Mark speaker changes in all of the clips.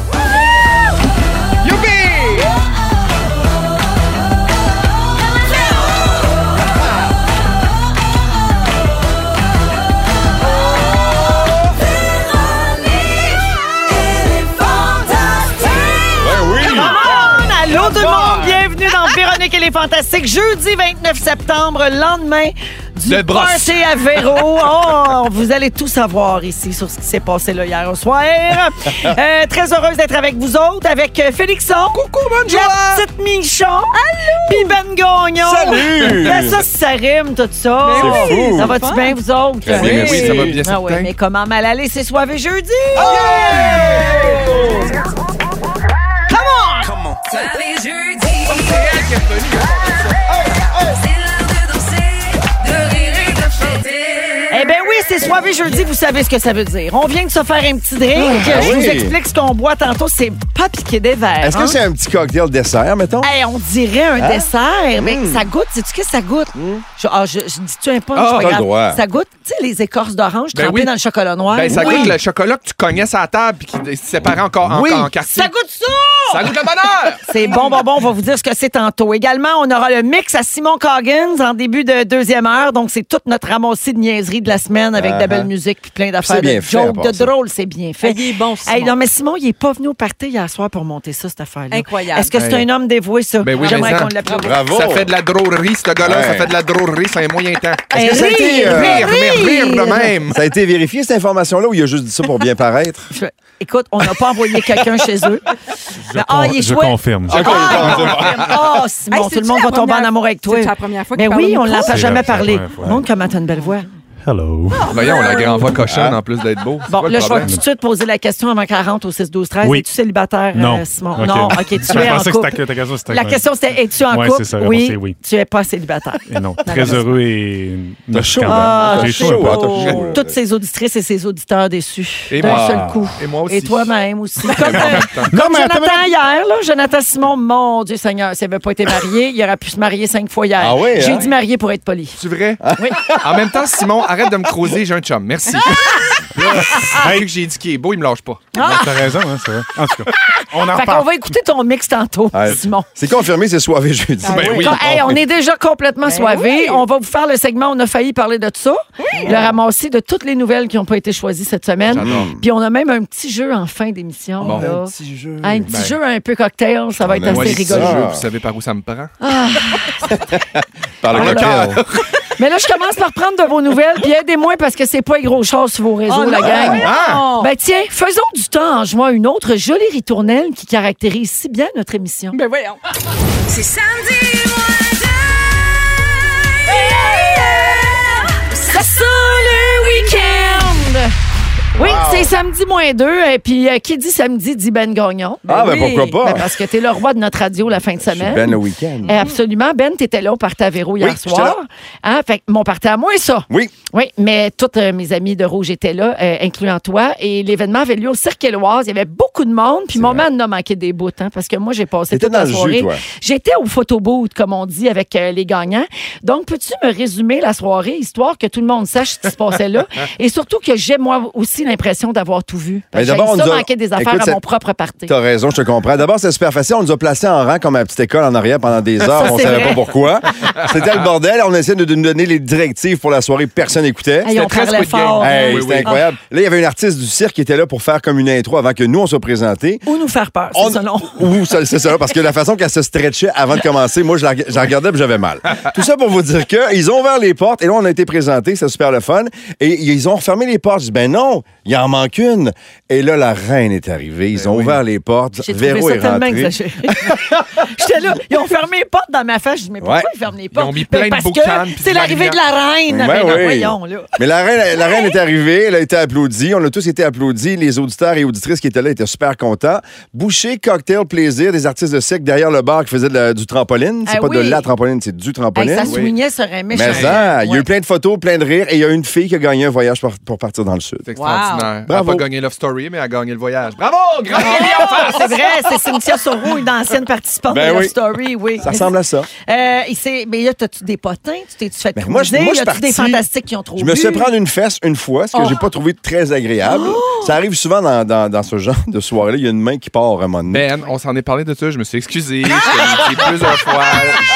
Speaker 1: Youpi!
Speaker 2: Ben oui!
Speaker 3: Allô tout le monde, bienvenue dans Véronique et les Fantastiques. Jeudi 29 septembre, lendemain
Speaker 2: De
Speaker 3: du
Speaker 2: brosse.
Speaker 3: party à Véro. Oh, vous allez tout savoir ici sur ce qui s'est passé là hier au soir. Euh, très heureuse d'être avec vous autres, avec euh, Félixon. Coucou, bonjour. La petite Michon. Allô. Puis Ben Gagnon.
Speaker 2: Salut.
Speaker 3: Ben, ça, ça rime tout ça.
Speaker 2: Mais C'est oui, fou.
Speaker 3: Ça
Speaker 2: c'est
Speaker 3: va-tu bien, vous autres?
Speaker 2: Très bien, mais oui, ça va bien,
Speaker 3: Ah ouais,
Speaker 2: certain. Ah,
Speaker 3: mais comment mal aller, c'est soivé jeudi. Eh bien oui, c'est soirée jeudi, vous savez ce que ça veut dire. On vient de se faire un petit drink.
Speaker 2: Ah,
Speaker 3: Je
Speaker 2: oui.
Speaker 3: vous explique ce qu'on boit tantôt, c'est pas piqué des verres.
Speaker 2: Est-ce
Speaker 3: hein?
Speaker 2: que c'est un petit cocktail dessert, mettons?
Speaker 3: Hey, on dirait un dessert, mais ça goûte. Sais-tu que ça goûte? Je, ah, je, je dis-tu un punch?
Speaker 2: Ah,
Speaker 3: je
Speaker 2: t'as le
Speaker 3: regarde.
Speaker 2: droit.
Speaker 3: Ça goûte, tu sais, les écorces d'orange
Speaker 4: Ben
Speaker 3: trempées
Speaker 4: oui.
Speaker 3: dans le chocolat noir.
Speaker 4: Ben, ça
Speaker 3: Ah Oui.
Speaker 4: goûte le chocolat que tu cognais sur la table puis qui se séparait encore
Speaker 2: Oui.
Speaker 4: en, en quartier.
Speaker 3: Ça goûte ça!
Speaker 4: Ça goûte le bonheur!
Speaker 3: C'est bon, bon, bon. On va vous dire ce que c'est tantôt. Également, on aura le mix à Simon Coggins en début de deuxième heure. Donc, c'est toute notre ramassée de niaiseries de la semaine avec de la belle musique puis plein d'affaires.
Speaker 2: Uh-huh. c'est bien
Speaker 3: de
Speaker 2: fait, à
Speaker 3: jokes,
Speaker 2: part
Speaker 3: de
Speaker 2: ça.
Speaker 3: drôles, c'est bien fait.
Speaker 5: Il est bon, Simon.
Speaker 3: Hey, non, mais Simon, il n'est pas venu au party hier soir pour monter ça, cette affaire-là.
Speaker 5: Incroyable.
Speaker 3: Est-ce que c'est
Speaker 2: Hey.
Speaker 3: un homme dévoué, ça?
Speaker 4: Ben oui,
Speaker 3: J'aimerais
Speaker 4: mais ça.
Speaker 3: qu'on l'applaudisse.
Speaker 2: hein. Bravo!
Speaker 4: Ça fait de la drôlerie, ce gars-là.
Speaker 2: Ouais.
Speaker 4: Ça fait de la drôlerie, c'est un moyen temps.
Speaker 3: Eh,
Speaker 2: que ça a
Speaker 3: rire,
Speaker 2: été, euh,
Speaker 3: mais
Speaker 4: Rire, mais rire de même.
Speaker 2: Ça a été vérifié, cette information-là, ou il a juste dit ça pour bien paraître?
Speaker 3: Je- Écoute, on n'a pas envoyé quelqu'un chez eux. Mais, ah, il est
Speaker 6: je
Speaker 3: chouette.
Speaker 6: confirme.
Speaker 3: Ah, il confirme. Ah, Simon,
Speaker 5: Hey,
Speaker 3: tout
Speaker 5: c'est-tu
Speaker 3: le monde
Speaker 5: la
Speaker 3: va tomber en
Speaker 5: première-
Speaker 3: amour avec toi.
Speaker 5: c'est-tu la première fois
Speaker 3: Mais
Speaker 5: qu'il parle
Speaker 3: oui,
Speaker 5: au
Speaker 3: on ne
Speaker 5: micro?
Speaker 3: l'entend
Speaker 6: C'est
Speaker 3: jamais
Speaker 6: la
Speaker 3: parler.
Speaker 6: première fois.
Speaker 3: Montre comment tu as une belle voix.
Speaker 6: Hello.
Speaker 3: Oh,
Speaker 4: Voyons, la grand voix cochonne en plus d'être beau. C'est
Speaker 3: Bon,
Speaker 4: quoi le
Speaker 3: là, je vais
Speaker 4: problème?
Speaker 3: tout de suite poser la question avant 40 au 6, 12, 13.
Speaker 6: Oui.
Speaker 3: Es-tu célibataire,
Speaker 6: Non.
Speaker 3: euh, Simon?
Speaker 6: Ok.
Speaker 3: Non, OK, tu
Speaker 6: Je
Speaker 3: es en
Speaker 6: pensais que
Speaker 3: couple.
Speaker 6: c'était- ta question, c'était-
Speaker 3: la question, c'était es-tu en
Speaker 6: Ouais,
Speaker 3: couple?
Speaker 6: c'est ça, la
Speaker 3: oui,
Speaker 6: réponse est oui.
Speaker 3: Tu n'es pas célibataire.
Speaker 6: Et Eh non, très heureux et.
Speaker 2: T'as chaud.
Speaker 3: Ah,
Speaker 6: J'ai
Speaker 3: chaud.
Speaker 6: chaud un peu.
Speaker 3: Oh. Toutes ces auditrices et ces auditeurs déçus.
Speaker 4: Et
Speaker 3: D'un
Speaker 4: moi.
Speaker 3: seul coup.
Speaker 4: Et moi aussi.
Speaker 3: Et toi-même aussi. Comme, euh,
Speaker 6: Ah,
Speaker 2: Non,
Speaker 3: comme Jonathan hier, là, Jonathan Simon, mon Dieu Seigneur, s'il n'avait pas été marié, il aurait pu se marier cinq fois hier.
Speaker 2: Ah oui,
Speaker 3: J'ai
Speaker 2: hein?
Speaker 3: dit marié pour être poli.
Speaker 4: C'est vrai?
Speaker 3: Oui.
Speaker 4: En même temps, Simon, arrête de me croiser, j'ai un chum. Merci.
Speaker 3: Ah!
Speaker 4: Vu que j'ai dit qu'il est beau, il me lâche pas.
Speaker 6: T'as raison, hein, c'est vrai. En tout cas, on en
Speaker 3: Fait qu'on
Speaker 6: reparle.
Speaker 3: va écouter ton mix tantôt,
Speaker 2: Ouais.
Speaker 3: Simon.
Speaker 2: C'est confirmé, c'est soivé jeudi.
Speaker 4: Ben oui.
Speaker 3: Quand- hey, on est déjà complètement soivés. On va vous faire le segment On a failli parler de ça. Le ramassis de toutes les nouvelles qui n'ont pas été choisies cette semaine.
Speaker 4: J'adore.
Speaker 3: Puis on a même un petit jeu en fin d'émission.
Speaker 4: Bon.
Speaker 3: là.
Speaker 2: petit jeu.
Speaker 3: Ah, un petit
Speaker 4: Ben.
Speaker 3: jeu un peu cocktail, ça va être
Speaker 2: a
Speaker 4: Moi,
Speaker 3: assez
Speaker 4: les petits
Speaker 3: rigolo. Ah,
Speaker 2: ça.
Speaker 4: jeux, vous savez par où ça me prend?
Speaker 2: Par le cocktail.
Speaker 3: Mais là, je commence par prendre de vos nouvelles, puis aidez-moi parce que c'est pas une grosse chose sur vos réseaux, la gang.
Speaker 5: Non.
Speaker 3: Ben tiens, faisons du temps en jouant à une autre jolie ritournelle qui caractérise si bien notre émission.
Speaker 5: Ben voyons.
Speaker 7: C'est samedi, moi, Ça sent le week-end.
Speaker 3: Oui, c'est samedi moins deux, et puis euh, qui dit samedi dit Ben Gagnon.
Speaker 2: Ah, ben
Speaker 5: oui.
Speaker 2: pourquoi
Speaker 3: Ben,
Speaker 2: pas?
Speaker 3: parce que t'es le roi de notre radio la fin de
Speaker 2: Je suis
Speaker 3: semaine.
Speaker 2: Ben le week-end.
Speaker 3: Eh, absolument. Ben, t'étais là au party à Véro hier
Speaker 2: Oui, j'étais
Speaker 3: soir. Hein? Fait que mon party à moi, ça.
Speaker 2: Oui.
Speaker 3: Oui, mais toutes euh, mes amies de Rouge étaient là, euh, incluant toi. Et l'événement avait lieu au Cirque Éloise. Il y avait beaucoup de monde. Puis mon man a manqué des bouts, hein, parce que moi, j'ai passé
Speaker 2: T'étais
Speaker 3: toute la
Speaker 2: dans le jus,
Speaker 3: soirée.
Speaker 2: toi.
Speaker 3: J'étais au photoboot, comme on dit, avec euh, les gagnants. Donc, peux-tu me résumer la soirée, histoire que tout le monde sache ce qui se passait là? Et surtout que j'ai, moi aussi, l'impression d'avoir tout vu.
Speaker 2: Mais
Speaker 3: Parce que
Speaker 2: d'abord,
Speaker 3: j'ai
Speaker 2: on
Speaker 3: ça
Speaker 2: nous a-
Speaker 3: manqué des affaires
Speaker 2: Écoute,
Speaker 3: à mon
Speaker 2: cette-
Speaker 3: propre party.
Speaker 2: T'as raison, je te comprends. D'abord, c'est super facile. On nous a placés en rang comme à la petite école en arrière pendant des heures. on
Speaker 3: c'est
Speaker 2: savait
Speaker 3: vrai.
Speaker 2: pas pourquoi. C'était le bordel. On essayait de de nous donner les directives pour la soirée. Personne n'écoutait.
Speaker 3: Hey, on
Speaker 4: très
Speaker 3: parlait
Speaker 4: Squid Game.
Speaker 3: fort.
Speaker 2: Hey,
Speaker 4: oui,
Speaker 2: c'était
Speaker 4: oui.
Speaker 2: incroyable. Là, il y avait une artiste du cirque qui était là pour faire comme une intro avant que nous, on soit présentés.
Speaker 3: Ou nous faire peur, c'est
Speaker 2: On-
Speaker 3: selon.
Speaker 2: Ouh, ça, c'est ça, parce que la façon qu'elle se stretchait avant de commencer, moi, je la, je la regardais et j'avais mal. Tout ça pour vous dire que ils ont ouvert les portes et là, on a été présentés, c'est super le fun. Et ils ont refermé les portes. Je dis, ben non, il en manque une. Et là, la reine est arrivée. Ils ont ouvert les portes.
Speaker 3: Ben J'ai trouvé
Speaker 2: Véro
Speaker 3: ça
Speaker 2: est
Speaker 3: tellement
Speaker 2: rentré.
Speaker 3: exagéré. J'étais là, ils ont fermé les portes dans ma face. Je dis, mais pourquoi
Speaker 2: Ouais.
Speaker 3: ils ferment les portes?
Speaker 4: ont mis
Speaker 3: Ben,
Speaker 4: plein de
Speaker 3: parce
Speaker 4: boucanes
Speaker 3: que
Speaker 4: puis
Speaker 3: C'est
Speaker 4: de
Speaker 3: l'arrivée de la reine.
Speaker 2: Ben
Speaker 3: Ben non,
Speaker 2: oui.
Speaker 3: voyons, là.
Speaker 2: Mais la reine, la reine est arrivée, elle a été applaudie, on a tous été applaudis, les auditeurs et auditrices qui étaient là étaient super contents. Boucher, cocktail, plaisir, des artistes de cirque derrière le bar qui faisaient de la- du trampoline. C'est
Speaker 3: Ah
Speaker 2: pas de
Speaker 3: oui.
Speaker 2: la trampoline, c'est du
Speaker 3: Hey,
Speaker 2: trampoline.
Speaker 3: ça swingait sur un méchant.
Speaker 2: Mais ça, il y a
Speaker 3: Ouais.
Speaker 2: eu plein de photos, plein de rires, et il y a une fille qui a gagné un voyage pour, pour partir dans le sud.
Speaker 4: C'est extraordinaire. extraordinaire. Elle n'a
Speaker 2: Bravo.
Speaker 4: pas gagné Love Story, mais elle a gagné le voyage. Bravo! Grand million!
Speaker 3: C'est vrai, c'est Cynthia Soro, une ancienne participante
Speaker 2: Ben
Speaker 3: de Love
Speaker 2: oui.
Speaker 3: Story, oui.
Speaker 2: Ça ressemble à ça.
Speaker 3: Euh, il s'est- mais là, t'as-tu des potins? Tu t'es-tu fait
Speaker 2: Ben, moi, je-
Speaker 3: croiser?
Speaker 2: moi, je
Speaker 3: Y
Speaker 2: suis
Speaker 3: a-tu des
Speaker 2: parti-
Speaker 3: fantastiques qui ont trop
Speaker 2: Je me
Speaker 3: bu?
Speaker 2: suis fait prendre une fesse une fois, ce que
Speaker 3: Oh.
Speaker 2: j'ai pas trouvé très agréable. Ça arrive souvent dans, dans- dans ce genre de soirée-là. Il y a une main qui part à un moment donné.
Speaker 4: Ben, on s'en est parlé de ça, je me suis excusé, je t'ai dit plusieurs fois,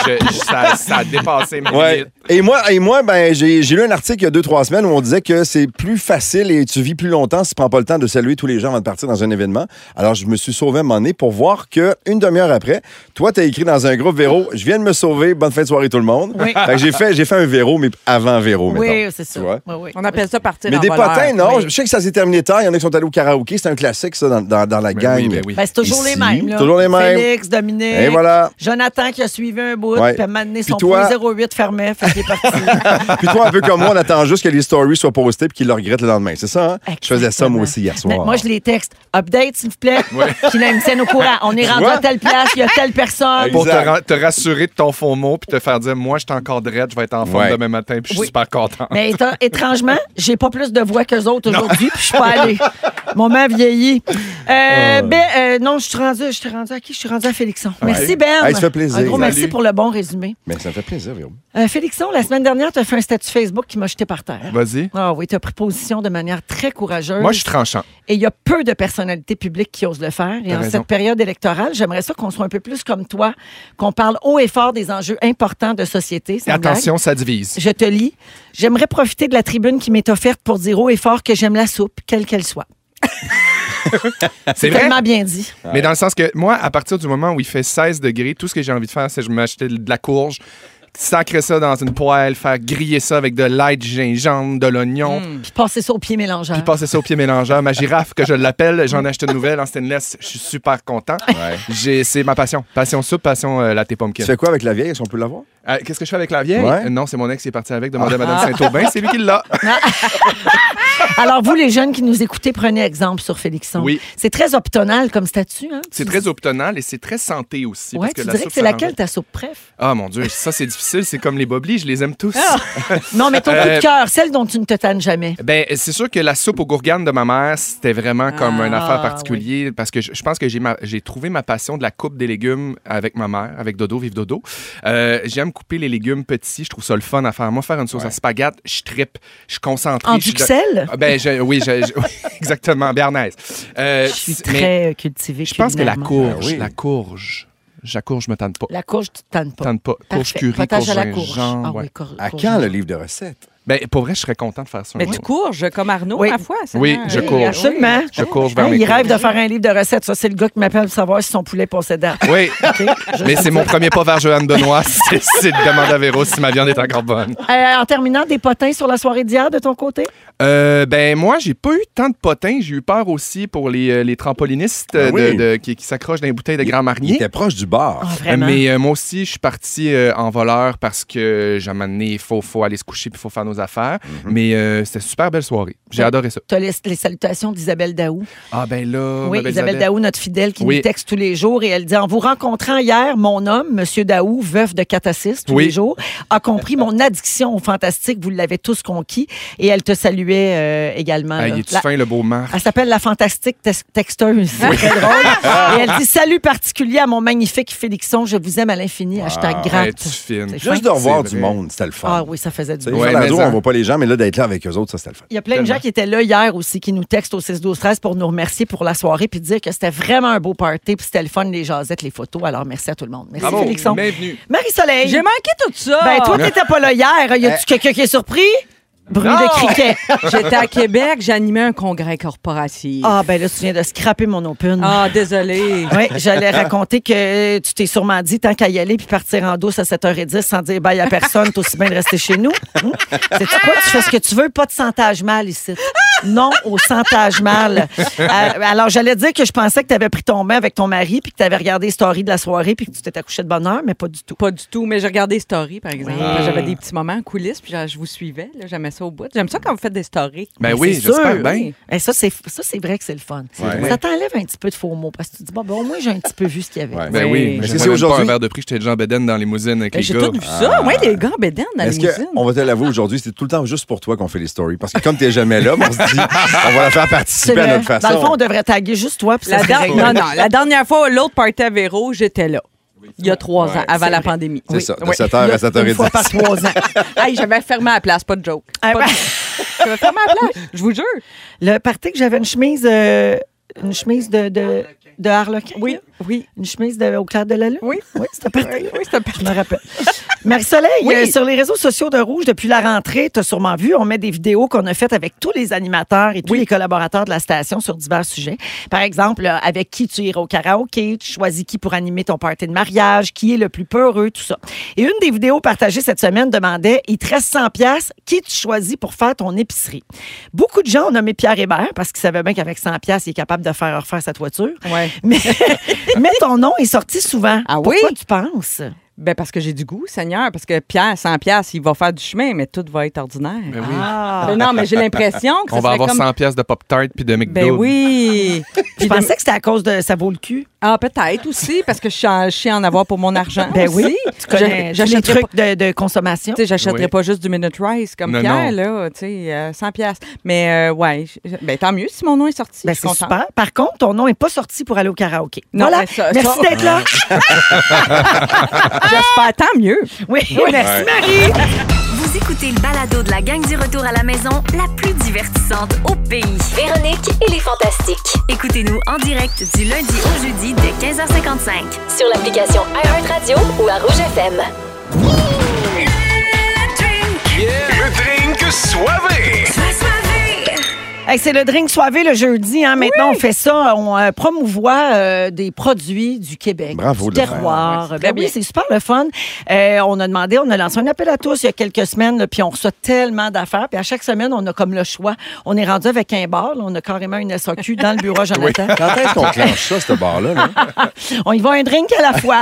Speaker 4: je- ça, ça a dépassé mes
Speaker 2: Ouais.
Speaker 4: limites.
Speaker 2: Et moi, et moi ben, j'ai j'ai lu un article il y a deux, trois semaines où on disait que c'est plus facile et tu vis plus longtemps si tu prends pas le temps de saluer tous les gens avant de partir dans un événement. Alors, je me suis sauvé à un moment donné pour voir que une demi-heure après, toi, t'as écrit dans un groupe Véro, je viens de me sauver, bonne fin de soirée tout le monde.
Speaker 3: Oui.
Speaker 2: Fait que j'ai fait, j'ai fait un Véro, mais avant Véro,
Speaker 3: Oui,
Speaker 2: mettons.
Speaker 3: c'est ça.
Speaker 2: Tu vois?
Speaker 3: Oui, oui.
Speaker 7: On appelle ça partir
Speaker 2: Mais
Speaker 7: en
Speaker 2: des
Speaker 7: voleur.
Speaker 2: potins, non.
Speaker 7: Oui.
Speaker 2: Je sais que ça s'est terminé tard. Il y en a qui sont allés au karaoké. C'est un classique, ça, dans, dans- dans la
Speaker 4: Ben
Speaker 2: gang.
Speaker 4: oui, ben oui.
Speaker 3: Ben, c'est toujours les
Speaker 2: Ici,
Speaker 3: mêmes. Là.
Speaker 2: toujours les mêmes.
Speaker 3: Félix, Dominique.
Speaker 2: Et voilà.
Speaker 3: Jonathan qui a suivi un bout,
Speaker 2: Ah. Ouais.
Speaker 3: puis à un moment donné,
Speaker 2: Puis
Speaker 3: son
Speaker 2: toi-
Speaker 3: point 08 fermait, fait qu'il est parti. Ah,
Speaker 2: Puis toi, un peu comme moi, on attend juste que les stories soient postées puis qu'ils le regrettent le lendemain. C'est ça, hein? Je faisais ça, moi aussi, hier soir.
Speaker 3: Mais moi, je les texte. Update, s'il vous plaît. Puis là, ils me tiennent au courant. On est rendu
Speaker 2: vois?
Speaker 3: à telle place, il y a telle personne.
Speaker 4: Pour te,
Speaker 2: Exact.
Speaker 4: ra- te rassurer de ton faux mot puis te faire dire, moi, je suis encore drette, je vais être en forme
Speaker 2: Ouais.
Speaker 4: demain matin puis je suis
Speaker 3: Oui.
Speaker 4: super content.
Speaker 3: Mais éta- étrangement, j'ai pas plus de voix qu'eux autres aujourd'hui, puis je suis pas allée. Mon mère vieillit. Euh, Ben, euh, non, je suis rendue, je suis rendue à qui? Je suis rendue à Félixon. Merci, Ben.
Speaker 2: Hey, ça fait plaisir.
Speaker 3: Un gros merci
Speaker 4: Salut.
Speaker 3: pour le bon résumé.
Speaker 2: Mais ça me fait plaisir, Véro.
Speaker 3: Euh, Félixon, la semaine dernière, tu as fait un statut Facebook qui m'a jeté par terre.
Speaker 4: Vas-y.
Speaker 3: Ah oui, tu as pris position de manière très courageuse.
Speaker 4: Moi, je suis tranchant.
Speaker 3: Et il y a peu de personnalités publiques qui osent le faire. Et
Speaker 4: T'as
Speaker 3: en
Speaker 4: raison.
Speaker 3: cette période électorale, j'aimerais ça qu'on soit un peu plus comme toi, qu'on parle haut et fort des enjeux importants de société. sans blague.
Speaker 4: Attention, ça divise.
Speaker 3: Je te lis. J'aimerais profiter de la tribune qui m'est offerte pour dire haut et fort que j'aime la soupe, quelle qu'elle soit.
Speaker 4: C'est vrai?
Speaker 3: Tellement bien dit.
Speaker 4: Mais dans le sens que moi, à partir du moment où il fait 16 degrés, tout ce que j'ai envie de faire, c'est je m'acheter de la courge, sacrer ça dans une poêle, faire griller ça avec de l'ail, du gingembre, de l'oignon,
Speaker 3: Puis passer ça au pied mélangeur.
Speaker 4: puis passer ça au pied mélangeur. Ma girafe, que je l'appelle, j'en ai acheté une nouvelle en stainless. Je suis super content. J'ai- C'est ma passion. Passion soupe, passion euh, latte
Speaker 2: Tu
Speaker 4: pumpkin.
Speaker 2: fais quoi avec la vieille? Est-ce qu'on peut l'avoir?
Speaker 4: Euh, Qu'est-ce que je fais avec la vieille?
Speaker 2: Ouais. Ah.
Speaker 4: Euh, Non, c'est mon ex qui est parti avec. Demandez à Madame Saint-Aubin. C'est lui qui l'a.
Speaker 3: Alors, vous, les jeunes qui nous écoutez, prenez exemple sur Félixon.
Speaker 4: Oui.
Speaker 3: C'est très optonal comme statut. Hein?
Speaker 4: C'est
Speaker 3: Tu
Speaker 4: très
Speaker 3: dis-
Speaker 4: optonal et c'est très santé aussi.
Speaker 3: Ouais,
Speaker 4: parce
Speaker 3: tu
Speaker 4: que la
Speaker 3: dirais
Speaker 4: soupe,
Speaker 3: que c'est
Speaker 4: ça
Speaker 3: laquelle
Speaker 4: rend-
Speaker 3: ta soupe préf?
Speaker 4: Ah mon Dieu, ça c'est difficile. C'est comme les boblis, je les aime tous.
Speaker 3: Ah. Non, mais ton coup de
Speaker 4: Euh,
Speaker 3: cœur, celle dont tu ne te tannes jamais.
Speaker 4: Ben, c'est sûr que la soupe aux gourganes de ma mère, c'était vraiment comme
Speaker 3: Ah,
Speaker 4: une affaire particulière parce que je, je pense que j'ai ma- j'ai trouvé ma passion de la coupe des légumes avec ma mère, avec Dodo, vive Dodo. Euh, J'aime couper les légumes petits, je trouve ça le fun à faire. Moi, faire une sauce à spaghette, je trippe, je suis concentré.
Speaker 3: En
Speaker 4: je suis de-
Speaker 3: duxelles?
Speaker 4: Ah, Ben, je- oui, je- je- oui, exactement, béarnaise. Euh,
Speaker 3: Je suis
Speaker 4: c'est- mais
Speaker 3: très euh, cultivée.
Speaker 4: je pense que la courge,
Speaker 2: Ben oui.
Speaker 4: la courge, la courge, je me tente pas.
Speaker 3: La courge, tu ne tannes pas.
Speaker 4: Tente pas. Courge
Speaker 3: Parfait.
Speaker 4: curry,
Speaker 3: Potage
Speaker 4: courge
Speaker 3: à la courge.
Speaker 4: gingembre,
Speaker 3: Ah
Speaker 4: ouais.
Speaker 3: oui, cour-
Speaker 2: À
Speaker 3: courge
Speaker 2: quand le
Speaker 3: gingembre.
Speaker 2: livre de recettes?
Speaker 4: Ben, pour vrai, je serais content de faire ça. un
Speaker 3: Mais
Speaker 4: jour.
Speaker 3: tu
Speaker 7: Tu courges comme Arnaud,
Speaker 3: Oui.
Speaker 7: ma foi. ça
Speaker 4: Oui,
Speaker 7: prend-
Speaker 4: je
Speaker 3: Oui,
Speaker 4: courge.
Speaker 3: Absolument.
Speaker 4: Je cours vers
Speaker 3: Hein,
Speaker 4: mes
Speaker 3: il
Speaker 4: cours.
Speaker 3: rêve de faire un livre de recettes. Ça, c'est le gars qui m'appelle pour savoir si son poulet possède.
Speaker 4: Oui, mais c'est mon premier pas vers Joanne Benoît, c'est c'est de demander à Véro si ma viande est encore bonne.
Speaker 3: Euh, en terminant, des potins sur la soirée d'hier de ton côté?
Speaker 4: Euh, ben moi, j'ai pas eu tant de potins, j'ai eu peur aussi pour les, euh, les trampolinistes euh,
Speaker 2: Ah oui.
Speaker 4: de- de- qui, qui s'accrochent dans les bouteilles de Grand
Speaker 2: Il
Speaker 4: Marnier.
Speaker 2: était proche du bar.
Speaker 3: Ah, vraiment?
Speaker 4: Mais euh, moi aussi, je suis parti euh, en voleur parce que j'ai amené, il faut, faut aller se coucher puis il faut faire nos affaires.
Speaker 2: Mm-hmm.
Speaker 4: Mais euh, c'était une super belle soirée. J'ai
Speaker 3: Ouais.
Speaker 4: adoré ça.
Speaker 3: Tu as les, les salutations d'Isabelle Daou.
Speaker 4: Ah ben là,
Speaker 3: oui,
Speaker 4: ma belle
Speaker 3: Isabelle
Speaker 4: Isabelle.
Speaker 3: Daou, notre fidèle, qui
Speaker 4: Oui.
Speaker 3: nous texte tous les jours et elle dit En vous rencontrant hier, mon homme, M. Daou, veuf de Catassis, tous
Speaker 4: Oui.
Speaker 3: les jours, a compris mon addiction au fantastique. Vous l'avez tous conquis. Et elle te saluait euh, également. là.
Speaker 4: Ah, il est-tu
Speaker 3: La- Ah,
Speaker 4: fin, le beau Marc?
Speaker 3: Elle s'appelle la fantastique tes- texteuse. C'est très drôle. Et elle dit Salut particulier à mon magnifique Félixon. Je vous aime à l'infini. Hashtag gratte.
Speaker 4: Ah, es-tu fine?
Speaker 3: C'est fin.
Speaker 2: Juste de revoir
Speaker 4: C'est
Speaker 2: du
Speaker 4: vrai.
Speaker 2: monde, c'était le fun.
Speaker 3: Ah oui, ça faisait du
Speaker 2: Tu sais,
Speaker 3: bien.
Speaker 4: Ouais,
Speaker 2: sur la
Speaker 4: mais
Speaker 2: radio,
Speaker 4: ça.
Speaker 2: on voit pas les gens, mais là, d'être là avec eux autres, ça, c'était le fun.
Speaker 3: Il y a plein de gens qui étaient là hier aussi, qui nous textent au 6 12 13 pour nous remercier pour la soirée puis dire que c'était vraiment un beau party puis c'était le fun, les jasettes, les photos. Alors merci à tout le monde. Merci
Speaker 4: Bravo,
Speaker 3: Félixon.
Speaker 4: bienvenue.
Speaker 3: Marie-Soleil.
Speaker 7: J'ai manqué tout ça.
Speaker 3: Ben toi t'étais pas là hier. Y a-tu quelqu'un qui est surpris? Bruit
Speaker 4: Eh. Non.
Speaker 3: de criquet.
Speaker 7: J'étais à Québec, j'animais un congrès corporatif. Ah,
Speaker 3: Ah ben là tu viens de scraper mon open.
Speaker 7: désolé.
Speaker 3: Oui, j'allais raconter que tu t'es sûrement dit tant qu'à y aller puis partir en douce à 7h10 sans dire bye à personne, t'es aussi bien de rester chez nous. Hum? Sais-tu quoi? Tu fais ce que tu veux, pas de santage mal ici. Non au santage mal. Euh, alors, j'allais dire que je pensais que tu avais pris ton bain avec ton mari puis que tu avais regardé les stories de la soirée puis que tu t'étais couché de bonne heure, mais pas du tout.
Speaker 7: Pas du tout, mais j'ai regardé les stories, par exemple.
Speaker 3: Ah.
Speaker 7: J'avais des petits moments en coulisses, puis je, je vous suivais. là, J'aimais ça au bout. J'aime ça quand vous faites des stories.
Speaker 4: Ben
Speaker 3: Mais
Speaker 4: oui,
Speaker 3: c'est sûr.
Speaker 4: j'espère bien.
Speaker 3: Eh, ça, c'est ça, c'est vrai que c'est le fun.
Speaker 2: vrai.
Speaker 3: Ça t'enlève un petit peu de faux mots parce que tu te dis, bon, ben, au moins, j'ai un petit peu vu ce qu'il y avait.
Speaker 2: Ouais.
Speaker 4: Ben oui,
Speaker 7: Mais
Speaker 4: mais
Speaker 2: est-ce
Speaker 4: si c'est
Speaker 2: que c'est
Speaker 4: aujourd'hui. un
Speaker 2: aujourd'hui?
Speaker 4: verre de prix, j'étais genre Beden dans les limousines avec
Speaker 7: Ben,
Speaker 4: les
Speaker 7: J'ai
Speaker 4: gars.
Speaker 7: tout vu ça. Oui, les gars, Bédène, à
Speaker 2: ah. Est-ce que,
Speaker 7: limousine.
Speaker 2: on va te l'avouer aujourd'hui, c'est tout le temps juste pour toi qu'on fait les stories. Parce que comme t'es jamais là, on se dit, dit. On va la faire
Speaker 3: C'est
Speaker 4: ben,
Speaker 2: participer
Speaker 3: le-
Speaker 2: à notre façon.
Speaker 3: Dans le fond, on devrait taguer juste toi. Puis ça
Speaker 7: La
Speaker 3: serait
Speaker 7: der-
Speaker 3: réglé.
Speaker 7: Non, non, la dernière fois, l'autre party à Véro, j'étais là. Il y a trois ans, avant
Speaker 3: c'est
Speaker 7: la
Speaker 3: vrai.
Speaker 7: pandémie.
Speaker 2: C'est
Speaker 7: Oui.
Speaker 2: ça, de
Speaker 7: Oui.
Speaker 2: 7h à 7h10.
Speaker 3: Une fois par trois ans.
Speaker 7: Hey, j'avais fermé la place, pas de joke.
Speaker 3: Ah,
Speaker 7: Pas
Speaker 3: ben-
Speaker 7: de- J'avais fermé la place, je vous jure.
Speaker 3: Le party que j'avais une chemise, euh, une chemise de, de, de harlequin. là.
Speaker 7: oui,
Speaker 3: Une chemise de, au clair de la lune.
Speaker 7: Oui.
Speaker 3: Oui, c'était parti.
Speaker 7: oui, c'était parti.
Speaker 3: Je me rappelle. Marie-Soleil,
Speaker 7: Oui.
Speaker 3: euh, sur les réseaux sociaux de Rouge, depuis la rentrée, tu as sûrement vu, on met des vidéos qu'on a faites avec tous les animateurs et tous les collaborateurs de la station sur divers sujets. Par exemple, euh, avec qui tu iras au karaoké, tu choisis qui pour animer ton party de mariage, qui est le plus peureux, tout ça. Et une des vidéos partagées cette semaine demandait, il te reste 100 pièces, qui tu choisis pour faire ton épicerie? Beaucoup de gens ont nommé Pierre Hébert parce qu'ils savaient bien qu'avec 100 pièces, il est capable de faire refaire sa toiture.
Speaker 7: Ouais.
Speaker 3: Mais, mais ton nom est sorti souvent.
Speaker 7: Ah oui?
Speaker 3: Pourquoi tu penses?
Speaker 7: Ben parce que j'ai du goût, Seigneur, parce que Pierre, 100 pièces, il va faire du chemin, mais tout va être ordinaire.
Speaker 4: Ben oui.
Speaker 3: Ah.
Speaker 7: Ben non, mais j'ai l'impression que ça
Speaker 4: On va
Speaker 7: serait
Speaker 4: avoir
Speaker 7: comme...
Speaker 4: 100 pièces de Pop-Tart puis de McDo.
Speaker 7: Ben oui.
Speaker 3: Je pensais que c'était à cause de ça vaut le cul.
Speaker 7: Ah, peut-être aussi, parce que je suis en, je suis en avoir pour mon argent
Speaker 3: Ben oui.
Speaker 7: aussi.
Speaker 3: Tu connais
Speaker 7: Je-
Speaker 3: tous les
Speaker 7: j'achèterais
Speaker 3: trucs de, de consommation.
Speaker 7: Tu sais, j'achèterais
Speaker 4: Oui.
Speaker 7: pas juste du Minute Rice comme
Speaker 4: Non,
Speaker 7: Pierre,
Speaker 4: non.
Speaker 7: là, tu sais, euh, 100 pièces. Mais, euh, ouais, je- ben tant mieux si mon nom est sorti.
Speaker 3: Ben,
Speaker 7: je suis
Speaker 3: c'est
Speaker 7: contente.
Speaker 3: super. Par contre, ton nom n'est pas sorti pour aller au karaoké.
Speaker 7: Non,
Speaker 3: voilà.
Speaker 7: mais ça-
Speaker 3: Merci
Speaker 7: ça-
Speaker 3: d'être là.
Speaker 7: J'espère tant mieux.
Speaker 3: Oui, merci Marie.
Speaker 8: Vous écoutez le balado de la gang du retour à la maison, la plus divertissante au pays.
Speaker 5: Véronique et les Fantastiques.
Speaker 8: Écoutez-nous en direct du lundi au jeudi dès 15h55.
Speaker 5: Sur l'application iHeartRadio ou à Rouge FM.
Speaker 9: Le drink soivé.
Speaker 3: Hey, c'est le drink soivé le jeudi. hein. Maintenant, on fait ça. On euh, promouvoit euh, des produits du Québec,
Speaker 2: Bravo
Speaker 3: du
Speaker 2: de le faire.
Speaker 3: terroir.
Speaker 7: Ouais, c'est
Speaker 3: Ben
Speaker 7: très
Speaker 3: oui,
Speaker 7: bien.
Speaker 3: c'est super le fun. Euh, on a demandé, on a lancé un appel à tous il y a quelques semaines, là, puis on reçoit tellement d'affaires. Puis à chaque semaine, on a comme le choix. On est rendu avec un bar. là. on a carrément une SAQ dans le bureau à Jonathan.
Speaker 2: Quand est-ce qu'on clenche ça, ce bar-là? là?
Speaker 3: On y va un drink à la fois,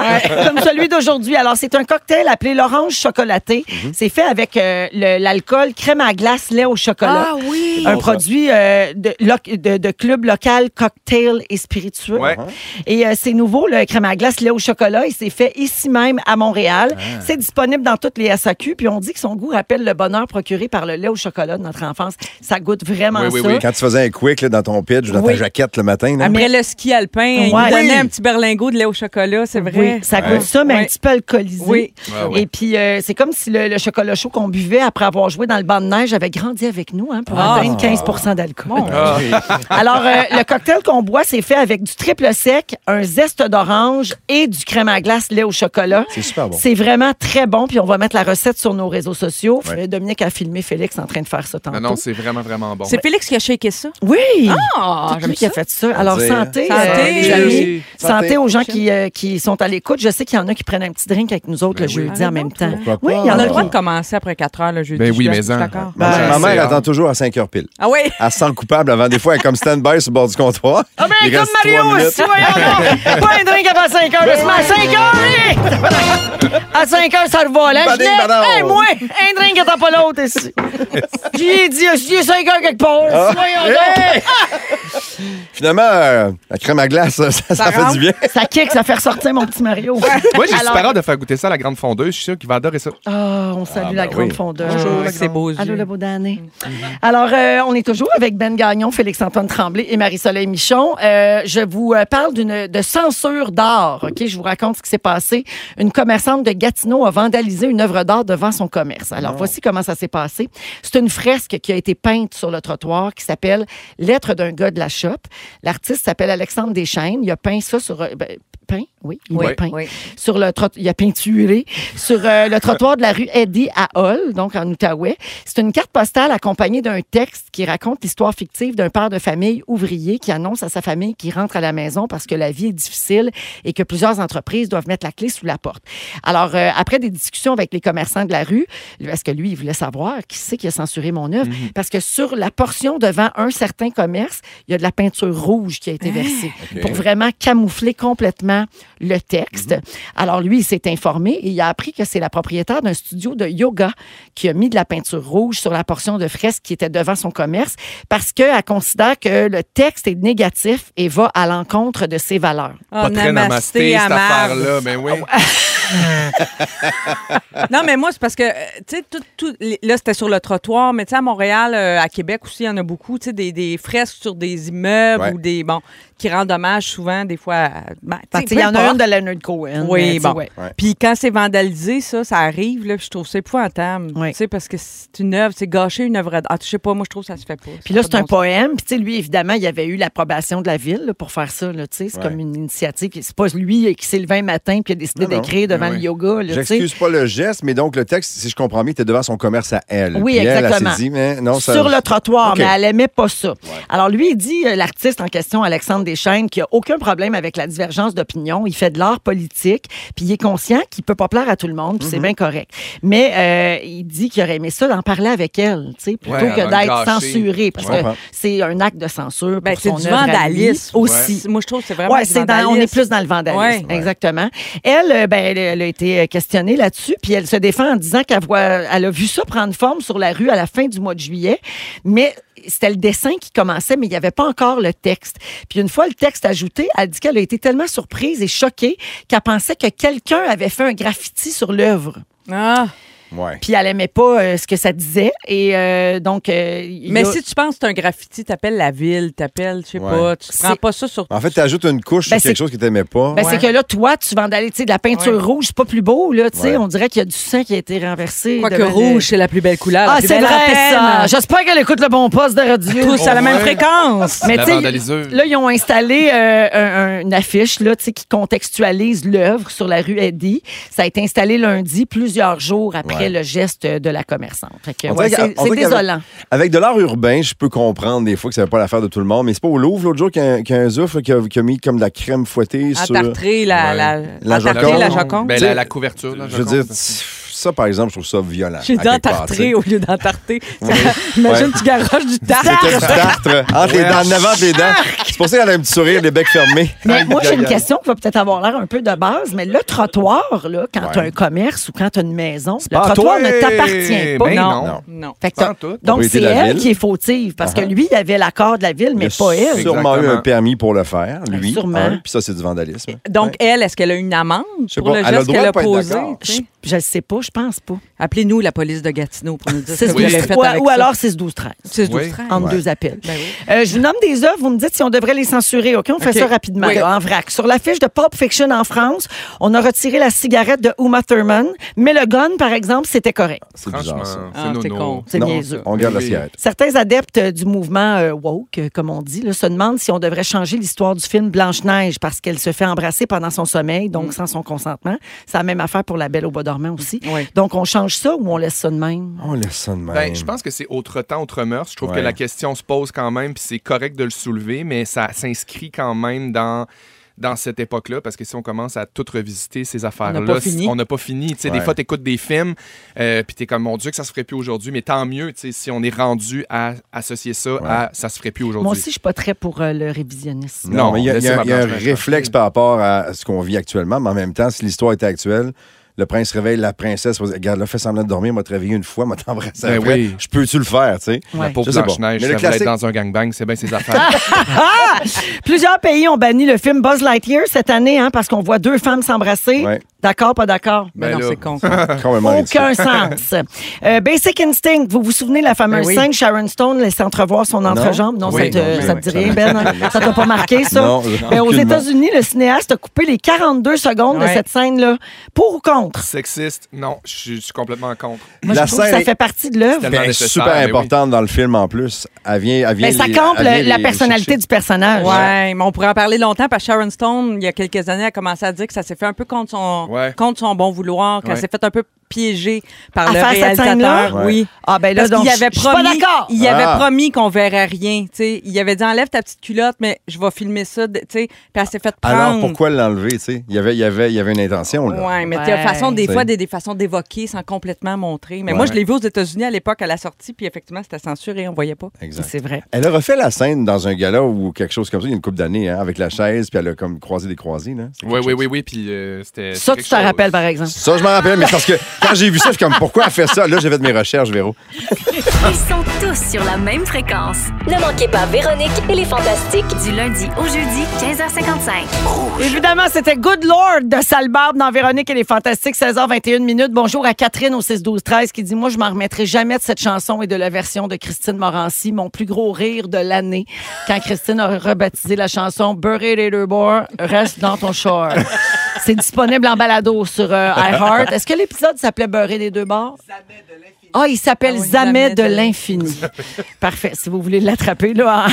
Speaker 3: comme celui d'aujourd'hui. Alors, c'est un cocktail appelé l'orange chocolatée.
Speaker 4: Mhm.
Speaker 3: C'est fait avec euh, le- l'alcool crème à glace, lait au chocolat.
Speaker 7: oui.
Speaker 3: Un produit euh, de, loc- de- de club local cocktail et spiritueux.
Speaker 4: Ouais.
Speaker 3: Et euh, c'est nouveau, le crème à glace lait au chocolat. Il s'est fait ici même à Montréal.
Speaker 4: Ah.
Speaker 3: C'est disponible dans toutes les SAQ. Puis on dit que son goût rappelle le bonheur procuré par le lait au chocolat de notre enfance. Ça goûte vraiment
Speaker 4: Oui, oui,
Speaker 3: ça.
Speaker 4: oui.
Speaker 2: Quand tu faisais un quick là, dans ton pitch, dans
Speaker 3: Oui.
Speaker 2: ta jaquette le matin, là,
Speaker 7: Après le ski alpin, il
Speaker 3: Ouais.
Speaker 7: me donnait
Speaker 3: Oui.
Speaker 7: un petit berlingot de lait au chocolat, c'est vrai.
Speaker 3: Oui, ça goûte ça, mais un
Speaker 7: Ouais.
Speaker 3: petit peu alcoolisé.
Speaker 7: Oui.
Speaker 4: Ouais, ouais.
Speaker 3: Et puis, euh, c'est comme si le, le chocolat chaud qu'on buvait après avoir joué dans le banc de neige avait grandi avec nous hein, pour
Speaker 7: Ah.
Speaker 3: atteindre 15 d'alcool.
Speaker 4: Ah,
Speaker 3: Alors, euh, le cocktail qu'on boit, c'est fait avec du triple sec, un zeste d'orange et du crème à glace lait au chocolat.
Speaker 2: c'est super bon.
Speaker 3: C'est vraiment très bon. Puis, on va mettre la recette sur nos réseaux sociaux.
Speaker 2: Ouais.
Speaker 3: Dominique a filmé Félix en train de faire ça tantôt.
Speaker 4: non, non, c'est vraiment, vraiment bon.
Speaker 7: C'est Félix qui a shaké ça.
Speaker 3: Oui!
Speaker 7: Ah,
Speaker 3: C'est lui qui a fait ça. Alors,
Speaker 2: Santé,
Speaker 3: santé,
Speaker 7: hein.
Speaker 3: euh,
Speaker 7: Santé.
Speaker 3: les amis.
Speaker 4: Cheers.
Speaker 3: Santé
Speaker 2: Santé.
Speaker 3: aux gens qui, euh, qui sont à l'écoute. Je sais qu'il y en a qui prennent un petit drink avec nous autres le
Speaker 4: Ben oui.
Speaker 3: jeudi
Speaker 7: Ah,
Speaker 3: en même
Speaker 7: donc,
Speaker 3: temps.
Speaker 2: Pourquoi
Speaker 3: Oui,
Speaker 2: pas?
Speaker 3: il y en a
Speaker 7: On a
Speaker 3: qui-
Speaker 7: le droit de commencer après 4 heures le jeudi.
Speaker 4: Ben oui,
Speaker 7: je suis
Speaker 4: mais en.
Speaker 7: d'accord.
Speaker 2: Ma-
Speaker 4: Ben,
Speaker 2: ma
Speaker 4: c'est
Speaker 2: mère
Speaker 4: rare.
Speaker 2: attend toujours à 5 heures pile.
Speaker 7: Ah oui.
Speaker 2: Elle se sent coupable avant des fois. Elle est comme stand-by sur le bord du comptoir.
Speaker 3: Ah ben,
Speaker 2: Il
Speaker 3: comme
Speaker 2: reste trois
Speaker 3: Mario
Speaker 2: minutes.
Speaker 3: aussi, voyons donc! Pas un drink avant 5 heures, laisse-moi à 5 heures! hein! À 5 heures, ça revole, hein?
Speaker 2: Bading,
Speaker 3: Ginette?
Speaker 2: badong.
Speaker 3: Hey, moi, un drink attend pas l'autre ici. J'ai dit, j'ai 5 heures quelque part, voyons donc!
Speaker 2: Ah. Hey! Finalement, euh, la crème à glace, ça, ça fait
Speaker 7: rentre.
Speaker 2: du bien.
Speaker 3: Ça kick, ça fait ressortir mon petit Mario.
Speaker 4: Moi, j'ai
Speaker 3: Alors-
Speaker 4: super hâte de faire goûter ça à la grande fondeuse. Je suis sûr qu'il va adorer ça.
Speaker 3: Ah, on salue la grande fondeur.
Speaker 7: Bonjour, c'est beaux yeux.
Speaker 3: Allô, le beau damné. Alors, euh, on est toujours avec Ben Gagnon, Félix-Antoine Tremblay et Marie-Soleil Michon. Euh, je vous euh, parle d'une de censure d'art. Ok, Je vous raconte ce qui s'est passé. Une commerçante de Gatineau a vandalisé une œuvre d'art devant son commerce. Alors, voici comment ça s'est passé. C'est une fresque qui a été peinte sur le trottoir qui s'appelle Lettre d'un gars de la shop. L'artiste s'appelle Alexandre Deschaines. Il a peint ça sur... euh, ben, peint? Oui, il l'a
Speaker 4: Oui.
Speaker 3: peint sur le trottoir, il a peinturé sur euh, le trottoir de la rue Eddy à Hall, donc en Outaouais. C'est une carte postale accompagnée d'un texte qui raconte l'histoire fictive d'un père de famille ouvrier qui annonce à sa famille qu'il rentre à la maison parce que la vie est difficile et que plusieurs entreprises doivent mettre la clé sous la porte. Alors euh, après des discussions avec les commerçants de la rue, lui, parce que lui il voulait savoir qui c'est qui a censuré mon œuvre parce que sur la portion devant un certain commerce, il y a de la peinture rouge qui a été versée pour vraiment camoufler complètement le texte. Alors lui, il s'est informé et il a appris que c'est la propriétaire d'un studio de yoga qui a mis de la peinture rouge sur la portion de fresque qui était devant son commerce parce qu'elle considère que le texte est négatif et va à l'encontre de ses valeurs.
Speaker 7: Oh,
Speaker 4: Pas très namasté, cette affaire-là, mais oui.
Speaker 7: Non, mais moi, c'est parce que, euh, tu sais, tout, tout- les- là, c'était sur le trottoir, mais tu sais, à Montréal, euh, à Québec aussi, il y en a beaucoup, tu sais, des, des fresques sur des immeubles
Speaker 2: Ouais.
Speaker 7: ou des, bon, qui rendent hommage souvent, des fois, à- ben, tu sais,
Speaker 3: Il y en
Speaker 7: peu
Speaker 3: a une
Speaker 7: importe.
Speaker 3: de Leonard Cohen. mais tu
Speaker 7: Oui,
Speaker 3: sais,
Speaker 7: bon.
Speaker 3: ouais.
Speaker 2: Ouais.
Speaker 7: Puis quand c'est vandalisé, ça, ça arrive, là, puis je trouve ça épouvantable.
Speaker 3: Oui.
Speaker 7: Tu sais, parce que c'est une œuvre, c'est gâcher une œuvre. à- Ah, tu sais pas, moi, je trouve que ça se fait pas.
Speaker 3: Puis là,
Speaker 7: Ça a
Speaker 3: c'est
Speaker 7: pas
Speaker 3: un
Speaker 7: de bon
Speaker 3: poème. Puis, tu sais, lui, évidemment, il avait eu l'approbation de la ville là, pour faire ça. là, tu sais, C'est
Speaker 2: Ouais.
Speaker 3: comme une initiative. Puis C'est pas lui qui s'est levé un matin puis a décidé
Speaker 2: Non, non.
Speaker 3: d'écrire devant
Speaker 4: Oui,
Speaker 3: le yoga. là, tu sais.
Speaker 2: J'excuse pas le geste, mais donc le texte, si je comprends bien, était devant son commerce à elle.
Speaker 3: Oui,
Speaker 2: Puis elle, elle,
Speaker 3: exactement.
Speaker 2: s'est dit, mais non, ça.
Speaker 3: sur le trottoir,
Speaker 2: OK.
Speaker 3: mais elle aimait pas ça. Alors lui, il dit, euh, l'artiste en question, Alexandre Deschaines, qui a aucun problème avec la divergence d'opinion. Il fait de l'art politique, puis il est conscient qu'il peut pas plaire à tout le monde, puis
Speaker 2: Mhm.
Speaker 3: c'est bien correct. Mais euh, il dit qu'il aurait aimé ça d'en parler avec elle, tu sais, plutôt
Speaker 4: Ouais,
Speaker 3: que
Speaker 4: elle a
Speaker 3: d'être
Speaker 4: gâché.
Speaker 3: censuré, parce
Speaker 2: Je
Speaker 3: que
Speaker 2: comprends.
Speaker 3: c'est un acte de censure
Speaker 7: Ben,
Speaker 3: pour
Speaker 7: c'est
Speaker 3: son
Speaker 7: du
Speaker 3: œuvre à lui
Speaker 7: vandalisme.
Speaker 3: aussi.
Speaker 7: sens. Moi, je trouve que c'est vraiment.
Speaker 3: Ouais,
Speaker 7: du
Speaker 3: c'est dans- on est
Speaker 7: vandalisme.
Speaker 3: plus dans le vandalisme.
Speaker 7: Ouais.
Speaker 3: Exactement. Elle, euh, ben, elle, elle a été questionnée là-dessus, puis elle se défend en disant qu'elle voit, elle a vu ça prendre forme sur la rue à la fin du mois de juillet, mais c'était le dessin qui commençait, mais il n'y avait pas encore le texte. Puis une fois le texte ajouté, elle dit qu'elle a été tellement surprise et choquée qu'elle pensait que quelqu'un avait fait un graffiti sur l'œuvre.
Speaker 7: Ah.
Speaker 2: Ouais.
Speaker 3: Puis elle aimait pas euh, ce que ça disait, et euh, donc. euh, il
Speaker 7: Mais
Speaker 3: a-
Speaker 7: si tu penses que c'est un graffiti, t'appelles la ville, t'appelles, tu sais
Speaker 2: Ouais.
Speaker 7: pas, tu prends
Speaker 3: C'est-
Speaker 7: pas ça sur.
Speaker 2: En fait, tu ajoutes une couche
Speaker 3: Ben,
Speaker 2: sur quelque
Speaker 3: c'est-
Speaker 2: chose que tu n'aimais pas.
Speaker 3: Ben,
Speaker 7: Ouais.
Speaker 3: C'est que là, toi, tu vas en aller, tu sais, de la peinture
Speaker 7: Ouais.
Speaker 3: rouge, c'est pas plus beau, là, tu sais.
Speaker 2: Ouais.
Speaker 3: On dirait qu'il y a du sang qui a été renversé.
Speaker 7: Quoique
Speaker 3: devant le-
Speaker 7: rouge, c'est la plus belle couleur.
Speaker 3: Ah,
Speaker 7: la plus
Speaker 3: c'est
Speaker 7: belle
Speaker 3: vrai, ça.
Speaker 7: antenne.
Speaker 3: J'espère qu'elle écoute le bon poste de radio.
Speaker 7: Tous à la
Speaker 4: Au
Speaker 7: même
Speaker 4: moins.
Speaker 7: fréquence.
Speaker 3: Mais
Speaker 4: La
Speaker 3: tu sais,
Speaker 4: vandaliseuse.
Speaker 3: là, ils ont installé euh, un- un- une affiche là, tu sais, qui contextualise l'œuvre sur la rue Eddy. Ça a été installé lundi, plusieurs jours après
Speaker 2: Ouais.
Speaker 3: le geste de la commerçante. Fait que,
Speaker 2: On
Speaker 3: ouais,
Speaker 2: dirait
Speaker 3: c'est
Speaker 2: qu'à- on
Speaker 3: c'est
Speaker 2: dirait qu'avec-
Speaker 3: désolant.
Speaker 2: Avec de l'art urbain, je peux comprendre des fois que ça n'est pas l'affaire de tout le monde, mais c'est pas au Louvre l'autre jour qu'il y a un- qu'il y a un zouf là, qui a, qui a mis comme de la crème fouettée
Speaker 3: Ah,
Speaker 2: sur.
Speaker 7: Entartré, la,
Speaker 4: Ouais.
Speaker 7: la,
Speaker 2: La
Speaker 7: entartré,
Speaker 2: Joconde.
Speaker 7: la Joconde.
Speaker 4: Ben,
Speaker 2: Tu
Speaker 4: la,
Speaker 2: sais,
Speaker 4: la couverture, là,
Speaker 2: Je veux dire, ça par exemple, je trouve ça violent.
Speaker 7: J'ai
Speaker 2: à quelque
Speaker 7: dit
Speaker 2: part, tu
Speaker 7: entartré
Speaker 2: sais.
Speaker 7: au lieu d'entarter. Imagine, tu garoches du tartre.
Speaker 2: C'était du tartre. Entre les dents, en avant des dents. C'est pour ça qu'elle a un petit sourire, les becs fermés.
Speaker 3: Mais moi, j'ai une question qui va peut-être avoir l'air un peu de base, mais le trottoir, là, quand
Speaker 2: Ouais.
Speaker 3: tu as un commerce ou quand tu as une maison, le
Speaker 4: pas à
Speaker 3: trottoir
Speaker 4: toi.
Speaker 3: ne t'appartient pas.
Speaker 4: Ben
Speaker 7: non.
Speaker 2: non.
Speaker 7: non.
Speaker 3: Fait que
Speaker 4: Pas en
Speaker 3: t'as-
Speaker 4: tout.
Speaker 3: donc,
Speaker 2: Propriété
Speaker 3: c'est
Speaker 2: de la
Speaker 3: elle
Speaker 2: ville. Uh-huh.
Speaker 3: qui est fautive parce que lui, il avait l'accord de la ville, mais pas
Speaker 2: Il a
Speaker 3: elle.
Speaker 2: sûrement eu un
Speaker 4: Exactement.
Speaker 2: permis pour le faire, lui.
Speaker 3: Sûrement.
Speaker 2: un, Puis ça, c'est du vandalisme.
Speaker 7: Donc, elle, est-ce qu'elle a une amende
Speaker 2: sais
Speaker 7: pour
Speaker 2: pas,
Speaker 7: le
Speaker 2: elle a le
Speaker 7: geste
Speaker 2: droit
Speaker 7: qu'elle
Speaker 2: de
Speaker 7: a
Speaker 2: pas être
Speaker 7: posé?
Speaker 2: d'accord.
Speaker 7: tu sais?
Speaker 3: Je le sais pas, je pense pas.
Speaker 7: Appelez-nous la police de Gatineau pour nous dire ce que
Speaker 3: Six,
Speaker 7: vous avez
Speaker 3: douze-
Speaker 7: fait
Speaker 3: ou,
Speaker 7: avec
Speaker 3: ou
Speaker 7: ça.
Speaker 3: alors 6-12-13.
Speaker 7: 6 12
Speaker 4: Oui.
Speaker 7: 13.
Speaker 3: Entre deux appels.
Speaker 7: Ben oui.
Speaker 3: Euh, je vous nomme des œuvres, vous me dites si on devrait les censurer, OK? On fait
Speaker 7: OK.
Speaker 3: ça rapidement,
Speaker 7: Oui.
Speaker 3: là, en vrac. Sur la fiche de Pop Fiction en France, on a retiré la cigarette de Uma Thurman, mais le gun, par exemple, c'était correct.
Speaker 2: C'est bizarre, ça.
Speaker 7: Ah, c'est con.
Speaker 3: C'est
Speaker 2: Non,
Speaker 3: niaiseux.
Speaker 2: on garde la
Speaker 4: Oui.
Speaker 2: cigarette.
Speaker 3: Certains adeptes euh, du mouvement euh, woke, euh, comme on dit, là, se demandent si on devrait changer l'histoire du film Blanche-Neige parce qu'elle se fait embrasser pendant son sommeil, donc sans son consentement. C'est la même affaire pour La Belle au Bois dormant aussi.
Speaker 7: Oui.
Speaker 3: Donc, on change ça ou on laisse ça de même?
Speaker 2: On laisse ça de même.
Speaker 4: Ben, je pense que c'est autre temps, autre mœurs. Je trouve
Speaker 2: Ouais.
Speaker 4: que la question se pose quand même, puis c'est correct de le soulever, mais ça s'inscrit quand même dans dans cette époque-là, parce que si on commence à tout revisiter ces
Speaker 7: On n'a pas
Speaker 4: affaires-là,
Speaker 7: fini.
Speaker 4: on n'a pas fini. Tu sais, Des
Speaker 2: Ouais.
Speaker 4: fois, tu écoutes des films, euh, puis tu es comme, mon Dieu, que ça se ferait plus aujourd'hui, mais tant mieux tu sais, si on est rendu à associer ça à ça se ferait plus
Speaker 3: Moi
Speaker 4: aujourd'hui.
Speaker 3: aussi, je suis pas très pour euh, le révisionnisme.
Speaker 2: Non,
Speaker 4: Non,
Speaker 2: mais il y a, il y a-
Speaker 4: laissez ma
Speaker 2: il y a un
Speaker 4: blanche-neige
Speaker 2: réflexe
Speaker 4: tranquille.
Speaker 2: par rapport à ce qu'on vit actuellement, mais en même temps, si l'histoire était actuelle, le prince réveille la princesse, va dire, regarde, là, fais semblant de dormir, m'a te réveiller une fois, m'a t'embrasser
Speaker 4: Ben
Speaker 2: après.
Speaker 4: oui.
Speaker 2: Je peux-tu le faire, tu sais?
Speaker 3: Ouais.
Speaker 4: La pauvre
Speaker 2: Je sais pas.
Speaker 4: Blanche-Neige, ça
Speaker 2: Mais le
Speaker 4: voulait
Speaker 2: classique-
Speaker 4: être dans un gangbang, c'est bien ses affaires.
Speaker 3: Ah! Plusieurs pays ont banni le film Buzz Lightyear cette année hein, parce qu'on voit deux femmes s'embrasser.
Speaker 2: Ouais.
Speaker 3: D'accord, pas d'accord?
Speaker 7: Ben
Speaker 4: Ben
Speaker 7: non,
Speaker 4: là.
Speaker 7: c'est con.
Speaker 2: Complètement ridicule.
Speaker 3: Aucun sens. Euh, Basic Instinct, vous vous souvenez la fameuse
Speaker 7: Ben oui.
Speaker 3: scène Sharon Stone laisse entrevoir son entrejambe? Non,
Speaker 4: Oui,
Speaker 3: ça te,
Speaker 4: non,
Speaker 3: ça
Speaker 2: mais-
Speaker 3: te dit rien, Ben? hein? Ça t'a pas marqué, ça?
Speaker 2: Non,
Speaker 3: Ben, aux
Speaker 2: aucunement.
Speaker 3: États-Unis, le cinéaste a coupé les 42 secondes de
Speaker 7: Ouais.
Speaker 3: cette scène-là. Pour ou contre?
Speaker 4: Sexiste, non, je suis- je suis complètement contre.
Speaker 3: Moi,
Speaker 2: La
Speaker 3: je trouve que ça
Speaker 2: scène est-
Speaker 3: fait partie de l'œuvre.
Speaker 4: tellement
Speaker 2: Ben,
Speaker 4: nécessaire,
Speaker 2: super
Speaker 4: mais oui.
Speaker 2: importante dans le film en plus. Elle vient. Elle vient
Speaker 3: Ben, ça
Speaker 2: les-
Speaker 3: campe
Speaker 2: elle
Speaker 3: le-
Speaker 2: vient
Speaker 3: la
Speaker 2: les-
Speaker 3: personnalité
Speaker 2: les
Speaker 3: du personnage.
Speaker 7: Ouais, mais on pourrait en parler longtemps parce que Sharon Stone, il y a quelques années, a commencé à dire que ça s'est fait un peu contre son,
Speaker 4: Ouais.
Speaker 7: contre son bon vouloir, quand
Speaker 4: Ouais.
Speaker 7: elle s'est fait un peu piéger par
Speaker 3: À
Speaker 7: le
Speaker 3: faire cette
Speaker 7: réalisateur.
Speaker 3: scène-là?
Speaker 7: Oui.
Speaker 3: Ah, ben là,
Speaker 7: Parce
Speaker 3: donc,
Speaker 7: qu'il
Speaker 3: je
Speaker 7: avait
Speaker 3: je suis pas
Speaker 7: promis,
Speaker 3: d'accord.
Speaker 7: il
Speaker 2: Ah.
Speaker 7: avait promis qu'on verrait rien. tu sais. Il avait dit enlève ta petite culotte, mais je vais filmer ça. de- tu sais. Puis elle s'est fait prendre.
Speaker 2: Alors, pourquoi l'enlever, tu sais? Il y avait, il y avait, il y avait une intention, là.
Speaker 7: Oui, mais il y a
Speaker 3: Ouais.
Speaker 7: façon, des
Speaker 2: C'est-
Speaker 7: fois, des, des façons d'évoquer sans complètement montrer. Mais moi, je l'ai vu aux États-Unis à l'époque, à la sortie, puis effectivement, c'était censuré, on voyait pas.
Speaker 2: Exact.
Speaker 3: C'est vrai.
Speaker 2: Elle a refait la scène dans un gala ou quelque chose comme ça, il y a une couple d'années, hein, avec la chaise, puis elle a comme croisé des croisés. Là. C'est
Speaker 4: Oui,
Speaker 2: quelque
Speaker 4: oui,
Speaker 2: chose.
Speaker 4: oui, oui. Puis euh, c'était.
Speaker 3: Ça,
Speaker 4: c'était
Speaker 3: tu
Speaker 4: quelque
Speaker 3: te
Speaker 4: chose.
Speaker 3: rappelles, par exemple.
Speaker 2: Ça, je m'en rappelle, mais parce que quand j'ai vu ça, je suis comme, pourquoi elle fait ça? Là, j'ai fait mes recherches, Véro.
Speaker 8: Ils sont tous sur la même fréquence.
Speaker 5: Ne manquez pas Véronique et les Fantastiques.
Speaker 8: Du lundi au jeudi, 15h55.
Speaker 3: Évidemment, c'était Good Lord de Salbarbe dans Véronique et les Fantastiques, 16h21 minutes. Bonjour à Catherine au 6-12-13 qui dit Moi, je m'en remettrai jamais de cette chanson et de la version de Christine Morancy, mon plus gros rire de l'année, quand Christine a rebaptisé la chanson Bury les deux bords, reste dans ton short. C'est disponible en balado sur euh, iHeart. Est-ce que l'épisode s'appelait Beurrer des deux bords? Ah, il s'appelle
Speaker 7: Ah oui,
Speaker 3: Zamet
Speaker 7: Zamet
Speaker 3: de
Speaker 7: de
Speaker 3: l'infini. Parfait, si vous voulez l'attraper là,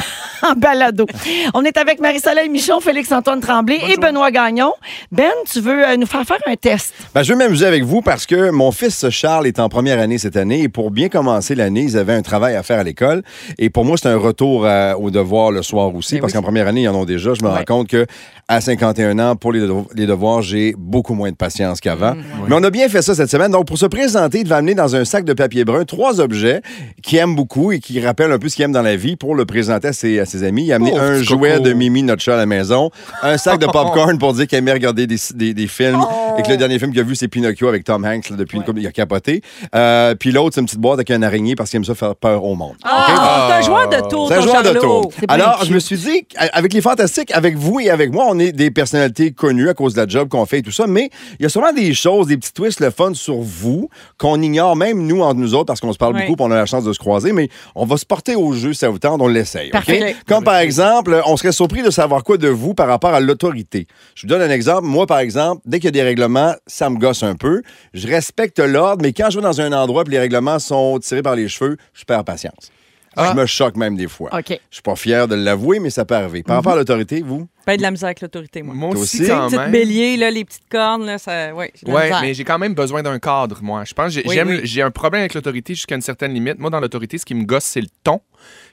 Speaker 3: en, en balado. On est avec Marie-Soleil Michon, Félix-Antoine Tremblay et Benoît Gagnon. Ben, tu veux euh, nous faire faire un test?
Speaker 2: Ben, je veux m'amuser avec vous parce que mon fils Charles est en première année cette année et pour bien commencer l'année, ils avaient un travail à faire à l'école. Et pour moi, c'est un retour à- au devoir le soir aussi parce qu'en première année, ils en ont déjà. Je me rends compte que à 51 ans, pour les, devo- les devoirs, j'ai beaucoup moins de patience qu'avant. Mais on a bien fait ça cette semaine. Donc, pour se présenter, il va amener dans un sac de papier brun trois objets qu'il aime beaucoup et qui rappellent un peu ce qu'il aime dans la vie pour le présenter à ses, à ses amis. Il a amené
Speaker 4: Pauvre
Speaker 2: un
Speaker 4: petit
Speaker 2: jouet
Speaker 4: coco.
Speaker 2: de Mimi, notre chat à la maison, un sac de popcorn pour dire qu'elle aimait regarder des, des- des films et que le dernier film qu'il a vu, c'est Pinocchio avec Tom Hanks là, depuis une couple, il a capoté. Euh, puis l'autre, c'est une petite boîte avec un araignée parce qu'il aime ça faire peur au monde.
Speaker 7: Ah, c'est un joueur de tour,
Speaker 2: C'est un
Speaker 7: ton
Speaker 2: joueur de
Speaker 7: Charlot.
Speaker 2: tour.
Speaker 3: C'est bien
Speaker 2: Alors,
Speaker 3: cute.
Speaker 2: je me suis dit, avec les fantastiques, avec vous et avec moi, on est des personnalités connues à cause de la job qu'on fait et tout ça, mais il y a sûrement des choses, des petits twists, le fun sur vous, qu'on ignore même nous entre nous autres parce qu'on se parle
Speaker 7: Oui.
Speaker 2: beaucoup et on a la chance de se croiser, mais on va se porter au jeu, ça vous tente, on l'essaye. OK?
Speaker 7: Parfait.
Speaker 2: Comme par exemple, on serait surpris de savoir quoi de vous par rapport à l'autorité. Je vous donne un exemple. Moi, par exemple, dès qu'il y a des règlements, ça me gosse un peu. Je respecte l'ordre, mais quand je vais dans un endroit et les règlements sont tirés par les cheveux, je perds patience.
Speaker 4: Ah.
Speaker 2: Je me choque même des fois.
Speaker 3: OK.
Speaker 2: Je suis pas fier de l'avouer, mais ça peut arriver.
Speaker 3: Mhm.
Speaker 2: Par rapport à l'autorité, vous?
Speaker 7: Pas Ben, de la misère avec l'autorité, moi.
Speaker 4: Moi
Speaker 2: Toi
Speaker 4: aussi,
Speaker 2: aussi?
Speaker 7: Les
Speaker 4: quand
Speaker 7: petites
Speaker 4: même.
Speaker 7: béliers, là, les petites cornes, là, ça. Oui, j'ai de la
Speaker 4: Ouais,
Speaker 7: misère.
Speaker 4: mais j'ai quand même besoin d'un cadre, moi. Je pense que j'ai-
Speaker 7: Oui,
Speaker 4: j'aime-
Speaker 7: oui.
Speaker 4: j'ai un problème avec l'autorité jusqu'à une certaine limite. Moi, dans l'autorité, ce qui me gosse, c'est le ton.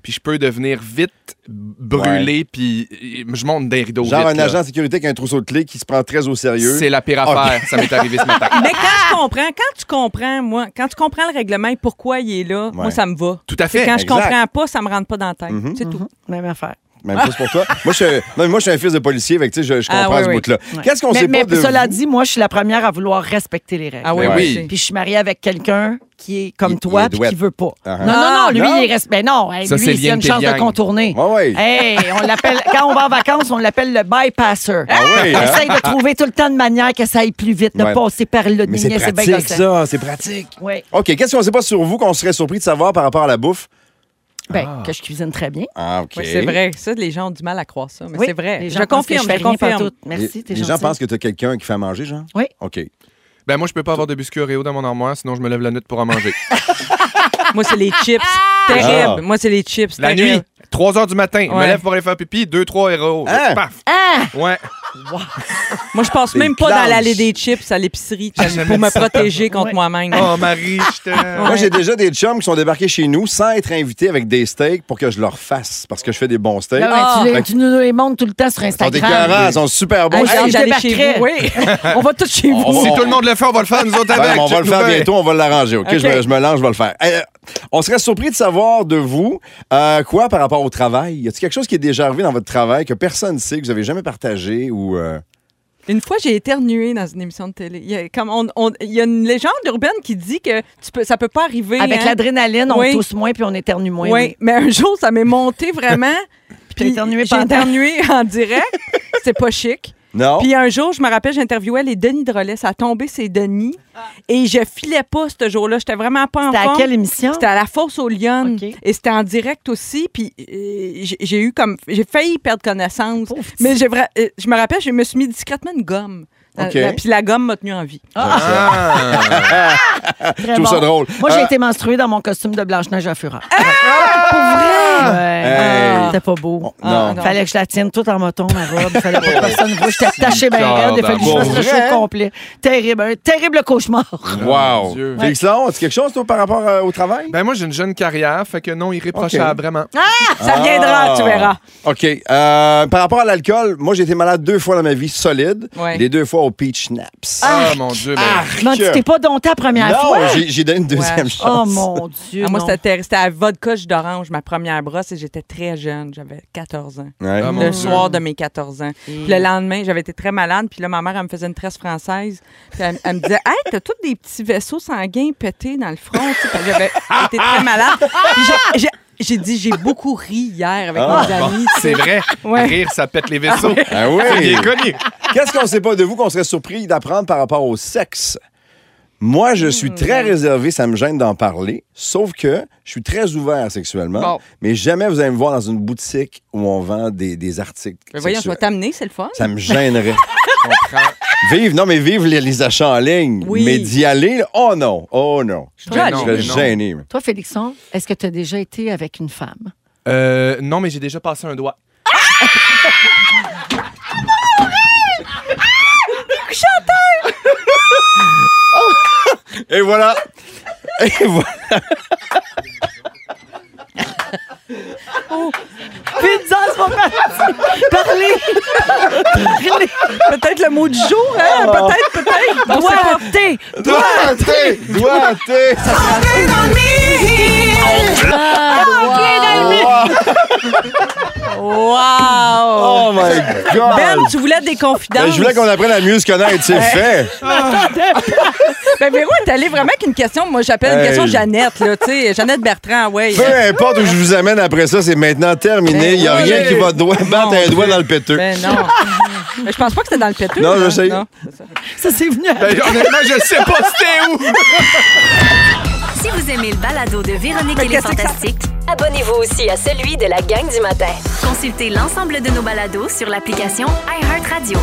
Speaker 4: Puis je peux devenir vite brûlé, puis euh, je monte des rideaux.
Speaker 2: Genre
Speaker 4: vite,
Speaker 2: un
Speaker 4: là.
Speaker 2: agent de sécurité qui a un trousseau de clés qui se prend très au sérieux. Ah,
Speaker 4: C'est la pire
Speaker 2: Ok.
Speaker 4: affaire. Ça m'est arrivé ce matin.
Speaker 7: Mais quand je comprends, quand tu comprends, moi, quand tu comprends le règlement et pourquoi il est là, moi, ça me va.
Speaker 4: Tout à
Speaker 7: C'est
Speaker 4: fait.
Speaker 7: quand
Speaker 2: exact.
Speaker 7: je comprends pas, ça me rentre pas dans la tête. C'est tout.
Speaker 3: Même affaire.
Speaker 2: Même chose pour toi. moi, je suis, un- non, mais moi, je suis un fils de policier, fait que, tu sais, je, je
Speaker 7: Ah,
Speaker 2: comprends
Speaker 7: oui,
Speaker 2: ce
Speaker 7: oui.
Speaker 2: bout-là.
Speaker 3: Ouais.
Speaker 2: Qu'est-ce qu'on
Speaker 3: mais,
Speaker 2: sait
Speaker 3: mais
Speaker 2: pas de
Speaker 3: cela
Speaker 2: vous?
Speaker 3: dit, moi, je suis la première à vouloir respecter les règles.
Speaker 7: Ah oui,
Speaker 2: Ben
Speaker 7: oui.
Speaker 4: oui.
Speaker 3: Puis je suis mariée avec quelqu'un qui est comme
Speaker 2: Il- il
Speaker 3: toi
Speaker 2: est
Speaker 3: puis
Speaker 2: douette.
Speaker 3: qui veut pas.
Speaker 2: Ah, ah.
Speaker 3: Non, non, non, lui,
Speaker 2: Non?
Speaker 3: il est respect. Non, hey,
Speaker 4: Ça,
Speaker 3: lui,
Speaker 4: c'est
Speaker 3: s'il y a une
Speaker 4: l'yin
Speaker 3: chance
Speaker 4: puis
Speaker 3: de
Speaker 4: yang.
Speaker 3: contourner.
Speaker 2: Ouais, ouais.
Speaker 3: Hey, on l'appelle quand on va en vacances, on l'appelle le bypasser.
Speaker 2: Ah oui,
Speaker 3: on
Speaker 2: hein?
Speaker 3: essaye de trouver tout le temps de manière que ça aille plus vite, de
Speaker 2: Ouais.
Speaker 3: passer par le
Speaker 2: Mais
Speaker 3: nid,
Speaker 2: c'est
Speaker 3: bien
Speaker 2: pratique,
Speaker 3: gossant.
Speaker 2: ça. C'est pratique.
Speaker 3: Oui.
Speaker 2: OK, qu'est-ce qu'on sait pas sur vous qu'on serait surpris de savoir par rapport à la bouffe?
Speaker 3: Ben, que je cuisine très bien.
Speaker 2: Ah, OK.
Speaker 7: Oui, c'est vrai. Ça, les gens ont du mal à croire ça. Mais
Speaker 3: Oui,
Speaker 7: c'est vrai.
Speaker 3: les gens
Speaker 7: je
Speaker 3: pensent que
Speaker 7: confirme,
Speaker 3: fais
Speaker 7: je,
Speaker 3: rien
Speaker 7: confirme.
Speaker 3: pantoute.
Speaker 2: Les-
Speaker 3: Merci, t'es
Speaker 2: les gens
Speaker 3: gentil.
Speaker 2: pensent que tu as quelqu'un qui fait à manger, genre?
Speaker 3: Oui.
Speaker 2: OK.
Speaker 4: Ben, moi, je peux pas avoir de biscuits Oreo dans mon armoire, sinon je me lève la nuit pour en manger.
Speaker 7: Moi, c'est les chips. Terrible.
Speaker 2: Ah.
Speaker 7: Moi, c'est les chips.
Speaker 4: la
Speaker 7: terrible.
Speaker 4: nuit, 3 h du matin, je me
Speaker 7: Ouais.
Speaker 4: lève pour aller faire pipi, 2-3 Oreo.
Speaker 2: Hein?
Speaker 4: Paf!
Speaker 3: Ah!
Speaker 4: Ouais.
Speaker 7: Moi, je passe même pas
Speaker 2: planches.
Speaker 7: dans l'allée des chips à l'épicerie
Speaker 4: J'aimais
Speaker 7: pour me
Speaker 4: ça.
Speaker 7: protéger contre
Speaker 3: Ouais.
Speaker 7: moi-même.
Speaker 4: Oh, Marie, je t'aime.
Speaker 2: Moi, j'ai déjà des chums qui sont débarqués chez nous sans être invités avec des steaks pour que je leur fasse parce que je fais des bons steaks.
Speaker 3: Là, ben,
Speaker 7: Ah!
Speaker 3: tu, les-
Speaker 2: Fait
Speaker 3: tu nous les montres tout le temps sur
Speaker 2: Ils sont des
Speaker 3: Instagram.
Speaker 2: ils sont super bons.
Speaker 7: Moi, j'ai
Speaker 3: Hey,
Speaker 7: hâte
Speaker 3: je
Speaker 7: d'aller chez vous.
Speaker 3: débarquerai.
Speaker 7: Oui. on va tous chez vous.
Speaker 2: On-
Speaker 4: Si tout le monde le fait, on va le faire, nous autres
Speaker 2: Ouais,
Speaker 4: avec.
Speaker 2: mais on va le
Speaker 4: Check-nous
Speaker 2: faire
Speaker 4: bien.
Speaker 2: bientôt, on va l'arranger, OK?
Speaker 7: OK.
Speaker 2: Je, me, je me lance, je vais le faire. Euh, on serait surpris de savoir de vous, euh, quoi par rapport au travail? Y a-t-il quelque chose qui est déjà arrivé dans votre travail que personne ne sait, que vous avez jamais partagé ou... euh,
Speaker 7: Une fois, j'ai éternué dans une émission de télé. Il y a, comme on- on- il y a une légende urbaine qui dit que tu peux, ça peut pas arriver.
Speaker 3: Avec
Speaker 7: hein.
Speaker 3: l'adrénaline, on
Speaker 7: Oui.
Speaker 3: tousse moins puis on éternue moins.
Speaker 7: Oui, mais un jour, ça m'est monté vraiment.
Speaker 3: t'as éternué
Speaker 7: j'ai
Speaker 3: pendant. Oh.
Speaker 7: éternué en direct. C'est pas chic.
Speaker 2: Non?
Speaker 7: Puis un jour, je me rappelle, j'interviewais les Denis Drolet. Ça a tombé, ces Denis. Et je filais pas ce jour-là. J'étais vraiment pas en
Speaker 3: Ah. C'était à
Speaker 7: forme.
Speaker 3: quelle émission?
Speaker 7: C'était à la fosse aux Lyonnes.
Speaker 3: OK.
Speaker 7: Et c'était en direct aussi. Puis euh, j'ai- j'ai eu comme. J'ai failli perdre connaissance.
Speaker 3: Pauvre petit.
Speaker 7: Mais j'ai vra- euh, je me rappelle, je me suis mis discrètement une gomme.
Speaker 2: OK.
Speaker 7: Euh, Puis la gomme m'a tenu en vie.
Speaker 4: Ah.
Speaker 3: Très
Speaker 2: Je trouve ça drôle.
Speaker 3: Moi, j'ai
Speaker 2: Euh,
Speaker 3: Ah! été menstruée dans mon costume de Blanche-Neige à Fureur. Ouais. Ah,
Speaker 2: Hey.
Speaker 3: C'était pas beau. Ah,
Speaker 2: Non. Oh,
Speaker 7: non.
Speaker 3: Fallait que je la tienne toute en moton, ma robe. Fallait pas que personne voie. J'étais attachée bien raide. Il fallait que je
Speaker 2: ben Pour
Speaker 3: fasse le
Speaker 2: vrai?
Speaker 3: show complet. Terrible. Un terrible cauchemar.
Speaker 2: Wow.
Speaker 4: Dieu.
Speaker 2: Félixon, as-tu quelque chose, toi, par rapport euh, au travail?
Speaker 4: Ben moi, j'ai une jeune carrière, fait que non, irréprochable,
Speaker 2: Ok.
Speaker 4: vraiment.
Speaker 7: Ça viendra, tu verras.
Speaker 2: Ah! OK. Euh, par rapport à l'alcool, moi, j'ai été malade deux fois dans ma vie, solide.
Speaker 7: Ouais.
Speaker 2: Les deux fois au Peach Naps.
Speaker 4: Ah, mon Dieu, ben,
Speaker 3: Non, tu t'es pas dompté la première
Speaker 2: non,
Speaker 3: fois.
Speaker 2: j'ai- j'ai donné une deuxième
Speaker 7: Ouais.
Speaker 3: Oh
Speaker 2: chance.
Speaker 3: mon Dieu.
Speaker 7: Ah, moi,
Speaker 3: non.
Speaker 7: c'était terri- c'était à vodka jus d'orange, ma première brosse, et j'étais très jeune. J'avais 14 ans.
Speaker 2: Ouais.
Speaker 4: Ah, mon
Speaker 7: le
Speaker 4: Dieu.
Speaker 7: soir de mes 14
Speaker 3: Mm.
Speaker 7: ans. Puis le lendemain, j'avais été très malade. Puis là, ma mère, elle me faisait une tresse française. Puis elle, elle me disait Hey, t'as tous des petits vaisseaux sanguins pétés dans le front. tu sais, parce que j'avais été très malade. Puis j'ai- j'ai- J'ai dit J'ai beaucoup ri hier avec
Speaker 2: Ah,
Speaker 7: mes amis. tu sais.
Speaker 4: c'est vrai.
Speaker 7: Ouais.
Speaker 4: Rire, ça pète les vaisseaux.
Speaker 2: Ah
Speaker 4: C'est
Speaker 2: oui.
Speaker 4: bien connu.
Speaker 2: Qu'est-ce qu'on sait pas de vous qu'on serait surpris d'apprendre par rapport au sexe? Moi, je suis
Speaker 7: Hmm.
Speaker 2: très réservé, ça me gêne d'en parler, sauf que je suis très ouvert sexuellement,
Speaker 7: Bon.
Speaker 2: mais jamais vous allez me voir dans une boutique où on vend des, des articles.
Speaker 7: Mais voyons, je vais
Speaker 2: sexuels.
Speaker 7: t'amener, c'est le fun.
Speaker 2: ça me gênerait.
Speaker 4: Je comprends.
Speaker 2: vive, non, mais vive les, les achats en ligne.
Speaker 7: Oui.
Speaker 2: Mais d'y aller, là, oh non, oh non. Je
Speaker 4: Mais non,
Speaker 2: serais
Speaker 4: mais non.
Speaker 2: gêné. moi.
Speaker 3: Toi, Félixon, est-ce que tu as déjà été avec une femme?
Speaker 4: Euh, non, mais j'ai déjà passé un doigt.
Speaker 2: Et voilà. Et voilà.
Speaker 3: Pizza, c'est pas parti. Parlez. Parlez.
Speaker 7: Peut-être le mot du jour, hein? Peut-être, peut-être.
Speaker 3: On
Speaker 7: Doigt.
Speaker 3: s'est capté.
Speaker 2: Doigté! Doigté!
Speaker 7: Wow!
Speaker 2: Oh my God!
Speaker 7: Ben, tu voulais des confidences.
Speaker 2: Ben, je voulais qu'on apprenne à mieux se connaître, c'est fait.
Speaker 7: Ben, Véro est allée vraiment avec une question. Moi, j'appelle une
Speaker 2: Hey.
Speaker 7: question Jeannette, là, tu sais. Jeannette Bertrand, ouais.
Speaker 2: Peu importe où je vous amène après ça, c'est maintenant terminé. Il n'y a
Speaker 7: oui.
Speaker 2: rien qui va doigt, battre un doigt dans le péteux.
Speaker 7: Ben non. Mais je pense pas que c'était dans le péteux.
Speaker 2: Non,
Speaker 7: là.
Speaker 2: je sais.
Speaker 7: Non.
Speaker 3: Ça, c'est venu.
Speaker 4: Ben, honnêtement, je sais pas c'était où.
Speaker 8: Si vous aimez le balado de Véronique et les
Speaker 7: qu'est-ce que ça-
Speaker 8: Fantastiques,
Speaker 5: Abonnez-vous aussi à celui de la gang du matin.
Speaker 8: consultez l'ensemble de nos balados sur l'application iHeartRadio.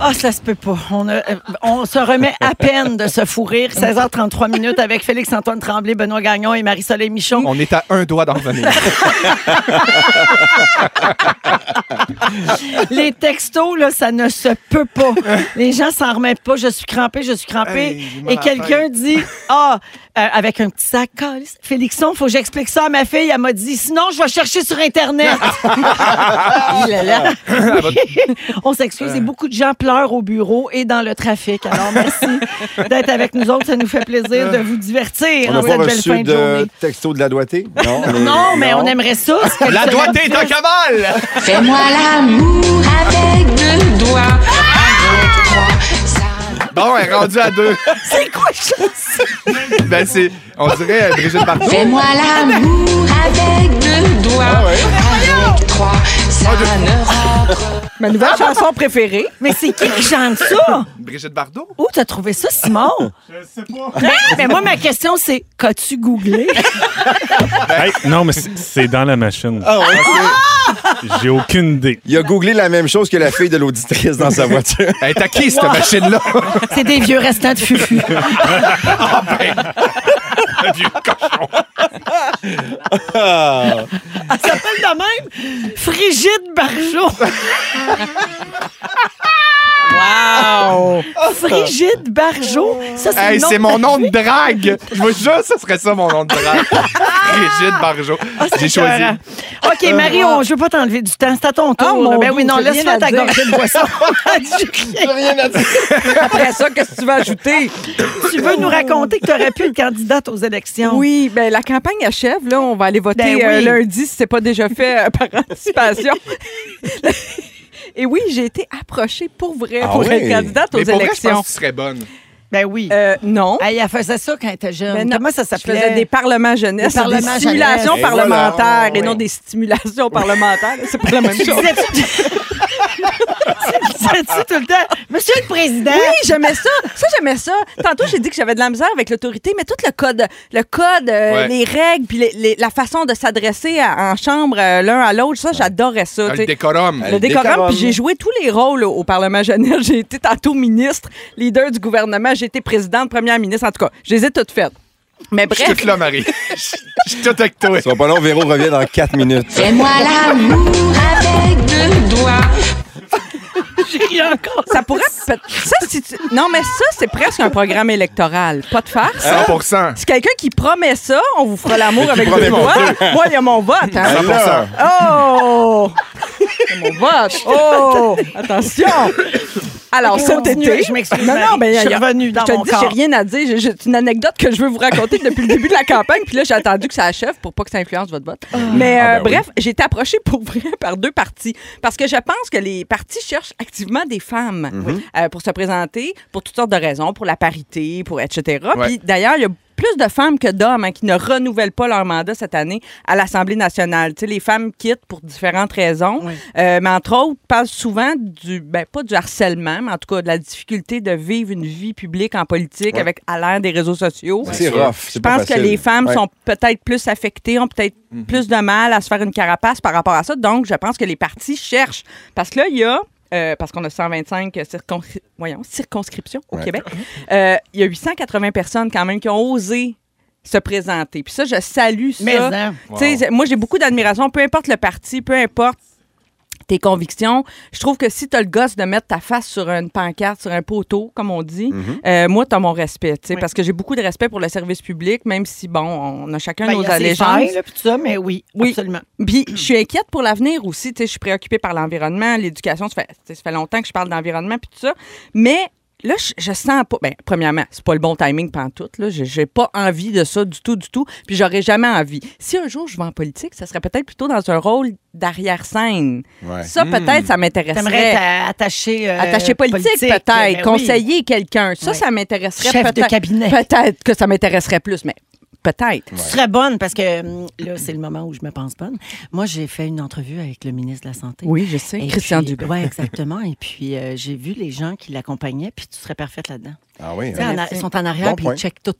Speaker 3: Ah, ça se peut pas. On, a- euh, on se remet à peine de se fourrir. 16h33 minutes avec Félix-Antoine Tremblay, Benoît Gagnon et Marie-Soleil Michon.
Speaker 4: On est à un doigt d'en revenir.
Speaker 3: Les textos, là, ça ne se peut pas. Les gens s'en remettent pas. Je suis crampée, je suis crampée.
Speaker 4: Hey, j'ai mal
Speaker 3: et
Speaker 4: à la
Speaker 3: quelqu'un dit, ah, euh, avec un petit sac, Calisse. Félixon, faut que j'explique ça à ma fille. Elle m'a dit, sinon, je vais chercher sur Internet.
Speaker 7: Oh
Speaker 3: Il est là. On s'excuse. Et beaucoup de gens pleurent au bureau et dans le trafic. Alors, merci d'être avec nous autres. Ça nous fait plaisir de vous divertir
Speaker 2: On
Speaker 3: en
Speaker 2: n'a pas
Speaker 3: cette belle
Speaker 2: reçu
Speaker 3: fin de,
Speaker 2: de
Speaker 3: journée.
Speaker 2: texto de la doigté? Non, mais,
Speaker 3: Non, mais on aimerait ça.
Speaker 4: La doigté est en cavale.
Speaker 10: Fais-moi l'amour avec deux doigts, avec trois, ça.
Speaker 4: Bon, elle est rendue à deux.
Speaker 3: C'est quoi, ça?
Speaker 4: Ben, c'est, on dirait euh, Brigitte Bardot.
Speaker 10: Fais-moi l'amour avec deux doigts, avec trois, ça ne rentre.
Speaker 7: Ma nouvelle chanson préférée.
Speaker 3: Mais c'est qui qui chante ça?
Speaker 4: Brigitte Bardot?
Speaker 3: Où t'as trouvé ça, Simon? Je sais pas. Ben, mais moi, ma question, c'est qu'as-tu googlé?
Speaker 6: Hey, non, mais c'est c'est dans la machine.
Speaker 2: Ah ouais, ok.
Speaker 6: J'ai aucune idée.
Speaker 2: Il a googlé la même chose que la fille de l'auditrice dans sa voiture.
Speaker 4: Elle est à qui, cette machine-là?
Speaker 3: C'est des vieux restants de fufu.
Speaker 4: Ah, ben,
Speaker 3: Elle Ah, s'appelle de même Frigide Barjot.
Speaker 7: Wow!
Speaker 3: Frigide Barjot. Ça, c'est
Speaker 4: Ah. Hey,
Speaker 3: le nom
Speaker 4: c'est
Speaker 3: de
Speaker 4: mon
Speaker 3: ta
Speaker 4: nom de
Speaker 3: fille.
Speaker 4: drague. Je vous jure, ça serait ça, mon nom de drague. Brigitte Barjot.
Speaker 3: Ah, c'est
Speaker 4: J'ai choisi. Euh, ah.
Speaker 3: écœurant. OK, Marie, on- je veux pas t'enlever du temps. C'est à ton tour. là.
Speaker 7: Ah, mon
Speaker 3: ben
Speaker 7: Dieu,
Speaker 3: oui, non,
Speaker 7: j'ai
Speaker 3: laisse
Speaker 7: rien
Speaker 3: faire
Speaker 7: à
Speaker 3: ta
Speaker 7: dire.
Speaker 3: gorgée de boisson. J'ai rien.
Speaker 7: Après ça, qu'est-ce que tu vas ajouter?
Speaker 3: tu veux nous raconter que tu aurais pu être candidate aux élections?
Speaker 7: Oui, ben la campagne achève. Là, on va aller voter
Speaker 3: Ben oui.
Speaker 7: euh, lundi si c'est pas déjà fait euh, par anticipation. Et oui, j'ai été approchée pour vrai
Speaker 2: Ah
Speaker 7: pour
Speaker 2: oui?
Speaker 7: être candidate aux
Speaker 4: Mais pour vrai, je
Speaker 7: élections.
Speaker 4: pense que tu serais bonne.
Speaker 3: Ben oui.
Speaker 7: Euh, non.
Speaker 3: Hey, elle faisait ça quand elle était jeune.
Speaker 7: Ben non,
Speaker 3: Comment ça
Speaker 7: Je faisais
Speaker 3: s'appelait?
Speaker 7: des parlements jeunesse,
Speaker 3: Des
Speaker 7: des,
Speaker 3: parlements
Speaker 7: simulations
Speaker 2: jeunesse. Et voilà.
Speaker 7: parlementaires
Speaker 3: Oh,
Speaker 7: et non
Speaker 3: oui.
Speaker 7: des stimulations parlementaires. C'est pas la même
Speaker 3: Tu
Speaker 7: chose.
Speaker 3: disais-tu disais-tu tout le temps, Monsieur le Président,
Speaker 7: Oui, j'aimais ça. Ça, j'aimais ça. Tantôt, j'ai dit que j'avais de la misère avec l'autorité, mais tout le code, le code, euh,
Speaker 4: Ouais.
Speaker 7: les règles, puis les- les- la façon de s'adresser à- en chambre euh, l'un à l'autre, ça, j'adorais
Speaker 4: Dans
Speaker 7: ça. tu
Speaker 4: Ah, Le
Speaker 7: sais.
Speaker 4: décorum.
Speaker 7: Le décorum, puis j'ai joué tous les rôles au, au Parlement jeunesse. J'ai été tantôt ministre, leader du gouvernement, j'ai été présidente, première ministre, en tout cas, je les ai toutes faites. Mais
Speaker 4: Je suis
Speaker 7: bref.
Speaker 4: toute là, Marie. Je suis toute avec toi.
Speaker 2: Ce sera pas long, Véro revient dans 4 minutes.
Speaker 10: Fais-moi l'amour avec deux doigts.
Speaker 3: J'ai rien encore.
Speaker 7: Ça pourrait. peut- Ça, si tu- Non, mais ça, c'est presque un programme électoral. Pas de farce.
Speaker 4: Ah. 100
Speaker 7: C'est quelqu'un qui promet ça, on vous fera l'amour avec
Speaker 2: promet
Speaker 7: deux
Speaker 2: mon Ah,
Speaker 7: doigts. Moi, il y a mon vote. hein.
Speaker 2: Alors,
Speaker 7: Oh! Mon vote! Oh! Attention! Alors, cet
Speaker 3: Continue,
Speaker 7: été.
Speaker 3: je m'excuse,
Speaker 7: Non, non,
Speaker 3: Marie.
Speaker 7: mais
Speaker 3: Je suis
Speaker 7: y a-
Speaker 3: revenue dans
Speaker 7: je te
Speaker 3: mon
Speaker 7: dis,
Speaker 3: corps.
Speaker 7: j'ai rien à dire. J'ai juste une anecdote que je veux vous raconter depuis le début de la campagne. Puis là, j'ai attendu que ça achève pour pas que ça influence votre vote. Mais
Speaker 2: Ah,
Speaker 7: euh,
Speaker 2: ben oui.
Speaker 7: bref, j'ai été approchée pour vrai par deux partis. Parce que je pense que les partis cherchent activement des femmes
Speaker 2: Mhm.
Speaker 7: euh, pour se présenter pour toutes sortes de raisons, pour la parité, pour etc.
Speaker 4: Ouais.
Speaker 7: Puis d'ailleurs, il y a plus de femmes que d'hommes hein, qui ne renouvellent pas leur mandat cette année à l'Assemblée nationale. Tu sais, les femmes quittent pour différentes raisons, Euh, mais entre autres, parlent souvent du, ben, pas du harcèlement, mais en tout cas de la difficulté de vivre une vie publique en politique avec à l'ère des réseaux sociaux.
Speaker 2: C'est rough. c'est
Speaker 7: Je
Speaker 2: pas
Speaker 7: pense que
Speaker 2: facile.
Speaker 7: les femmes
Speaker 2: Ouais. Mhm.
Speaker 7: sont peut-être plus affectées, ont peut-être plus de mal à se faire une carapace par rapport à ça. Donc, je pense que les partis cherchent. Parce que là, il y a. euh, parce qu'on a 125 circonscri- voyons, circonscriptions au
Speaker 2: Ouais.
Speaker 7: Québec. Euh, Il y a 880 personnes quand même qui ont osé se présenter. Puis ça, je salue ça.
Speaker 3: Mais non.
Speaker 7: Tu sais, Moi, j'ai beaucoup d'admiration, peu importe le parti, peu importe tes convictions. Je trouve que si t'as le gosse de mettre ta face sur une pancarte, sur un poteau, comme on dit, euh, moi, t'as mon respect, tu sais, parce que j'ai beaucoup de respect pour le service public, même si, bon, on a chacun
Speaker 3: Ben, il
Speaker 7: nos
Speaker 3: y a ses failles,
Speaker 7: allégeances.
Speaker 3: là, puis tout ça, mais oui,
Speaker 7: Oui.
Speaker 3: absolument.
Speaker 7: Puis je suis inquiète pour l'avenir aussi. Tu sais, je suis préoccupée par l'environnement, l'éducation. Ça fait, tu sais, ça fait longtemps que je parle d'environnement puis tout ça. Mais là, je, je sens pas. Ben, premièrement, c'est pas le bon timing pantoute. Là, j'ai, j'ai pas envie de ça du tout, du tout. Puis j'aurais jamais envie. Si un jour je vais en politique, ça serait peut-être plutôt dans un rôle d'arrière scène.
Speaker 2: Ouais.
Speaker 7: Ça, peut-être, ça m'intéresserait.
Speaker 3: T'aimerais être attaché, euh,
Speaker 7: Attaché politique,
Speaker 3: mais
Speaker 7: peut-être,
Speaker 3: oui.
Speaker 7: conseiller quelqu'un. Ça,
Speaker 3: Ouais.
Speaker 7: ça m'intéresserait
Speaker 3: Chef de
Speaker 7: peut-être-
Speaker 3: cabinet.
Speaker 7: Peut-être que ça m'intéresserait plus, mais peut-être.
Speaker 3: Tu serais bonne parce que hum, là, c'est le moment où je me pense bonne. Moi, j'ai fait une entrevue avec le ministre de la Santé.
Speaker 7: Oui, je sais. Christian
Speaker 3: puis,
Speaker 7: Dubé.
Speaker 3: Oui, exactement. Et puis, euh, j'ai vu les gens qui l'accompagnaient, puis tu serais parfaite là-dedans.
Speaker 2: Ah oui.
Speaker 3: Tu sais,
Speaker 2: hein.
Speaker 3: en a- Ils sont en arrière,
Speaker 2: Bon
Speaker 3: puis
Speaker 2: point. Uh-huh.
Speaker 3: ils checkent tout.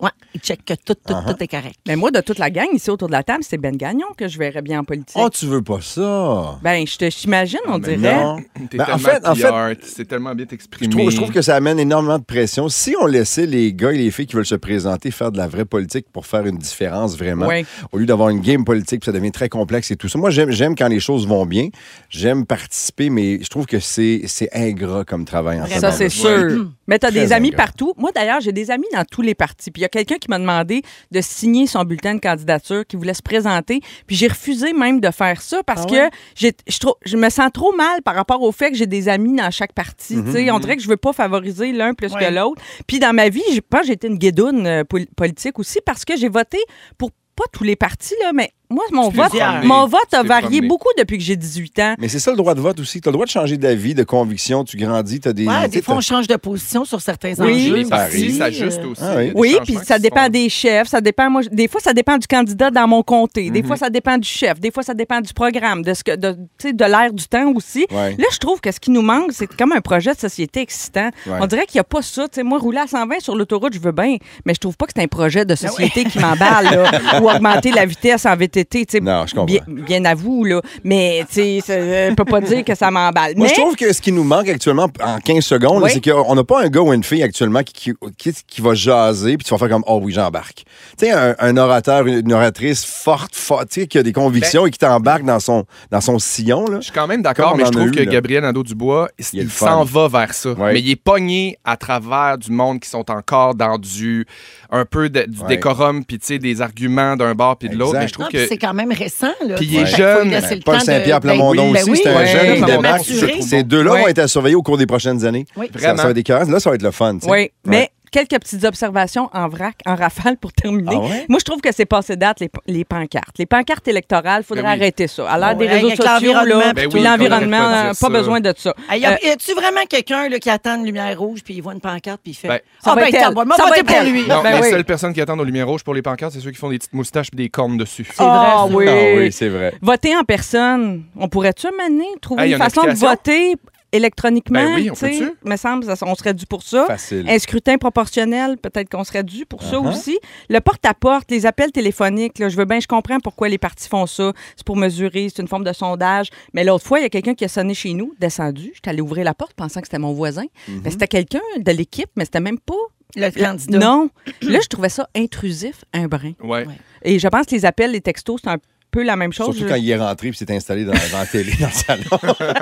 Speaker 3: Ouais, ils checkent que tout, tout, tout est correct.
Speaker 7: Mais Ben, moi, de toute la gang ici autour de la table, c'est Ben Gagnon que je verrais bien en politique.
Speaker 2: Oh, tu veux pas ça?
Speaker 7: Ben, je te- je t'imagine, on dirait.
Speaker 2: Ah, Non.
Speaker 4: T'es
Speaker 2: Ben,
Speaker 4: tellement
Speaker 2: en fait, en fait,
Speaker 4: PR, c'est tellement bien exprimé.
Speaker 2: Je trouve, je trouve que ça amène énormément de pression. Si on laissait les gars et les filles qui veulent se présenter faire de la vraie politique pour faire une différence vraiment,
Speaker 7: Ouais.
Speaker 2: au lieu d'avoir une game politique, puis ça devient très complexe et tout ça. Moi, j'aime, j'aime quand les choses vont bien. J'aime participer, mais je trouve que c'est, c'est ingrat comme travail. En ce
Speaker 7: Ça,
Speaker 2: moment.
Speaker 7: c'est sûr. Mais t'as
Speaker 2: Très
Speaker 7: des amis
Speaker 2: ingrat.
Speaker 7: partout. Moi, d'ailleurs, j'ai des amis dans tous les partis. Puis il y a quelqu'un qui m'a demandé de signer son bulletin de candidature, qui voulait se présenter. Puis j'ai refusé même de faire ça parce que j'ai- je, trou- je me sens trop mal par rapport au fait que j'ai des amis dans chaque
Speaker 2: Mhm.
Speaker 7: parti. Tu sais, On dirait que je veux pas favoriser l'un plus
Speaker 3: Ouais.
Speaker 7: que l'autre. Puis dans ma vie, je pense que j'ai été une guédoune euh, pol- politique aussi parce que j'ai voté pour pas tous les partis, là, mais moi, mon
Speaker 4: Tu t'es
Speaker 7: vote,
Speaker 4: promené.
Speaker 7: mon vote a
Speaker 4: Tu t'es
Speaker 7: varié
Speaker 4: promené.
Speaker 7: beaucoup depuis que j'ai 18 ans.
Speaker 2: Mais c'est ça le droit de vote aussi. Tu as le droit de changer d'avis, de conviction. Tu grandis, tu as des.
Speaker 3: Ouais,
Speaker 2: tu sais,
Speaker 3: des fois, on
Speaker 2: t'as-
Speaker 3: change de position sur certains
Speaker 7: Oui.
Speaker 3: enjeux.
Speaker 4: Les partis
Speaker 3: aussi,
Speaker 4: s'ajustent
Speaker 3: euh,
Speaker 4: aussi.
Speaker 2: Ah oui.
Speaker 4: Il y a des
Speaker 7: Oui,
Speaker 4: changements
Speaker 7: puis
Speaker 4: qui
Speaker 7: ça
Speaker 4: se
Speaker 7: dépend
Speaker 4: font.
Speaker 7: des chefs, ça dépend moi, je- des fois ça dépend du candidat dans mon comté,
Speaker 4: Mhm.
Speaker 7: des fois ça dépend du chef, des fois ça dépend du programme, de ce que de tu sais, de l'air du temps aussi.
Speaker 2: Ouais.
Speaker 7: Là, je trouve que ce qui nous manque, c'est comme un projet de société excitant.
Speaker 2: Ouais.
Speaker 7: On dirait qu'il n'y a pas ça, tu sais moi rouler à 120 sur l'autoroute, je veux bien, mais je trouve pas que c'est un projet
Speaker 4: Ah
Speaker 7: de société qui m'emballe là, ou augmenter la vitesse en VTT, tu sais.
Speaker 2: Non, je comprends.
Speaker 7: Bien, bien à vous là, mais tu sais ça- je peux pas dire que ça m'emballe.
Speaker 2: Moi,
Speaker 7: mais...
Speaker 2: je trouve que ce qui nous manque actuellement en 15 secondes,
Speaker 7: Oui.
Speaker 2: c'est qu'on n'a pas un gars ou une fille actuellement qui, qui, qui- qui va jaser puis tu vas faire comme Oh oui, j'embarque. Tu sais, un, un orateur, une oratrice forte, forte tu sais, qui a des convictions
Speaker 7: Ben
Speaker 2: et qui t'embarque dans son, dans son sillon. Là.
Speaker 4: Je suis quand même
Speaker 2: Comme
Speaker 4: d'accord,
Speaker 2: on
Speaker 4: mais je
Speaker 2: en a
Speaker 4: trouve
Speaker 2: eu,
Speaker 4: que
Speaker 2: là.
Speaker 4: Gabriel Nadeau-Dubois, il,
Speaker 2: Il est le fun.
Speaker 4: s'en va vers ça.
Speaker 2: Ouais.
Speaker 4: Mais il est pogné à travers du monde qui sont encore dans du un peu de- du
Speaker 2: Ouais.
Speaker 4: décorum, puis tu sais, des arguments d'un bord puis de l'autre.
Speaker 2: Exact.
Speaker 4: Mais je trouve
Speaker 3: Non, puis
Speaker 4: que
Speaker 3: c'est quand même récent. Là,
Speaker 4: Puis il est
Speaker 3: Fait que
Speaker 4: jeune.
Speaker 3: faut lui laisser le
Speaker 2: Paul
Speaker 3: temps de-
Speaker 2: Saint-Pierre
Speaker 3: ben
Speaker 2: Plamondon
Speaker 3: oui,
Speaker 2: aussi,
Speaker 3: ben
Speaker 2: c'est un
Speaker 3: oui,
Speaker 2: jeune
Speaker 3: ben
Speaker 2: qui
Speaker 3: oui.
Speaker 2: débarque.
Speaker 3: Maturer.
Speaker 2: Ces deux-là
Speaker 7: Ouais.
Speaker 2: vont être à surveiller au cours des prochaines années.
Speaker 3: Oui.
Speaker 2: Ça, ça va
Speaker 4: Vraiment.
Speaker 2: être écœurant. Là, ça va être le fun. tu sais.
Speaker 7: Oui, mais quelques petites observations en vrac, en rafale pour terminer.
Speaker 2: Ah ouais?
Speaker 7: Moi, je trouve que c'est passé date, les, les pancartes. Les pancartes électorales, il faudrait
Speaker 4: Ben oui.
Speaker 7: arrêter ça. À l'ère des
Speaker 3: Ouais,
Speaker 7: réseaux
Speaker 3: avec
Speaker 7: sociaux,
Speaker 3: l'environnement,
Speaker 7: là,
Speaker 3: Ben
Speaker 4: oui, on
Speaker 7: l'environnement,
Speaker 4: arrête pas de
Speaker 7: euh,
Speaker 4: dire
Speaker 7: pas
Speaker 4: ça.
Speaker 7: besoin de ça.
Speaker 3: Hey, y a- y a-tu vraiment quelqu'un là, qui attend une lumière rouge puis il voit une pancarte puis il fait
Speaker 4: Ben,
Speaker 7: ça
Speaker 3: Ah,
Speaker 7: va
Speaker 3: ben,
Speaker 7: être elle.
Speaker 3: tiens, moi,
Speaker 7: Ça va
Speaker 3: votez
Speaker 7: être
Speaker 3: pour
Speaker 7: elle.
Speaker 3: lui.
Speaker 4: non,
Speaker 7: Ben
Speaker 4: les
Speaker 7: oui.
Speaker 4: seules personnes qui attendent aux lumières rouges pour les pancartes, c'est ceux qui font des petites moustaches et des cornes dessus.
Speaker 3: C'est vrai,
Speaker 7: Ah
Speaker 3: ça.
Speaker 7: oui.
Speaker 2: Ah oui, c'est vrai.
Speaker 7: Voter en personne, on pourrait-tu mener, trouver
Speaker 4: Hey, y a
Speaker 7: une
Speaker 4: une
Speaker 7: façon de
Speaker 4: application?
Speaker 7: voter électroniquement?
Speaker 4: Ben oui, on
Speaker 7: tu sais?
Speaker 4: peut-tu?
Speaker 7: me semble, ça- on serait dû pour ça.
Speaker 2: Facile.
Speaker 7: Un scrutin proportionnel, peut-être qu'on serait dû pour
Speaker 2: Uh-huh.
Speaker 7: ça aussi. Le porte-à-porte, les appels téléphoniques, là, je veux bien, je comprends pourquoi les partis font ça. C'est pour mesurer, c'est une forme de sondage. Mais l'autre fois, il y a quelqu'un qui a sonné chez
Speaker 2: Mm-hmm.
Speaker 7: Ben, nous, descendu. J'étais allée ouvrir la porte pensant que c'était mon voisin. Mais c'était quelqu'un de l'équipe, mais c'était même pas.
Speaker 3: Le candidat.
Speaker 7: Non. Là, je trouvais ça intrusif, un brin.
Speaker 4: Ouais.
Speaker 7: Et je pense que les appels, les textos, c'est un peu la même chose.
Speaker 2: Surtout quand il est rentré et s'est installé dans, dans la télé, dans le salon.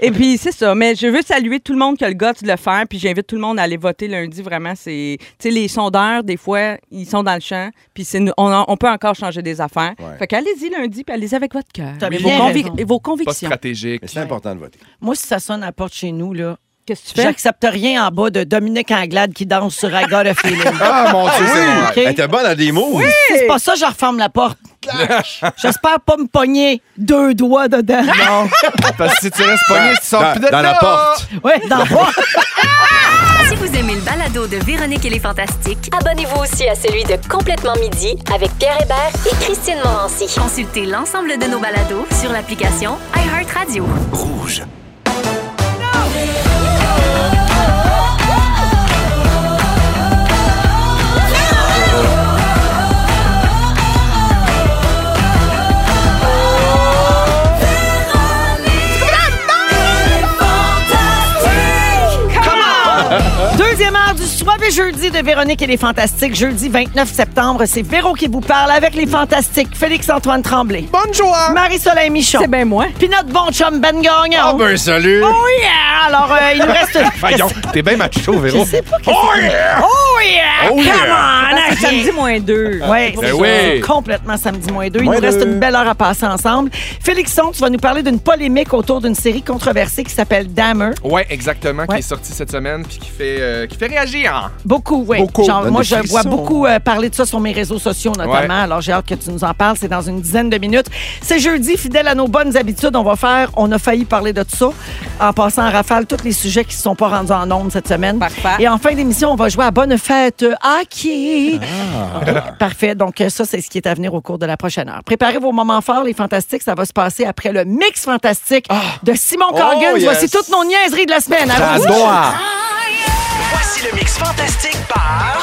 Speaker 7: Et puis, c'est ça. Mais je veux saluer tout le monde qui a le guts de le faire. Puis, j'invite tout le monde à aller voter lundi. Vraiment, c'est. Tu sais, les sondeurs, des fois, ils sont dans le champ. Puis, c'est nous- on, en- on peut encore changer des affaires.
Speaker 2: Ouais.
Speaker 7: Fait qu'allez-y lundi, puis allez-y avec votre cœur.
Speaker 3: T'as
Speaker 7: Et vos,
Speaker 3: bien
Speaker 7: convi-
Speaker 3: raison.
Speaker 7: et vos
Speaker 4: Pas
Speaker 7: convictions.
Speaker 4: stratégique.
Speaker 2: Mais c'est important de voter.
Speaker 3: Moi, si ça sonne à la porte chez nous, là,
Speaker 7: Qu'est-ce que tu fais?
Speaker 3: j'accepte rien en bas de Dominique Anglade qui danse sur I Got a Feeling.
Speaker 4: Ah, mon Dieu, c'est
Speaker 3: oui.
Speaker 4: vrai.
Speaker 3: Ok.
Speaker 2: Elle était bonne à des mots.
Speaker 3: Si c'est pas ça, je referme la porte. J'espère pas me pogner deux doigts dedans.
Speaker 4: Parce que si tu restes pogné, tu sors
Speaker 2: Dans,
Speaker 4: plus de
Speaker 2: dans la
Speaker 4: là.
Speaker 2: porte.
Speaker 3: Ouais, dans pas.
Speaker 8: Si vous aimez le balado de Véronique et les Fantastiques,
Speaker 5: Abonnez-vous aussi à celui de Complètement Midi avec Pierre Hébert et Christine Morancy.
Speaker 8: consultez l'ensemble de nos balados sur l'application iHeartRadio.
Speaker 3: Deuxième heure du soir et jeudi de Véronique et les Fantastiques. Jeudi 29 septembre, c'est Véro qui vous parle avec les Fantastiques. Félix-Antoine Tremblay.
Speaker 4: Bonne joie.
Speaker 3: Marie-Soleil Michon.
Speaker 7: C'est bien moi.
Speaker 3: Puis notre bon chum Ben
Speaker 2: Ah
Speaker 3: Gagnon.
Speaker 2: ben salut!
Speaker 3: Oh yeah! Alors, euh, il nous reste...
Speaker 4: Voyons, t'es bien macho, Véro.
Speaker 3: oh yeah! Oh yeah!
Speaker 2: Oh yeah!
Speaker 3: Come on!
Speaker 7: Ah, c'est
Speaker 3: Arrête.
Speaker 7: samedi moins deux.
Speaker 3: Ouais,
Speaker 4: Ben
Speaker 3: c'est
Speaker 4: oui.
Speaker 3: ça. complètement samedi moins deux. Il
Speaker 2: Moins
Speaker 3: nous reste
Speaker 2: deux.
Speaker 3: une belle heure à passer ensemble. Félixon, tu vas nous parler d'une polémique autour d'une série controversée qui s'appelle Dammer.
Speaker 4: Ouais, exactement, qui
Speaker 3: Ouais.
Speaker 4: est sorti cette semaine puis qui fait, euh, qui fait réagir. hein.
Speaker 3: Beaucoup, oui.
Speaker 4: Beaucoup.
Speaker 3: Genre,
Speaker 2: Donne
Speaker 3: moi,
Speaker 2: des
Speaker 3: je vois
Speaker 2: frissons.
Speaker 3: beaucoup euh, parler de ça sur mes réseaux sociaux, notamment.
Speaker 4: Ouais.
Speaker 3: Alors, j'ai hâte que tu nous en parles. C'est dans une dizaine de minutes. C'est jeudi, fidèle à nos bonnes habitudes. On va faire, on a failli parler de tout ça. En passant en rafale, tous les sujets qui ne sont pas rendus en nombre cette semaine.
Speaker 7: Parfait.
Speaker 3: Et en fin d'émission, on va jouer à Bonne Fête Hockey. Ah, Parfait. Donc, euh, ça, c'est ce qui est à venir au cours de la prochaine heure. Préparez vos moments forts, les fantastiques. Ça va se passer après le mix fantastique de Simon Corgan.
Speaker 2: yes.
Speaker 3: Voici toutes nos niaiseries de la semaine. Allons-y.
Speaker 9: Voici le mix fantastique par...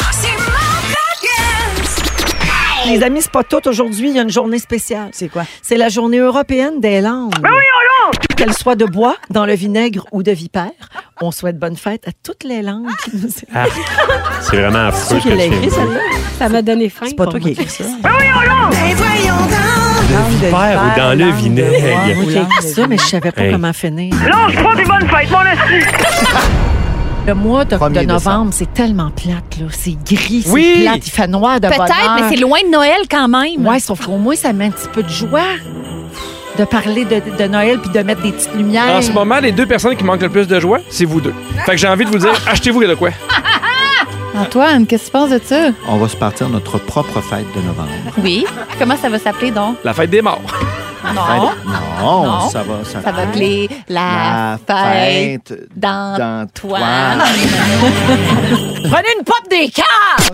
Speaker 3: Les amis, c'est pas tout. Aujourd'hui, il y a une journée spéciale. C'est quoi? C'est la journée européenne des langues.
Speaker 11: Ben
Speaker 3: Qu'elle soit de bois, dans le vinaigre ou de vipère, on souhaite bonne fête à toutes les langues. qui nous-
Speaker 6: C'est vraiment affreux. ce que tu viens de dire.
Speaker 12: Ça m'a donné faim.
Speaker 3: C'est pas
Speaker 12: pour
Speaker 3: toi qui
Speaker 12: moi.
Speaker 3: as écrit ça.
Speaker 6: Vipère ou dans le
Speaker 3: C'est
Speaker 6: vinaigre.
Speaker 3: moi qui ai écrit ça, mais je savais pas
Speaker 6: Hey.
Speaker 3: comment finir. Le mois de, de novembre, c'est tellement plate, là. C'est gris,
Speaker 4: Oui.
Speaker 3: c'est plate, il fait noir de bonheur.
Speaker 12: Peut-être, mais c'est loin de Noël quand même.
Speaker 3: Ouais, sauf qu'au moins, ça met un petit peu de joie de parler de, de Noël puis de mettre des petites lumières.
Speaker 11: En ce moment, les deux personnes qui manquent le plus de joie, c'est vous deux. Fait que j'ai envie de vous dire, achetez-vous de quoi.
Speaker 12: Antoine, qu'est-ce que tu penses de ça?
Speaker 11: On va se partir notre propre fête de novembre.
Speaker 12: Oui. Comment ça va s'appeler donc?
Speaker 11: La fête des morts.
Speaker 12: Non.
Speaker 11: Non,
Speaker 12: Non.
Speaker 11: ça va. Ça,
Speaker 12: Ça va appeler la, fête d'Antoine.
Speaker 3: Prenez une pop des caves!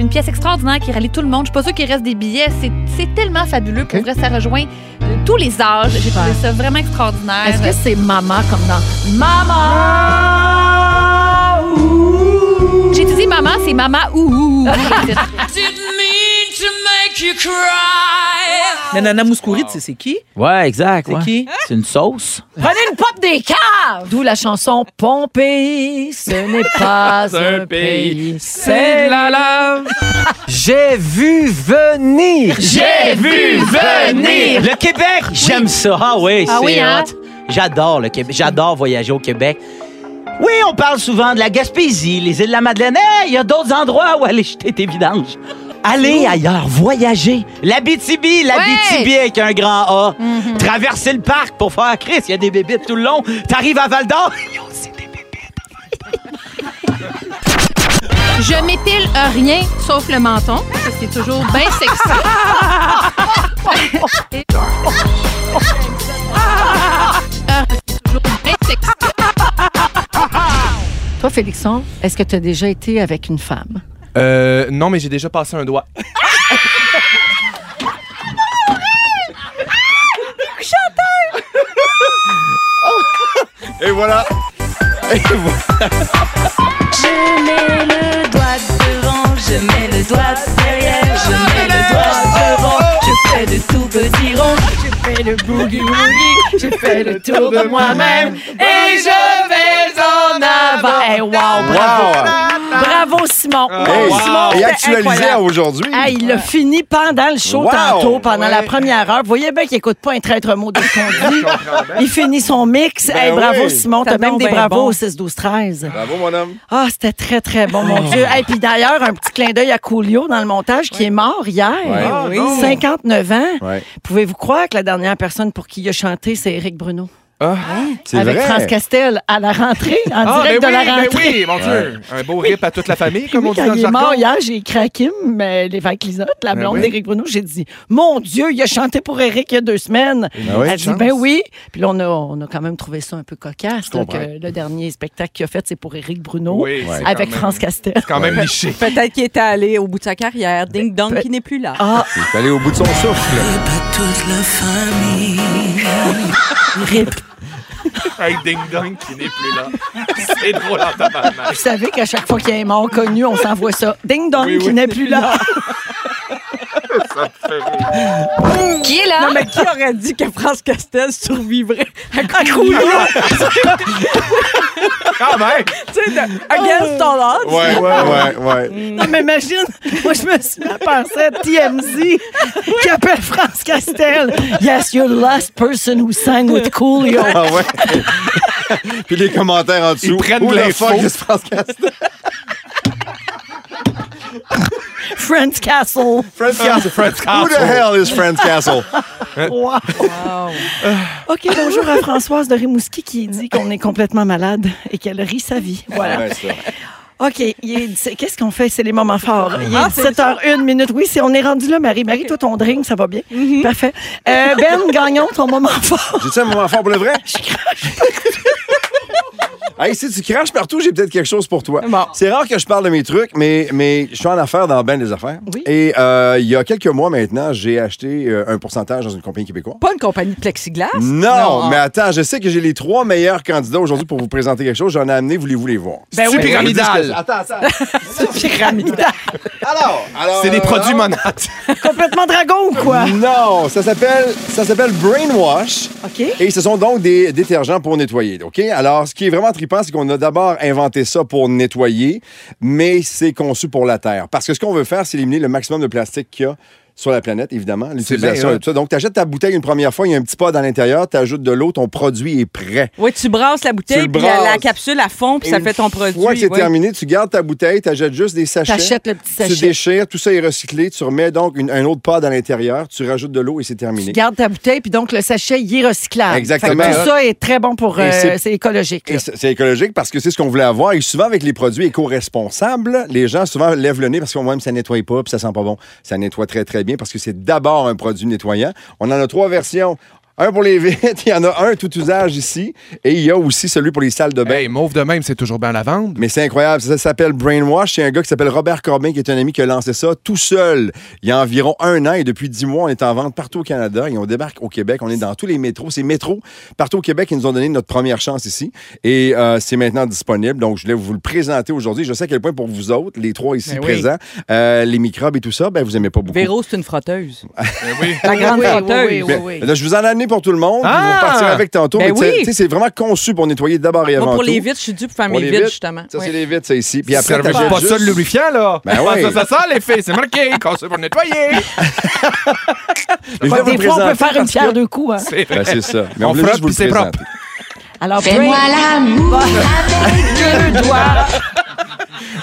Speaker 12: Une pièce extraordinaire qui rallie tout le monde. Je suis pas sûre qu'il reste des billets. C'est- C'est tellement fabuleux. Pour vrai, ça rejoint euh, tous les âges. J'ai trouvé ça vraiment extraordinaire.
Speaker 3: Est-ce que c'est maman comme dans Maman?
Speaker 12: J'ai dit maman, c'est maman ouh. ouh.
Speaker 1: Nana Mouskouri, tu sais, c'est qui?
Speaker 11: Ouais, exact.
Speaker 1: C'est qui?
Speaker 11: C'est une sauce.
Speaker 3: Prenez une pop des caves! D'où la chanson Pompéi, ce n'est pas un pays. C'est de la lave!
Speaker 11: J'ai vu venir.
Speaker 3: J'ai vu venir!
Speaker 11: Le Québec, j'aime ça. Ah oui,
Speaker 12: Ah
Speaker 11: c'est
Speaker 12: oui, hein?
Speaker 11: hot. J'adore le Québec. J'adore voyager au Québec. Oui, on parle souvent de la Gaspésie, les îles de la Madeleine. Eh, Il y a d'autres endroits où aller jeter tes vidanges. Allez ailleurs, voyager. La BTB, la avec un grand A.
Speaker 3: Mhm.
Speaker 11: Traverser le parc pour faire Chris, il y a des bébites tout le long. T'arrives à Val d'Or, il y a aussi des bébites.
Speaker 12: Je m'épile à rien sauf le menton. parce que C'est toujours bien sexy. Et- Ah, c'est toujours bien sexy.
Speaker 3: Toi, Félixon, est-ce que tu as déjà été avec une femme?
Speaker 4: Euh, non, mais j'ai déjà passé un doigt.
Speaker 2: Et voilà! Et voilà.
Speaker 11: Ah!
Speaker 3: J'ai fait le tour de moi-même et je vais en avant. Hey, wow, bravo.
Speaker 2: Wow.
Speaker 3: Bravo, Simon.
Speaker 2: Hey,
Speaker 3: Bon,
Speaker 2: wow.
Speaker 3: Simon,
Speaker 2: Et
Speaker 3: c'était
Speaker 2: actualisé
Speaker 3: incroyable.
Speaker 2: à aujourd'hui.
Speaker 3: Hey, il l'a fini pendant le show
Speaker 2: Wow.
Speaker 3: tantôt, pendant la première heure. Vous voyez bien qu'il n'écoute pas un traître mot de ce qu'on dit. Il finit son mix.
Speaker 2: Ben
Speaker 3: hey, bravo,
Speaker 2: oui.
Speaker 3: Simon.
Speaker 2: Ça
Speaker 3: T'as même
Speaker 2: tombe
Speaker 3: des
Speaker 2: bien
Speaker 3: bravos
Speaker 2: bon.
Speaker 3: au 6-12-13.
Speaker 2: Bravo, mon homme.
Speaker 3: Ah, c'était très, très bon, mon
Speaker 2: Oh.
Speaker 3: Dieu. Et puis d'ailleurs, un petit clin d'œil à Coolio dans le montage qui est mort hier.
Speaker 2: Ouais. Ah,
Speaker 3: Oui.
Speaker 2: non.
Speaker 3: 59 ans.
Speaker 2: Ouais.
Speaker 3: Pouvez-vous croire que la dernière personne pour qui il a chanté, c'est Éric Bruno?
Speaker 2: Ah, C'est
Speaker 3: Avec
Speaker 2: vrai.
Speaker 3: France Castel à la rentrée, en
Speaker 4: Ah,
Speaker 3: direct de
Speaker 4: ben oui,
Speaker 3: la
Speaker 4: ben
Speaker 3: rentrée.
Speaker 4: oui, mon Dieu. Un beau rip à toute la famille,
Speaker 3: Puis
Speaker 4: comme
Speaker 3: oui,
Speaker 4: on dit
Speaker 3: quand
Speaker 4: dans le
Speaker 3: il est mort
Speaker 4: jargon.
Speaker 3: hier, j'ai craqué mais les vagues lisottes, la
Speaker 4: Ben
Speaker 3: blonde
Speaker 4: oui.
Speaker 3: d'Éric Bruno, j'ai dit Mon Dieu, il a chanté pour Éric il y a deux semaines.
Speaker 2: Ben oui.
Speaker 3: Elle dit
Speaker 2: Chance.
Speaker 3: Ben oui. Puis là, on a, on a quand même trouvé ça un peu cocasse. là,
Speaker 2: comprends.
Speaker 3: que le dernier spectacle qu'il a fait, c'est pour Éric Bruno
Speaker 4: Oui, c'est quand
Speaker 3: avec
Speaker 4: même-
Speaker 3: France Castel.
Speaker 4: C'est quand même liché.
Speaker 7: Peut-être qu'il était allé au bout de sa carrière. Ding dong qui n'est plus là.
Speaker 3: Ah,
Speaker 2: Il fallait au bout de son souffle.
Speaker 9: Toute la famille.
Speaker 3: Rip.
Speaker 4: Un ding-dong qui n'est plus là. C'est drôle en tabarnak.
Speaker 3: Vous savez qu'à chaque fois qu'il y a un mort connu, on s'envoie ça. Ding dong,
Speaker 4: Oui,
Speaker 3: qui
Speaker 4: oui.
Speaker 3: n'est plus là.
Speaker 7: Qui est là? Non, mais qui aurait dit que France Castel survivrait
Speaker 4: Ah,
Speaker 7: à
Speaker 3: Coolio?
Speaker 4: Quand même!
Speaker 7: Tu sais, de Against All Odds.
Speaker 2: Ouais, ouais, ouais, ouais.
Speaker 3: Non, mais imagine, moi, je me suis mis à penser à TMZ qui appelle France Castel. Yes, you're the last person who sang with Coolio.
Speaker 2: Ah ouais. Puis les commentaires en dessous.
Speaker 4: Ils prennent
Speaker 2: Où la
Speaker 4: l'info.
Speaker 2: fuck is France Castel?
Speaker 3: Friends Castle.
Speaker 2: France Castle.
Speaker 4: Fred's
Speaker 2: Who the hell is France Castle?
Speaker 3: Wow. OK, bonjour à Françoise de Rimouski qui dit qu'on est complètement malade et qu'elle rit sa vie. Voilà.
Speaker 2: Ouais, ça.
Speaker 3: OK, il est dix- qu'est-ce qu'on fait? C'est les moments forts. Il
Speaker 7: Ah,
Speaker 3: est 17h01 minute. Oui, c'est- on est rendu là, Marie. Marie, toi, ton drink, ça va bien? Parfait. Euh, ben, gagnons ton moment fort.
Speaker 2: J'ai-tu un moment fort pour le vrai? Je crache. hey, si tu craches partout, j'ai peut-être quelque chose pour toi.
Speaker 7: Bon.
Speaker 2: C'est rare que je parle de mes trucs, mais, mais je suis en affaires dans ben des affaires.
Speaker 3: Oui.
Speaker 2: Et euh, il y a quelques mois maintenant, j'ai acheté euh, un pourcentage dans une compagnie québécoise.
Speaker 7: Pas une compagnie de plexiglas.
Speaker 2: Mm. Non, mais attends, je sais que j'ai les trois meilleurs candidats aujourd'hui pour vous présenter quelque chose. J'en ai amené, voulez-vous les voir?
Speaker 4: Ben oui. pyramidal.
Speaker 2: Attends, attends.
Speaker 3: Pyramidal.
Speaker 2: Alors, alors. euh,
Speaker 4: C'est des
Speaker 2: alors,
Speaker 4: produits
Speaker 2: alors.
Speaker 4: monates.
Speaker 3: Complètement dragon ou quoi?
Speaker 2: Non, ça s'appelle ça s'appelle Brainwash.
Speaker 3: OK.
Speaker 2: Et ce sont donc des détergents pour nettoyer, OK? Alors, ce qui est vraiment trippant, c'est qu'on a d'abord inventé ça pour nettoyer, mais c'est conçu pour la Terre. Parce que ce qu'on veut faire, c'est éliminer le maximum de plastique qu'il y a sur la planète, évidemment, l'utilisation
Speaker 4: bien,
Speaker 2: et tout ça. Donc, tu achètes ta bouteille une première fois, il y a un petit pot à l'intérieur, tu ajoutes de l'eau, ton produit est prêt.
Speaker 7: Oui, tu brasses la
Speaker 2: Tu
Speaker 7: bouteille,
Speaker 2: le
Speaker 7: puis la, la
Speaker 2: brasses.
Speaker 7: capsule à fond, puis ça
Speaker 2: Une
Speaker 7: fait ton produit.
Speaker 2: fois que c'est
Speaker 7: ouais.
Speaker 2: terminé, tu gardes ta bouteille, tu achètes juste des sachets.
Speaker 3: T'achètes le petit
Speaker 2: Tu
Speaker 3: sachet.
Speaker 2: déchires, tout ça est recyclé, tu remets donc une- un autre pod à l'intérieur, tu rajoutes de l'eau et c'est
Speaker 3: Tu
Speaker 2: terminé.
Speaker 3: gardes ta bouteille, puis donc le sachet, il est recyclable.
Speaker 2: Exactement.
Speaker 3: Fait que tout ça est très bon pour.
Speaker 2: Et
Speaker 3: euh,
Speaker 2: c'est-
Speaker 3: c'est écologique. là.
Speaker 2: Et c'est c'est écologique parce que c'est ce qu'on voulait avoir. Et souvent, avec les produits éco-responsables, les gens souvent lèvent le nez parce qu'on même ça nettoie pas puis ça sent pas bon. Ça nettoie très, très bien parce que c'est d'abord un produit nettoyant. On en a trois versions. Un pour les vitres, il y en a un tout usage ici. Et il y a aussi celui pour les salles de bain.
Speaker 4: Ben, mauve de même, c'est toujours bien la vente.
Speaker 2: Mais c'est incroyable. Ça s'appelle Brainwash. C'est un gars qui s'appelle Robert Corbin, qui est un ami qui a lancé ça tout seul il y a environ un an. Et depuis dix mois, on est en vente partout au Canada. Et on débarque au Québec. On est dans tous les métros. C'est métro partout au Québec. Ils nous ont donné notre première chance ici. Et euh, c'est maintenant disponible. Donc, je voulais vous le présenter aujourd'hui. Je sais à quel point pour vous autres, les trois ici
Speaker 7: Ben oui.
Speaker 2: présents, euh, les microbes et tout ça, ben, vous aimez pas beaucoup.
Speaker 7: Véro, c'est une frotteuse.
Speaker 4: Ben oui.
Speaker 7: La grande
Speaker 3: Oui, oui,
Speaker 7: frotteuse.
Speaker 3: oui, oui.
Speaker 2: Ben, là, je vous en ai amené pour tout le monde. puis
Speaker 4: Ah!
Speaker 2: Vous repartirez avec tantôt.
Speaker 7: Ben
Speaker 2: mais tu sais-
Speaker 7: oui. Ah,
Speaker 2: tu sais, c'est vraiment conçu pour nettoyer d'abord et avant
Speaker 7: Moi, pour
Speaker 2: tout.
Speaker 7: les vitres, je suis due pour faire
Speaker 2: Pour
Speaker 7: mes
Speaker 2: les
Speaker 7: vitres,
Speaker 2: vitres,
Speaker 7: justement.
Speaker 2: Ça,
Speaker 7: Ouais.
Speaker 2: c'est les vitres, ça, ici. Puis après,
Speaker 4: C'est
Speaker 2: t'achètes
Speaker 4: pas ça
Speaker 2: juste-
Speaker 4: le lubrifiant, là. Ah,
Speaker 2: Ben ouais.
Speaker 4: Ça, ça, ça, les filles. C'est marqué. Quand c'est pour nettoyer.
Speaker 2: Mais je voulais vous
Speaker 3: Des
Speaker 2: le
Speaker 3: fois, on peut
Speaker 2: présenter
Speaker 3: faire une
Speaker 2: parce que-
Speaker 3: pierre deux coups. hein.
Speaker 4: C'est
Speaker 2: Ben, c'est ça. Mais on,
Speaker 4: On
Speaker 2: voulait juste
Speaker 4: frotte,
Speaker 2: vous
Speaker 4: puis
Speaker 2: le
Speaker 4: c'est propre.
Speaker 2: présenter.
Speaker 3: Alors,
Speaker 10: Fais-moi
Speaker 3: Brain-
Speaker 10: l'amour
Speaker 3: avec deux doigts.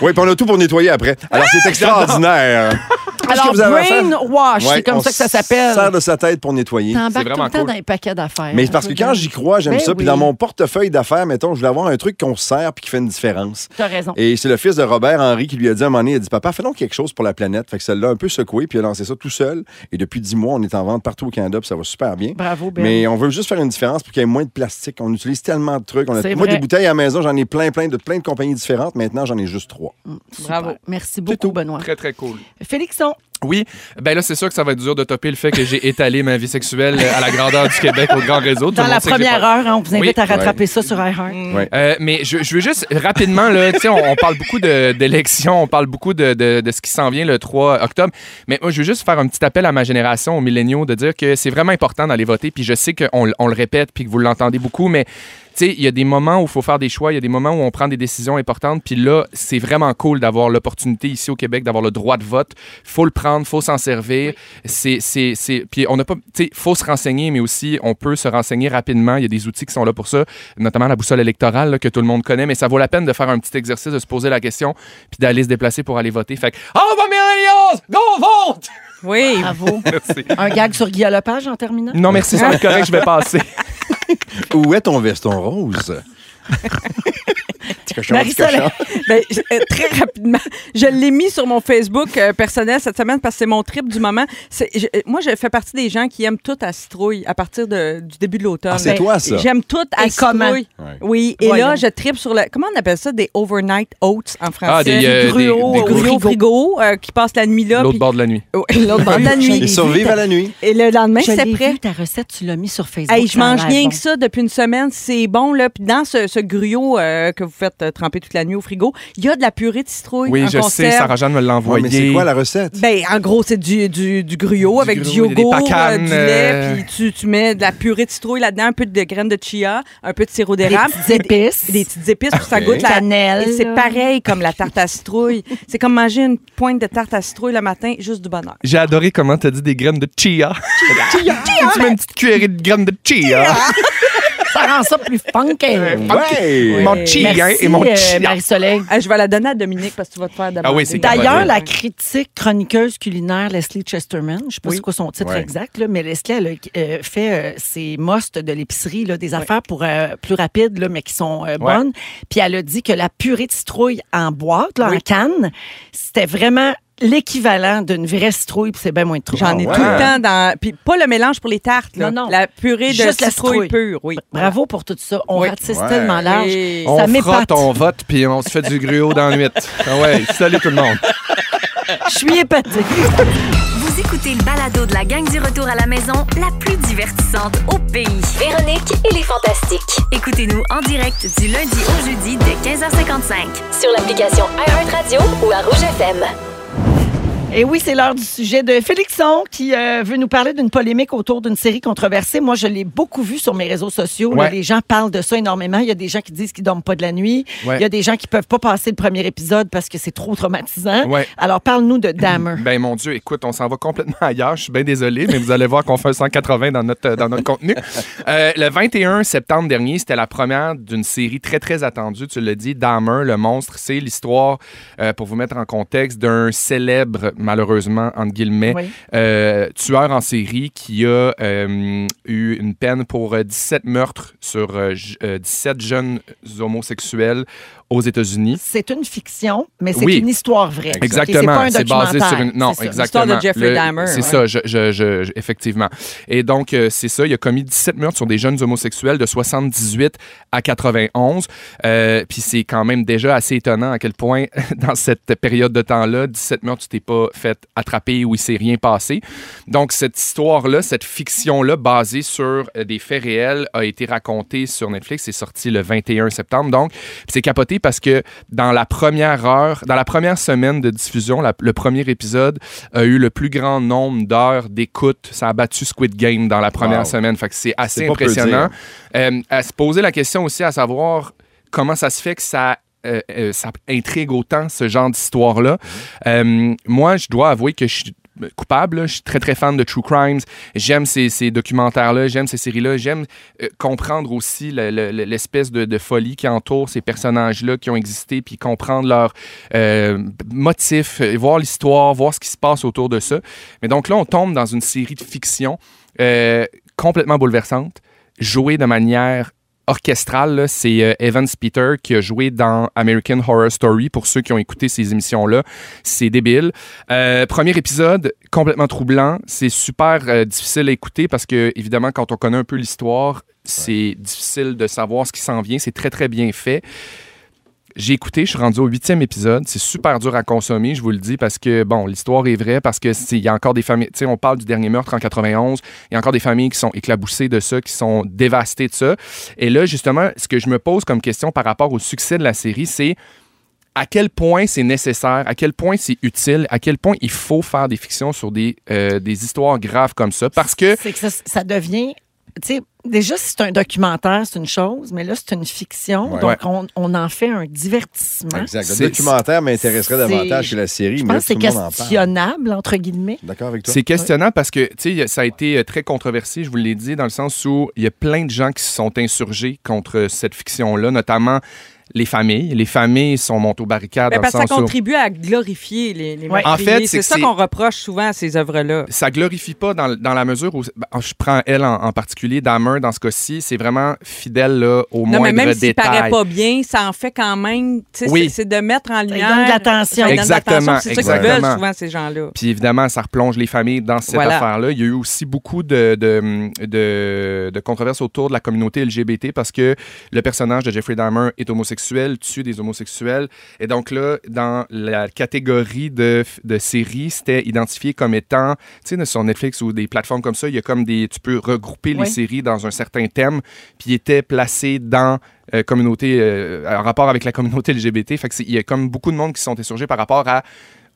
Speaker 2: Oui, puis on a tout pour nettoyer après. Alors, c'est extraordinaire. Qu'est-ce
Speaker 3: Alors,
Speaker 2: que vous avez à faire?
Speaker 3: brainwash,
Speaker 2: Ouais,
Speaker 3: c'est comme
Speaker 2: on
Speaker 3: ça que ça s'appelle.
Speaker 2: Sert de sa tête pour
Speaker 7: Ah,
Speaker 2: nettoyer.
Speaker 4: C'est
Speaker 3: T'embarques tout
Speaker 4: vraiment
Speaker 3: le temps
Speaker 4: cool.
Speaker 3: dans les paquets d'affaires.
Speaker 2: Mais c'est parce que quand j'y crois, j'aime
Speaker 3: Ben
Speaker 2: ça.
Speaker 3: oui.
Speaker 2: Puis dans mon portefeuille d'affaires, mettons, je voulais avoir un truc qu'on sert puis qui fait une différence.
Speaker 3: T'as raison.
Speaker 2: Et c'est le fils de Robert Henry qui lui a dit à un moment donné, il a dit Papa, fais donc quelque chose pour la planète. Fait que celle-là a un peu secoué, puis il a lancé ça tout seul. Et depuis dix mois, on est en vente partout au Canada, puis ça va super bien.
Speaker 3: Bravo, Ben.
Speaker 2: Mais on veut juste faire une différence pour qu'il y ait moins de plastique. On utilise tellement de trucs. On a...
Speaker 3: C'est
Speaker 2: Moi,
Speaker 3: vrai.
Speaker 2: des bouteilles à la maison, j'en ai plein, plein de plein de compagnies différentes. Maintenant, j'en ai juste trois.
Speaker 3: Super.
Speaker 7: Bravo.
Speaker 3: Merci beaucoup, Benoît.
Speaker 4: Très, très cool.
Speaker 3: Félixon,
Speaker 4: Oui, ben là, c'est sûr que ça va être dur de topper le fait que j'ai étalé ma vie sexuelle à la grandeur du Québec au grand réseau. Tout
Speaker 3: dans
Speaker 4: le monde
Speaker 3: la
Speaker 4: sait que j'ai
Speaker 3: première
Speaker 4: pas-
Speaker 3: heure, hein, on vous invite
Speaker 4: Oui.
Speaker 3: à rattraper ça sur iHeart.
Speaker 2: Ouais.
Speaker 4: Euh, mais je, je veux juste rapidement, là, tu sais, on, on parle beaucoup de- d'élections, on parle beaucoup de, de- de ce qui s'en vient le 3 octobre. Mais moi, je veux juste faire un petit appel à ma génération, aux milléniaux, de dire que c'est vraiment important d'aller voter. Puis je sais qu'on l- on le répète, puis que vous l'entendez beaucoup, mais sais, il y a des moments où il faut faire des choix, il y a des moments où on prend des décisions importantes. Puis là, c'est vraiment cool d'avoir l'opportunité ici au Québec d'avoir le droit de vote. faut le prendre, faut s'en servir. C'est, c'est, c'est- Puis on n'a pas. Tu sais, faut se renseigner, mais aussi on peut se renseigner rapidement. Il y a des outils qui sont là pour ça, notamment la boussole électorale là, que tout le monde connaît. Mais ça vaut la peine de faire un petit exercice, de se poser la question, puis d'aller se déplacer pour aller voter. Fait que, oh, ma millennials, go vote!
Speaker 7: Oui.
Speaker 3: Bravo.
Speaker 4: Merci.
Speaker 3: Un gag sur Guy Lepage en terminant?
Speaker 4: Non, merci, ça va être correct, je vais passer.
Speaker 2: Où est ton veston rose? Petit cochon, petit
Speaker 7: Marie-Soleil,
Speaker 2: cochon.
Speaker 7: ben, je- euh, très rapidement, je l'ai mis sur mon Facebook euh, personnel cette semaine parce que c'est mon trip du moment. C'est- je- euh, moi, je fais partie des gens qui aiment tout à citrouille à partir de- du début de l'automne.
Speaker 2: Ah, c'est
Speaker 7: Ben,
Speaker 2: toi, ça.
Speaker 7: J'aime tout à
Speaker 3: Et comment?
Speaker 7: citrouille.
Speaker 2: Ouais.
Speaker 7: Oui, et
Speaker 3: Voyons.
Speaker 7: là, je tripe sur le... Comment on appelle ça? Des overnight oats en français.
Speaker 4: Ah, des, euh, Des gruaux, des- des
Speaker 7: gruaux
Speaker 4: gruaux.
Speaker 7: frigo, euh, qui passent la nuit là.
Speaker 4: L'autre
Speaker 7: puis-
Speaker 4: bord de la nuit.
Speaker 7: Ouais, L'autre bord de la nuit.
Speaker 2: Et survivre à la nuit.
Speaker 7: Et le lendemain,
Speaker 3: Je
Speaker 7: c'est
Speaker 3: l'ai
Speaker 7: prêt.
Speaker 3: vu, ta recette, tu l'as mis sur Facebook.
Speaker 7: Hey, je
Speaker 3: ça a
Speaker 7: mange
Speaker 3: l'air
Speaker 7: rien
Speaker 3: bon.
Speaker 7: que ça depuis une semaine. C'est bon, là. Puis dans ce, ce gruau euh, que vous faites euh, tremper toute la nuit au frigo, il y a de la purée de citrouille.
Speaker 4: Oui,
Speaker 7: en
Speaker 4: je sais,
Speaker 7: conserve.
Speaker 4: Sarah-Jeanne me l'a
Speaker 2: Ouais,
Speaker 4: envoyé.
Speaker 2: mais c'est quoi la recette?
Speaker 7: Ben, en gros, c'est du, du, du gruau avec du
Speaker 4: gruau, il y a des
Speaker 7: yogourt, euh,
Speaker 4: pacanes,
Speaker 7: du
Speaker 4: euh,
Speaker 7: lait, puis tu, tu mets de la purée de citrouille là-dedans, un peu de graines de chia, un peu de sirop
Speaker 3: Des
Speaker 7: d'érable.
Speaker 3: petites épices.
Speaker 7: Des petites épices, puis ça
Speaker 2: Ok.
Speaker 7: goûte la
Speaker 3: Cannelle,
Speaker 7: Et C'est
Speaker 3: là.
Speaker 7: pareil comme la tarte à citrouille. c'est comme manger une pointe de tarte à citrouille le matin, juste du bonheur.
Speaker 4: J'ai adoré comment t'as dit des graines de chia. Chia! Tu mets une petite cuillerée de graines de chia.
Speaker 3: Ça rend ça plus funky.
Speaker 4: Euh,
Speaker 2: Ouais!
Speaker 4: Mon chia
Speaker 3: Merci,
Speaker 4: et mon
Speaker 3: euh,
Speaker 4: chia.
Speaker 3: Marie-Soleil.
Speaker 7: Ah, je vais la donner à Dominique parce que tu vas te faire demander.
Speaker 4: Ah oui, c'est
Speaker 3: D'ailleurs,
Speaker 4: Cabaret.
Speaker 3: la critique chroniqueuse culinaire Leslie Chesterman, je ne sais pas
Speaker 7: Oui.
Speaker 3: c'est quoi son titre
Speaker 2: Ouais.
Speaker 3: exact, là, mais Leslie, elle a euh, fait euh, ses mostes de l'épicerie, là, des affaires pour, euh, plus rapides, là, mais qui sont euh, bonnes. Puis elle a dit que la purée de citrouille en boîte, là, en canne, c'était vraiment l'équivalent d'une vraie citrouille, puis c'est bien moins de trouble.
Speaker 7: J'en ai
Speaker 2: Ah ouais.
Speaker 7: tout le temps dans. Puis pas le mélange pour les tartes, là.
Speaker 3: Non, non.
Speaker 7: La purée de
Speaker 3: Juste la
Speaker 7: citrouille
Speaker 3: citrouille.
Speaker 7: pure, oui.
Speaker 3: Bravo pour tout ça. On
Speaker 7: Oui.
Speaker 3: ratisse
Speaker 2: Ouais.
Speaker 3: tellement large.
Speaker 7: Et-
Speaker 3: Ça
Speaker 4: On
Speaker 3: m'épate.
Speaker 4: frotte, on vote, puis on se fait du gruau dans la nuit. Ah ouais, salut tout le monde.
Speaker 3: Je suis épatée.
Speaker 8: Vous écoutez le balado de la gang du retour à la maison, la plus divertissante au pays.
Speaker 5: Véronique et les Fantastiques.
Speaker 8: Écoutez-nous en direct du lundi au jeudi dès 15h55.
Speaker 5: Sur l'application iHeartRadio ou à Rouge FM.
Speaker 3: Et oui, c'est l'heure du sujet de Félixon qui euh, veut nous parler d'une polémique autour d'une série controversée. Moi, je l'ai beaucoup vu sur mes réseaux sociaux. là.
Speaker 4: Ouais.
Speaker 3: les gens parlent de ça énormément. Il y a des gens qui disent qu'ils dorment pas de la nuit.
Speaker 4: Ouais.
Speaker 3: Il y a des gens qui peuvent pas passer le premier épisode parce que c'est trop traumatisant.
Speaker 4: Ouais.
Speaker 3: Alors, parle-nous de Dahmer.
Speaker 4: Ben mon Dieu, écoute, on s'en va complètement ailleurs. Je suis bien désolé, mais vous allez voir qu'on fait un 180 dans notre, euh, dans notre contenu. Euh, le 21 septembre dernier, c'était la première d'une série très, très attendue. Tu l'as dit, Dahmer, le monstre. C'est l'histoire, euh, pour vous mettre en contexte, d'un célèbre, malheureusement, entre guillemets,
Speaker 3: Oui.
Speaker 4: euh, tueur en série qui a euh, eu une peine pour euh, 17 meurtres sur euh, j- euh, 17 jeunes homosexuels aux États-Unis.
Speaker 3: C'est une fiction, mais c'est
Speaker 4: Oui.
Speaker 3: une histoire vraie.
Speaker 4: Exactement.
Speaker 3: Et pas un
Speaker 4: c'est basé sur une.
Speaker 3: documentaire.
Speaker 4: Non,
Speaker 3: C'est ça.
Speaker 4: exactement.
Speaker 7: L'histoire de Jeffrey
Speaker 4: Le-
Speaker 7: Dahmer,
Speaker 4: C'est
Speaker 7: ouais.
Speaker 4: ça, je- je- je- je- effectivement. Et donc, euh, c'est ça. Il a commis 17 meurtres sur des jeunes homosexuels de 78 à 91. Euh, Puis c'est quand même déjà assez étonnant à quel point, dans cette période de temps-là, 17 meurtres, tu t'es pas fait attraper ou il s'est rien passé. Donc, cette histoire-là, cette fiction-là, basée sur euh, des faits réels, a été racontée sur Netflix. C'est sorti le 21 septembre. Donc, Puis c'est capoté parce que dans la première heure, dans la première semaine de diffusion, la- le premier épisode a eu le plus grand nombre d'heures d'écoute. Ça a battu Squid Game dans la première
Speaker 2: Wow.
Speaker 4: semaine. Fait que c'est assez
Speaker 2: C'est pas peu
Speaker 4: impressionnant. Euh, à se poser la question aussi à savoir comment ça se fait que ça. euh, euh, ça intrigue autant ce genre d'histoire-là. Euh, moi, je dois avouer que je suis coupable. là. Je suis très, très fan de True Crimes. J'aime ces, ces documentaires-là, j'aime ces séries-là, j'aime euh, comprendre aussi le- le- le- l'espèce de, de folie qui entoure ces personnages-là qui ont existé, puis comprendre leurs euh, motifs, euh, voir l'histoire, voir ce qui se passe autour de ça. Mais donc là, on tombe dans une série de fiction euh, complètement bouleversante, jouée de manière orchestrale. là. C'est euh, Evans Peter qui a joué dans American Horror Story, pour ceux qui ont écouté ces émissions-là. C'est débile. Euh, premier épisode, complètement troublant. C'est super euh, difficile à écouter parce que, évidemment, quand on connaît un peu l'histoire, c'est difficile de savoir ce qui s'en vient. C'est très, très bien fait. J'ai écouté, je suis rendu au huitième épisode. C'est super dur à consommer, je vous le dis, parce que, bon, l'histoire est vraie, parce que c'est- il y a encore des familles. Tu sais, on parle du dernier meurtre en 91. Il y a encore des familles qui sont éclaboussées de ça, qui sont dévastées de ça. Et là, justement, ce que je me pose comme question par rapport au succès de la série, c'est à quel point c'est nécessaire, à quel point c'est utile, à quel point il faut faire des fictions sur des, euh, des histoires graves comme ça. Parce que
Speaker 3: C'est que ça, ça devient tu sais, déjà, si c'est un documentaire, c'est une chose, mais là, c'est une fiction.
Speaker 2: Ouais.
Speaker 3: Donc,
Speaker 2: Ouais.
Speaker 3: on, on en fait un divertissement.
Speaker 2: Exact. Le documentaire m'intéresserait davantage
Speaker 3: c'est-
Speaker 2: que la série,
Speaker 3: Je
Speaker 2: mais là,
Speaker 3: pense que c'est
Speaker 2: tout le monde en parle.
Speaker 3: questionnable, entre guillemets.
Speaker 2: D'accord avec toi?
Speaker 4: C'est questionnant parce que, tu sais, y a- ça a été euh, très controversé, je vous l'ai dit, dans le sens où il y a plein de gens qui se sont insurgés contre euh, cette fiction-là, notamment les familles. Les familles sont montées aux barricades
Speaker 7: Ben,
Speaker 4: dans le
Speaker 7: parce que ça
Speaker 4: sens où...
Speaker 7: contribue à glorifier les, les
Speaker 4: En
Speaker 7: meurtriers.
Speaker 4: fait, c'est
Speaker 7: c'est
Speaker 4: que
Speaker 7: ça
Speaker 4: c'est-
Speaker 7: qu'on reproche souvent à ces œuvres-là.
Speaker 4: Ça glorifie pas dans, dans la mesure où... ben, je prends elle en, en particulier, Dahmer, dans ce cas-ci, c'est vraiment fidèle là, au
Speaker 7: Non, mais
Speaker 4: moindre
Speaker 7: même s'il
Speaker 4: détail.
Speaker 7: paraît pas bien, ça en fait quand même. tu sais,
Speaker 4: Oui.
Speaker 7: c'est- C'est de mettre en lumière.
Speaker 3: donne de l'attention.
Speaker 7: Ça donne de
Speaker 4: Exactement,
Speaker 7: l'attention. C'est ça qu'ils
Speaker 4: exactement.
Speaker 7: veulent souvent, ces gens-là.
Speaker 4: Puis évidemment, ça replonge les familles dans cette
Speaker 7: Voilà.
Speaker 4: affaire-là. Il y a eu aussi beaucoup de, de, de- de controverses autour de la communauté LGBT parce que le personnage de Jeffrey Dahmer est homosexuel, tue des homosexuels. Et donc là, dans la catégorie de, de séries, c'était identifié comme étant, tu sais, sur Netflix ou des plateformes comme ça, il y a comme des. Tu peux regrouper
Speaker 13: Ouais.
Speaker 4: les séries dans un certain thème, puis il était placé dans. euh, communauté euh, en rapport avec la communauté LGBT. Fait que c'est- il y a comme beaucoup de monde qui se sont insurgés par rapport à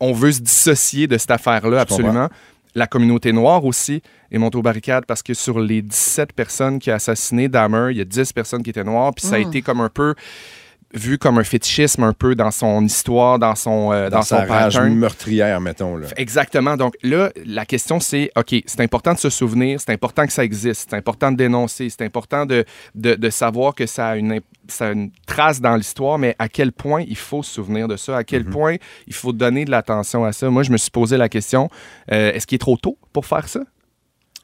Speaker 4: on veut se dissocier de cette affaire-là,
Speaker 2: comprends.
Speaker 4: absolument. La communauté noire aussi est montée aux barricades parce que sur les 17 personnes qui a assassiné Dahmer, il y a 10 personnes qui étaient noires. Puis ça a
Speaker 2: Mm.
Speaker 4: été comme un peu vu comme un fétichisme un peu dans son histoire, dans son, euh,
Speaker 2: Dans,
Speaker 4: dans
Speaker 2: sa
Speaker 4: son
Speaker 2: rage
Speaker 4: pattern.
Speaker 2: meurtrière, mettons. Là.
Speaker 4: Exactement. Donc là, la question, c'est, OK, c'est important de se souvenir, c'est important que ça existe, c'est important de dénoncer, c'est important de, de, de savoir que ça a, une, imp- ça a une trace dans l'histoire, mais à quel point il faut se souvenir de ça, à quel point il faut donner de l'attention à ça. Moi, je me suis posé la question, euh, est-ce qu'il est trop tôt pour faire ça?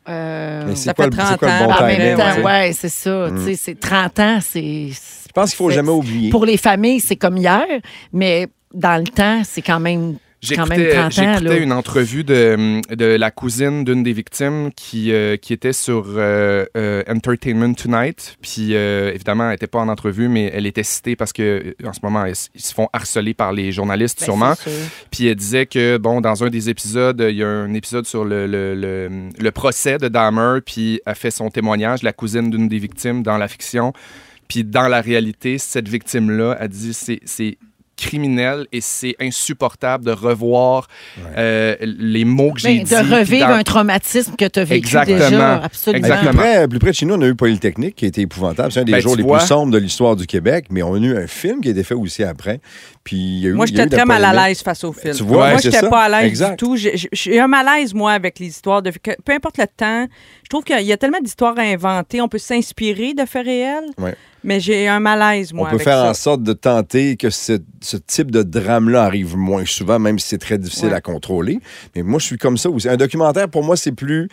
Speaker 7: Euh,
Speaker 4: Mais c'est
Speaker 3: euh, ça
Speaker 4: quoi
Speaker 3: fait
Speaker 4: le-
Speaker 3: 30
Speaker 4: c'est quoi le
Speaker 3: ans.
Speaker 4: bon
Speaker 3: en même
Speaker 4: timing,
Speaker 3: temps,
Speaker 4: ouais.
Speaker 3: Ah, ouais, c'est ça.
Speaker 4: Mm.
Speaker 3: Tu sais, c'est 30 ans, c'est. Je
Speaker 2: pense qu'il faut jamais oublier.
Speaker 3: Pour les familles, c'est comme hier, mais dans le temps, c'est quand même, ben, quand même
Speaker 4: J'écoutais
Speaker 3: 30 ans. là.
Speaker 4: j'écoutais une entrevue de, euh, de la cousine d'une des victimes qui, euh, qui était sur euh, euh, Entertainment Tonight. Puis euh, évidemment, elle n'était pas en entrevue, mais elle était citée parce que euh, en ce moment, elles- ils se font harceler par les journalistes
Speaker 13: Ben,
Speaker 4: sûrement.
Speaker 13: c'est sûr.
Speaker 4: Puis elle disait que, bon, dans un des épisodes, il y a un épisode sur le, le- le- le procès de Dahmer, puis elle fait son témoignage, la cousine d'une des victimes dans la fiction. Puis dans la réalité, cette victime-là a dit c'est. c'est criminel et c'est insupportable de revoir euh, les mots que j'ai
Speaker 3: Mais
Speaker 4: dit.
Speaker 3: Ben, de
Speaker 4: puis
Speaker 3: revivre
Speaker 4: dans-
Speaker 3: un traumatisme que tu as vécu
Speaker 4: Exactement.
Speaker 3: déjà. Absolument.
Speaker 4: Exactement.
Speaker 2: Plus près, plus près de chez nous, on a eu Polytechnique qui a été épouvantable. C'est un des
Speaker 4: Ben,
Speaker 2: jours
Speaker 4: tu
Speaker 2: les
Speaker 4: vois.
Speaker 2: plus sombres de l'histoire du Québec, mais on a eu un film qui a été fait aussi après. Puis il y a eu,
Speaker 7: Moi,
Speaker 2: il y a
Speaker 7: j'étais
Speaker 2: eu de la
Speaker 7: très mal à
Speaker 2: polémique.
Speaker 7: l'aise face au film.
Speaker 2: Tu vois,
Speaker 7: moi,
Speaker 2: ouais, c'est
Speaker 7: j'étais
Speaker 2: ça.
Speaker 7: pas à l'aise du
Speaker 2: Exact.
Speaker 7: tout. J'ai- j'ai- J'ai un malaise, moi, avec les histoires de. que- peu importe le temps, je trouve qu'il y a tellement d'histoires à inventer. On peut s'inspirer de faits réels,
Speaker 2: Ouais.
Speaker 7: mais j'ai un malaise, moi.
Speaker 2: on peut
Speaker 7: avec
Speaker 2: faire
Speaker 7: ça.
Speaker 2: en sorte de tenter que ce, ce type de drame-là arrive moins souvent, même si c'est très difficile
Speaker 7: Ouais.
Speaker 2: à contrôler. Mais moi, je suis comme ça aussi. Un documentaire, pour moi, c'est plus.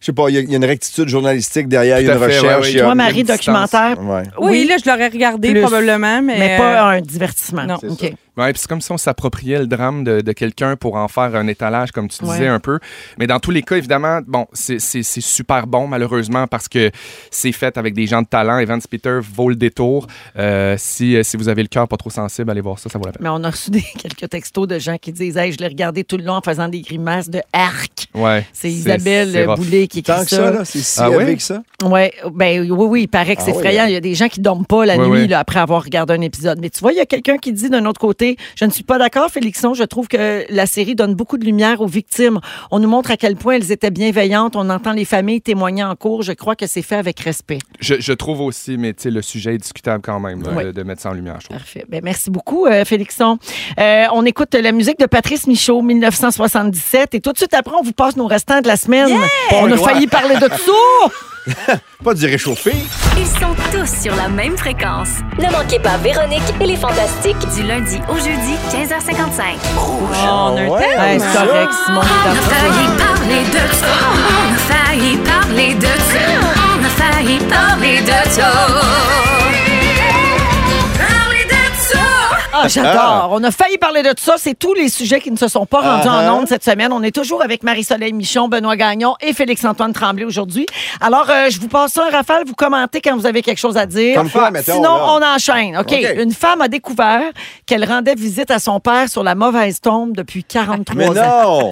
Speaker 2: Je sais pas, il y, a- il y a une rectitude journalistique derrière, il y a
Speaker 4: Tout
Speaker 2: une
Speaker 4: à fait, ouais,
Speaker 2: recherche.
Speaker 4: ouais.
Speaker 2: il y a
Speaker 4: Toi,
Speaker 2: une
Speaker 3: Marie,
Speaker 2: distance.
Speaker 3: documentaire.
Speaker 2: Ouais.
Speaker 7: Oui, là, je l'aurais regardé
Speaker 3: Plus.
Speaker 7: probablement, mais.
Speaker 3: Mais pas
Speaker 7: euh,
Speaker 3: un divertissement.
Speaker 7: non.
Speaker 3: OK.
Speaker 4: Ouais, puis c'est comme si on s'appropriait le drame de, de quelqu'un pour en faire un étalage, comme tu disais
Speaker 3: Ouais.
Speaker 4: un peu. Mais dans tous les cas, évidemment, bon, c'est c'est- c'est super bon, malheureusement, parce que c'est fait avec des gens de talent. Evan Peter vaut le détour. Euh, si, euh, si vous avez le cœur pas trop sensible, allez voir ça, ça vaut la peine.
Speaker 3: Mais on a reçu des- quelques textos de gens qui disent Hey, je l'ai regardé tout le long en faisant des grimaces de arc.
Speaker 4: Ouais,
Speaker 3: C'est Isabelle euh,
Speaker 4: c'est rough.
Speaker 3: Boulay qui écrit
Speaker 2: Tant que ça, là, c'est si
Speaker 4: Ah ouais?
Speaker 2: avec ça.
Speaker 3: Ouais, ben, oui, oui, il paraît que
Speaker 2: Ah
Speaker 3: c'est
Speaker 2: oui,
Speaker 3: effrayant.
Speaker 2: hein.
Speaker 3: Il y a des gens qui dorment pas la
Speaker 2: Oui,
Speaker 3: nuit
Speaker 2: oui.
Speaker 3: là, après avoir regardé un épisode. Mais tu vois, il y a quelqu'un qui dit d'un autre côté, je ne suis pas d'accord, Félixon, je trouve que la série donne beaucoup de lumière aux victimes. On nous montre à quel point elles étaient bienveillantes. On entend les familles témoigner en cours. Je crois que c'est fait avec respect.
Speaker 4: Je, je trouve aussi, mais tu sais, le sujet est discutable quand même, là,
Speaker 3: Ouais.
Speaker 4: de, de mettre ça en lumière, je trouve.
Speaker 3: Parfait. Ben, merci beaucoup, euh, Félixon. Euh, on écoute la musique de Patrice Michaud, 1977. Et tout de suite après, on vous passe nos restants de la semaine. On
Speaker 2: le
Speaker 3: a
Speaker 2: droit.
Speaker 3: failli parler de tout.
Speaker 2: Pas du réchauffé.
Speaker 8: Ils sont tous sur la même fréquence. Ne manquez pas Véronique et les Fantastiques du lundi au jeudi 15h55. Rouge.
Speaker 3: on a un Ouais, thème. ouais, c'est correct, Simon,
Speaker 2: Ah,
Speaker 8: On a
Speaker 3: t'as
Speaker 8: failli
Speaker 3: raison.
Speaker 8: parler de ça. On a failli parler de ça. On a failli parler de ça. Parler de ça.
Speaker 3: Ah, j'adore. On a failli parler de tout ça. C'est tous les sujets qui ne se sont pas rendus
Speaker 2: Uh-huh.
Speaker 8: Ah, ah.
Speaker 3: en ondes cette semaine. On est toujours avec Marie-Soleil Michon, Benoît Gagnon et Félix-Antoine Tremblay aujourd'hui. Alors, euh, je vous passe ça en rafale. Vous commentez quand vous avez quelque chose à dire.
Speaker 2: Comme quoi, mettons,
Speaker 3: Sinon,
Speaker 2: là.
Speaker 3: on enchaîne. OK.
Speaker 2: OK.
Speaker 3: Une femme a découvert qu'elle rendait visite à son père sur la mauvaise tombe depuis 43
Speaker 2: Mais
Speaker 3: ans.
Speaker 2: non!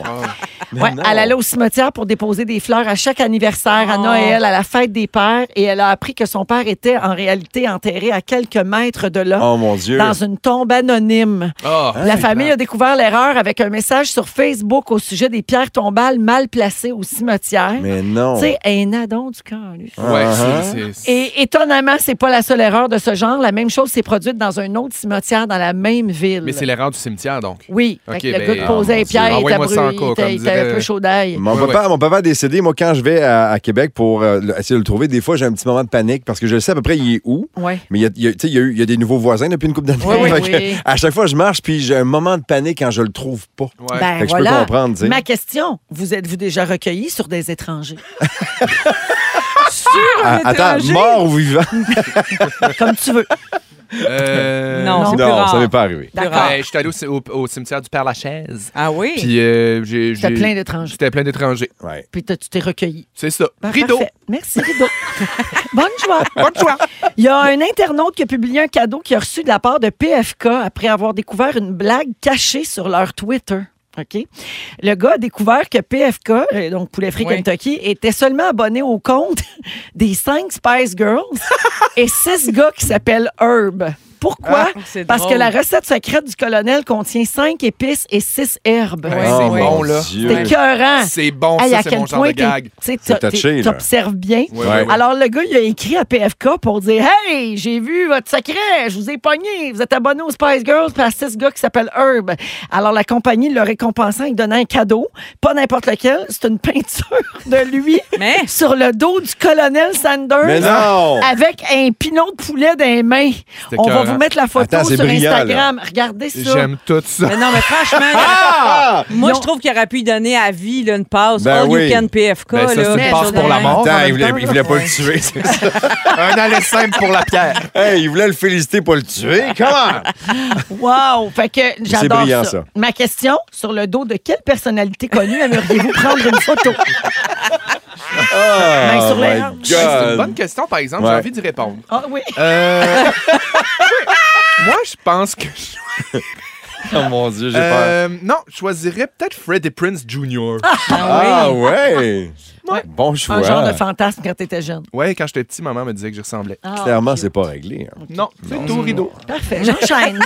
Speaker 3: Ouais, elle allait au cimetière pour déposer des fleurs à chaque anniversaire,
Speaker 4: Ah.
Speaker 3: à Noël, à la fête des pères, et elle a appris que son père était en réalité enterré à quelques mètres de là,
Speaker 2: Oh, mon Dieu.
Speaker 3: dans une tombe anonyme.
Speaker 2: Ah,
Speaker 3: la
Speaker 2: c'est
Speaker 3: famille
Speaker 2: plate.
Speaker 3: a découvert l'erreur avec un message sur Facebook au sujet des pierres tombales mal placées au cimetière.
Speaker 2: Mais non.
Speaker 3: Tu sais, un adon du camp, lui.
Speaker 4: Ah,
Speaker 2: Ouais,
Speaker 4: c'est- c'est-
Speaker 3: Et étonnamment, c'est pas la seule erreur de ce genre. La même chose s'est produite dans un autre cimetière dans la même ville.
Speaker 4: Mais c'est l'erreur du cimetière, donc.
Speaker 3: Oui,
Speaker 4: Ok,
Speaker 3: fait que le
Speaker 4: ben,
Speaker 3: gars qui posait
Speaker 4: ah, mon
Speaker 3: les pierres,
Speaker 4: Dieu.
Speaker 3: il était
Speaker 4: Envoyez-moi ça en
Speaker 3: brûlé,
Speaker 4: cas,
Speaker 3: il
Speaker 4: comme
Speaker 3: était- il était un
Speaker 4: dirait-
Speaker 3: peu chaud d'ail.
Speaker 2: Mon,
Speaker 4: Ouais,
Speaker 2: papa, mon papa est décédé. Moi, quand je vais à, à Québec pour euh, le- essayer de le trouver, des fois, j'ai un petit moment de panique parce que je sais à peu près il est où.
Speaker 3: Ouais.
Speaker 2: Mais il y a- il y a, tu sais, il y a eu- il y a des nouveaux voisins depuis une couple d'années.
Speaker 3: Ouais, ouais,
Speaker 2: Fait que
Speaker 3: oui.
Speaker 2: À chaque fois, je marche puis j'ai un moment de panique quand je le trouve pas.
Speaker 3: Ben
Speaker 2: Fait que je
Speaker 3: voilà.
Speaker 2: peux comprendre. tu sais.
Speaker 3: Ma question, vous êtes-vous déjà recueilli sur des étrangers?
Speaker 2: Ah, attends, mort ou vivant?
Speaker 3: Comme tu veux.
Speaker 4: Euh,
Speaker 2: Non, c'est Non, plus rare. ça m'est pas arrivé. D'accord.
Speaker 4: Ben, je suis allé au, au- au cimetière du Père Lachaise.
Speaker 7: Ah oui?
Speaker 4: Puis euh, j'ai.
Speaker 3: C'était
Speaker 4: j'ai-
Speaker 3: plein d'étrangers.
Speaker 4: C'était plein d'étrangers.
Speaker 2: Ouais.
Speaker 3: Puis t'as- tu t'es recueilli.
Speaker 4: C'est ça.
Speaker 3: Ben,
Speaker 4: Bah, Rideau.
Speaker 3: parfait. Merci, Rideau. Bonne joie. Bonne joie. Il y a un internaute qui a publié un cadeau qu'il a reçu de la part de PFK après avoir découvert une blague cachée sur leur Twitter. OK? Le gars a découvert que PFK, euh, donc Poulet Free
Speaker 7: Oui.
Speaker 3: Kentucky, était seulement abonné au compte des cinq Spice Girls et six gars qui s'appellent Herb. Pourquoi?
Speaker 7: Ah, c'est
Speaker 3: Parce que
Speaker 7: drôle.
Speaker 3: la recette secrète du colonel contient cinq épices et six herbes.
Speaker 4: Ben, c'est
Speaker 2: oui.
Speaker 4: bon, là.
Speaker 2: Dieu.
Speaker 3: C'est écœurant.
Speaker 4: C'est bon,
Speaker 3: Hein? Hey,
Speaker 4: ça,
Speaker 3: à
Speaker 4: c'est
Speaker 3: quel
Speaker 4: mon genre
Speaker 3: point
Speaker 4: de
Speaker 3: t'es-
Speaker 4: gag.
Speaker 3: tu sais,
Speaker 2: C'est
Speaker 3: t'as-
Speaker 2: touché,
Speaker 3: t'es-
Speaker 2: là.
Speaker 3: T'observes bien.
Speaker 4: Ouais, ouais, ouais.
Speaker 3: Alors, le gars, il a écrit à PFK pour dire Hey, j'ai vu votre secret, je vous ai pogné, vous êtes abonné aux Spice Girls par six gars qui s'appellent Herb. Alors, la compagnie le récompensant et donnant un cadeau, pas n'importe lequel, c'est une peinture de lui
Speaker 7: Mais-
Speaker 3: sur le dos du colonel Sanders
Speaker 2: Mais non!
Speaker 3: avec un pinot de poulet dans les mains.
Speaker 4: C'était
Speaker 3: On va
Speaker 4: écœurant.
Speaker 3: vous mettre la photo
Speaker 2: Attends, c'est
Speaker 3: sur
Speaker 2: brillant, là.
Speaker 3: Instagram. Regardez ça.
Speaker 4: J'aime tout ça.
Speaker 7: Mais non, mais franchement,
Speaker 2: Ah!
Speaker 7: moi,
Speaker 3: Ils ont-
Speaker 7: je trouve qu'il aurait pu y donner à vie là, une passe.
Speaker 2: Ben
Speaker 7: All
Speaker 2: oui.
Speaker 7: You Can PFK.
Speaker 4: Ben, ça,
Speaker 7: là,
Speaker 4: c'est une
Speaker 7: quelque
Speaker 4: passe
Speaker 7: chose
Speaker 4: pour
Speaker 7: de
Speaker 4: la
Speaker 7: même.
Speaker 4: mort.
Speaker 2: Attends,
Speaker 4: en
Speaker 2: il voulait,
Speaker 4: même
Speaker 2: il voulait
Speaker 4: temps,
Speaker 2: pas
Speaker 4: là.
Speaker 2: le tuer. c'est ça.
Speaker 4: Un aller simple pour la pierre.
Speaker 2: hey, il voulait le féliciter pour le tuer. Comment?
Speaker 3: Wow! Fait que j'adore
Speaker 2: brillant,
Speaker 3: ça.
Speaker 2: ça.
Speaker 3: Ma question, sur le dos de quelle personnalité connue aimeriez-vous prendre une photo? Ben, sur
Speaker 2: Oh,
Speaker 3: les
Speaker 2: my
Speaker 3: rangs.
Speaker 4: C'est une bonne
Speaker 2: God.
Speaker 4: question, par exemple.
Speaker 2: Ouais.
Speaker 4: J'ai envie d'y répondre.
Speaker 3: Ah oui.
Speaker 4: Euh, Moi, je pense que je-
Speaker 2: Oh mon Dieu, j'ai peur.
Speaker 4: Euh, non, je choisirais peut-être Freddie Prince Jr.
Speaker 2: Ah ouais. Bon choix.
Speaker 3: Un genre de fantasme quand t'étais jeune.
Speaker 4: Ouais, quand j'étais petit, maman me disait que j'y ressemblais.
Speaker 3: Ah,
Speaker 2: Clairement, c'est pas réglé. hein.
Speaker 4: Non, c'est tout rideau.
Speaker 3: Parfait, j'enchaîne.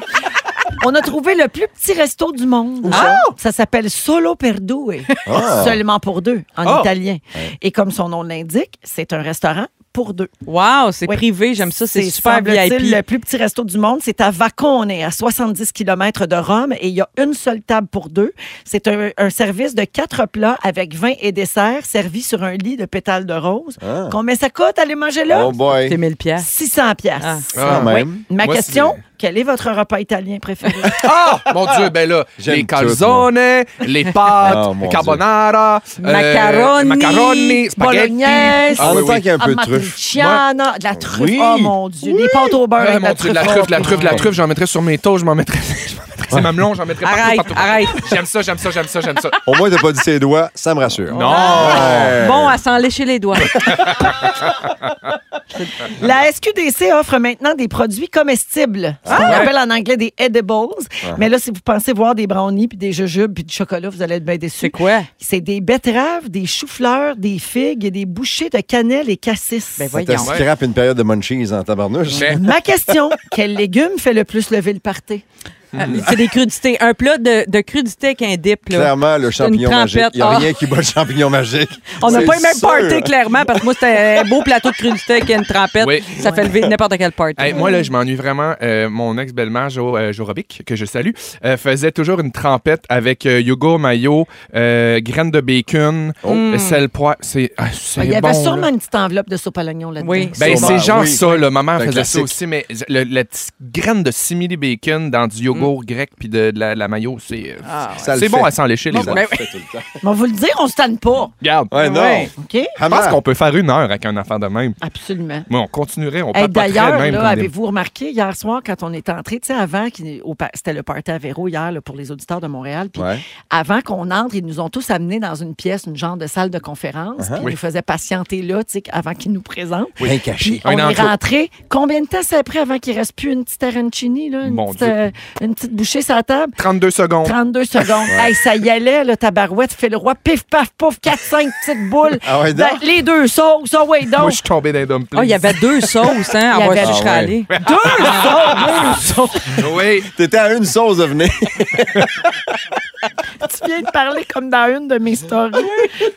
Speaker 3: On a trouvé le plus petit resto du monde. Ah! Ça s'appelle Solo Perdue.
Speaker 2: Ah.
Speaker 3: Seulement pour deux, en
Speaker 4: Ah.
Speaker 3: italien. Et comme son nom l'indique, c'est un restaurant pour deux.
Speaker 7: Wow, c'est
Speaker 3: Oui.
Speaker 7: privé, j'aime ça, c'est super
Speaker 3: semble-t-il,
Speaker 7: VIP.
Speaker 3: le plus petit resto du monde, c'est à Vacone, à 70 km de Rome, et il y a une seule table pour deux. C'est un, un service de quatre plats avec vin et dessert servi sur un lit de pétales de rose.
Speaker 2: Ah.
Speaker 3: Combien ça coûte aller manger là?
Speaker 2: Oh boy.
Speaker 7: C'est 1000 pièces.
Speaker 3: 600 pièces.
Speaker 7: Ah.
Speaker 4: Ah,
Speaker 2: Quand même.
Speaker 3: Ma
Speaker 4: Moi,
Speaker 3: question, quel est votre repas italien préféré?
Speaker 4: Ah, mon Dieu, ben là,
Speaker 2: J'aime
Speaker 4: les
Speaker 2: tout,
Speaker 4: calzones, les pâtes,
Speaker 2: Ah, mon
Speaker 4: les carbonara, euh,
Speaker 7: Macaroni,
Speaker 4: macaroni,
Speaker 3: Oh,
Speaker 4: spaghetti.
Speaker 3: bolognaise,
Speaker 4: Ah,
Speaker 2: en
Speaker 4: oui,
Speaker 2: même temps
Speaker 4: oui.
Speaker 2: qu'il y a un peu de truffe.
Speaker 3: amatriciana, de la truffe.
Speaker 2: Oui. Oh,
Speaker 3: Oh mon Dieu, des pâtes au beurre
Speaker 4: Ah,
Speaker 3: avec
Speaker 4: mon Dieu, de la truffe, de la truffe, de la truffe, j'en mettrais sur mes taux, je m'en mettrais. je m'en mettrais sur mes mamelons, j'en mettrais partout,
Speaker 7: Arrête,
Speaker 4: partout, partout.
Speaker 7: arrête.
Speaker 4: J'aime ça, j'aime ça, j'aime ça, j'aime ça.
Speaker 2: Au moins, t'as pas dit ses doigts, ça me rassure.
Speaker 4: Non!
Speaker 7: Bon, à s'en lécher les doigts.
Speaker 3: La SQDC offre maintenant des produits comestibles.
Speaker 7: Ah,
Speaker 3: Ce qu'on appelle en anglais des edibles. Mais là, si vous pensez voir des brownies, puis des jujubes, puis du chocolat, vous allez être bien
Speaker 7: C'est
Speaker 3: déçus.
Speaker 7: quoi?
Speaker 3: C'est des betteraves, des choux-fleurs, des figues et des bouchées de cannelle et cassis.
Speaker 7: Ben
Speaker 2: Ça te
Speaker 7: voyons.
Speaker 2: scrape une période de munchies en tabarnouche.
Speaker 4: Mais-
Speaker 3: Ma question, quel légume fait le plus lever le party?
Speaker 7: Euh, C'est des crudités. Un plat de, de crudités avec un dip. Là.
Speaker 2: Clairement, le
Speaker 7: C'est une
Speaker 2: champignon magique.
Speaker 7: trempette.
Speaker 2: Il n'y a
Speaker 7: Ah.
Speaker 2: rien qui bat le champignon magique.
Speaker 7: On n'a
Speaker 2: C'est
Speaker 7: pas eu même
Speaker 2: sûr.
Speaker 7: party, clairement, parce que moi, c'était un beau plateau de crudités avec une trempette.
Speaker 4: Oui.
Speaker 7: Ça fait lever n'importe quel party.
Speaker 4: Hey, moi, là, je m'ennuie vraiment. Euh, mon ex-belle-mère, Jo, euh, Jo Robic, que je salue, euh, faisait toujours une trempette avec euh, yogourt, mayo, euh, graines de bacon, euh, sel, poivre. C'est ah, c'est
Speaker 3: Il y
Speaker 4: bon,
Speaker 3: avait sûrement
Speaker 4: là.
Speaker 3: une petite enveloppe de soupe à l'oignon là-dedans.
Speaker 7: Oui.
Speaker 4: Ben,
Speaker 2: Sûrement,
Speaker 4: c'est genre
Speaker 2: oui.
Speaker 4: ça, là. Ma mère
Speaker 2: C'est un
Speaker 4: faisait ça
Speaker 2: classique.
Speaker 4: aussi, mais le- la petite graine de simili bacon dans du yogourt grec puis de, de la, la mayo, c'est euh,
Speaker 2: Ça le
Speaker 4: c'est
Speaker 2: fait.
Speaker 4: bon à s'en lécher, les
Speaker 2: Ça
Speaker 4: gars.
Speaker 2: le fait tout le temps.
Speaker 3: Mais on va le dire, on se tanne pas.
Speaker 4: Regarde.
Speaker 2: ben, Ouais, non.
Speaker 7: Ouais.
Speaker 3: OK?
Speaker 4: Je pense qu'on peut faire une heure avec un affaire de même.
Speaker 3: Absolument.
Speaker 4: Mais on continuerait, on
Speaker 3: Hey,
Speaker 4: parle pas très
Speaker 3: D'ailleurs,
Speaker 4: de même.
Speaker 3: là,
Speaker 4: comme des-
Speaker 3: avez-vous remarqué hier soir quand on est entré, tu sais, avant, qu'il- au pa- c'était le party à Véro hier là, pour les auditeurs de Montréal, puis
Speaker 2: Ouais.
Speaker 3: avant qu'on entre, ils nous ont tous amenés dans une pièce, une genre de salle de conférence, puis ils
Speaker 4: Uh-huh. Oui.
Speaker 3: nous faisaient patienter là, tu sais, avant qu'ils nous présentent.
Speaker 2: Bien caché.
Speaker 3: Puis on
Speaker 4: Un
Speaker 3: est
Speaker 4: enclos.
Speaker 3: rentré. Combien de temps c'est après avant qu'il reste plus une petite arancini, là, une,
Speaker 4: Mon
Speaker 3: petite,
Speaker 4: Dieu.
Speaker 3: euh, une une petite bouchée sur la table.
Speaker 14: 32 secondes.
Speaker 3: 32 secondes.
Speaker 14: Ouais.
Speaker 3: Hey, ça y allait, là, tabarouette, fait le roi, pif, paf, pouf, 4-5 petites boules.
Speaker 14: Ah ouais,
Speaker 3: Ben,
Speaker 14: donc?
Speaker 3: les deux sauces, oh ouais, donc.
Speaker 14: Moi, je suis tombé dans les dumplings.
Speaker 7: Oh,
Speaker 3: Ah, il y avait deux sauces, hein. Ah, Il y ouais, avait- je serais allée. Deux
Speaker 2: sauces!
Speaker 14: Deux sauces! Oui.
Speaker 2: T'étais à une sauce de venir.
Speaker 3: tu viens de parler comme dans une de mes stories,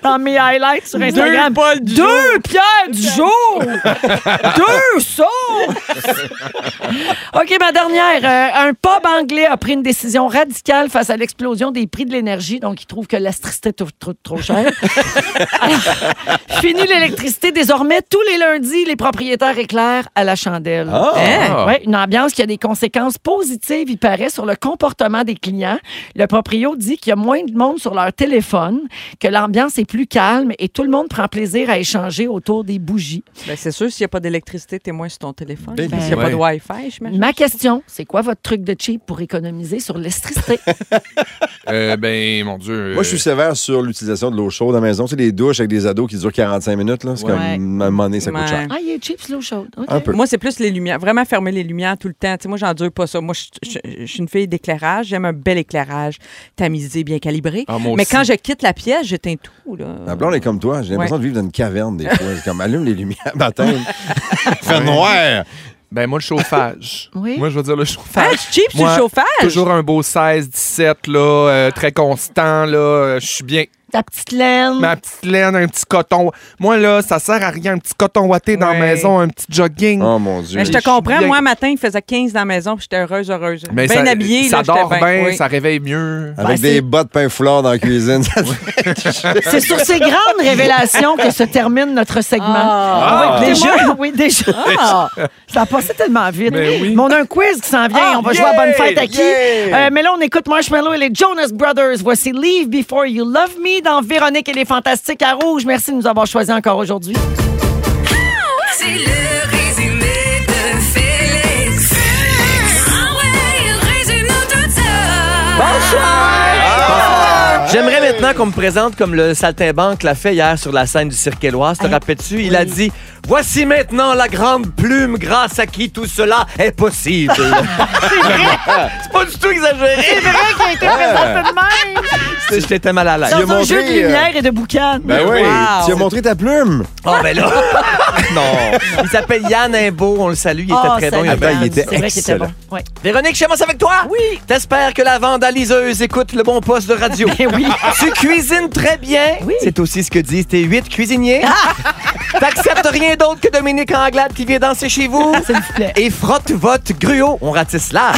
Speaker 3: dans mes highlights sur Instagram. Deux pierres du jour! Deux sauces! OK, ma dernière. Euh, un pub anglais a pris une décision radicale face à l'explosion des prix de l'énergie. Donc, il trouve que l'électricité est trop, trop- trop chère. Fini l'électricité. Désormais, tous les lundis, les propriétaires éclairent à la chandelle.
Speaker 8: Ah!
Speaker 3: Hein? Ouais, une ambiance qui a des conséquences positives, il paraît, sur le comportement des clients. Le proprio dit qu'il y a moins de monde sur leur téléphone, que l'ambiance est plus calme et tout le monde prend plaisir à échanger autour des bougies.
Speaker 7: Ben, c'est sûr, s'il n'y a pas d'électricité, t'es moins sur ton téléphone.
Speaker 3: Ben,
Speaker 7: s'il n'y a pas de
Speaker 3: ouais.
Speaker 7: Wi-Fi, je m'imagine.
Speaker 3: Ma question, c'est quoi votre truc de cheap pour économiser sur l'électricité?
Speaker 14: Euh, ben, mon Dieu. euh,
Speaker 2: Moi, je suis sévère sur l'utilisation de l'eau chaude à la maison. Tu sais, les douches avec des ados qui durent 45 minutes, là, c'est
Speaker 7: Ouais.
Speaker 2: comme à un moment donné, ça coûte
Speaker 7: Ouais.
Speaker 2: cher.
Speaker 3: ah, il est cheap, c'est l'eau chaude. OK.
Speaker 2: Un peu.
Speaker 7: Moi, c'est plus les lumières. Vraiment fermer les lumières tout le temps. Tu sais, moi, j'endure pas ça. Moi, je- je je suis une fille d'éclairage. J'aime un bel éclairage tamisé, bien calibré.
Speaker 2: Ah, moi
Speaker 7: Mais
Speaker 2: aussi.
Speaker 7: quand je quitte la pièce, j'éteins tout. Là.
Speaker 2: Ma blonde est comme toi. J'ai l'impression
Speaker 7: Ouais.
Speaker 2: de vivre dans une caverne des fois. C'est comme allume les lumières, matin.
Speaker 7: Ah
Speaker 2: Faire
Speaker 14: Ouais.
Speaker 2: noir.
Speaker 14: Ben, moi, le chauffage.
Speaker 3: Oui.
Speaker 14: Moi, je veux dire le chauffage.
Speaker 7: Ah, cheap sur le
Speaker 14: Moi,
Speaker 7: chauffage?
Speaker 14: Toujours un beau 16, 17, là, euh, très constant, là. euh, Je suis bien.
Speaker 3: Ta petite laine.
Speaker 14: Ma petite laine, un petit coton. Moi, là, ça sert à rien. Un petit coton watté dans la maison, un petit jogging.
Speaker 2: Oh, mon Dieu.
Speaker 7: Mais je te comprends. Moi, matin, il faisait 15 dans la maison, puis j'étais heureuse, heureuse.
Speaker 14: Mais
Speaker 7: bien
Speaker 14: ça-
Speaker 7: habillée.
Speaker 14: ça
Speaker 7: là, j'étais
Speaker 14: dort bien,
Speaker 7: oui.
Speaker 14: ça réveille mieux.
Speaker 3: Ben,
Speaker 2: Avec des bottes pain foulard dans la cuisine. ça te fait-
Speaker 3: C'est sur ces grandes révélations que se termine notre segment. oui,
Speaker 2: Ah. Ah.
Speaker 3: déjà. Oui, déjà. Ah. Ça a passé tellement vite.
Speaker 8: Mais oui.
Speaker 3: on a un quiz qui s'en vient.
Speaker 8: Ah,
Speaker 3: on va
Speaker 8: yay,
Speaker 3: jouer à Bonne Fête à qui?
Speaker 8: yay.
Speaker 3: Euh, mais là, on écoute Marshmallow et les Jonas Brothers. Voici Leave Before You Love Me dans Véronique et les Fantastiques à Rouge. Merci de nous avoir choisis encore aujourd'hui.
Speaker 8: C'est le résumé de Félix. Ah ouais, il résume tout ça.
Speaker 4: J'aimerais maintenant qu'on me présente comme le saltimbanque l'a fait hier sur la scène du Cirque Éloise.
Speaker 10: Hein?
Speaker 4: Te rappelles-tu? Il a dit « Voici maintenant la grande plume grâce à qui tout cela est possible. » C'est pas du tout exagéré.
Speaker 8: C'est vrai qu'il a été présenté de
Speaker 3: même.
Speaker 4: J'étais tellement mal à l'aise.
Speaker 3: Dans un jeu de lumière et de boucan.
Speaker 4: Ben oui, Wow. tu as montré
Speaker 2: ta plume.
Speaker 14: Ah,
Speaker 4: Oh, ben là. non. Il s'appelle Yann Imbeau. On le salue. Il était
Speaker 3: Ah,
Speaker 4: très
Speaker 3: salut,
Speaker 4: bon.
Speaker 3: Yann. Attends, il était C'est vrai qu'il était excellent. bon, ouais.
Speaker 4: Véronique, je commence avec toi.
Speaker 3: Oui.
Speaker 4: T'espères que la vandaliseuse écoute le bon poste de radio.
Speaker 3: Eh oui.
Speaker 4: Tu cuisines très bien. Oui. C'est aussi ce que disent tes huit cuisiniers.
Speaker 3: Ah!
Speaker 4: T'acceptes rien d'autre que Dominique Anglade qui vient danser chez vous.
Speaker 3: S'il vous plaît.
Speaker 4: Et frotte votre gruau. On ratisse là.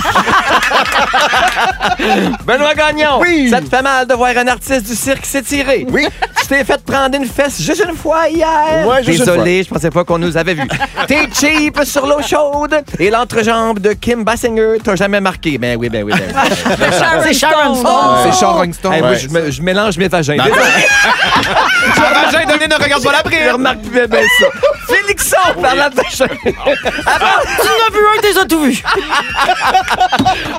Speaker 4: Benoît Gagnon, ça te fait mal de voir un artiste du cirque s'étirer. Oui. Tu t'es fait prendre une fesse juste une fois hier.
Speaker 15: Ouais, juste une
Speaker 4: Désolé, je pensais pas qu'on nous avait vus. T'es cheap sur l'eau chaude et l'entrejambe de Kim Basinger t'a jamais marqué. Ben oui, ben oui, ben oui.
Speaker 3: C'est Sharon Stone.
Speaker 4: C'est Sharon Stone.
Speaker 14: Ouais.
Speaker 4: Hey, moi, je, me- je mélange mes vagins. Désolé.
Speaker 14: La vagin donnée ne regarde pas la
Speaker 4: Je remarque plus bien, bien ça. Félixon par la vagin.
Speaker 3: tu n'as vu un, t'es tout vu.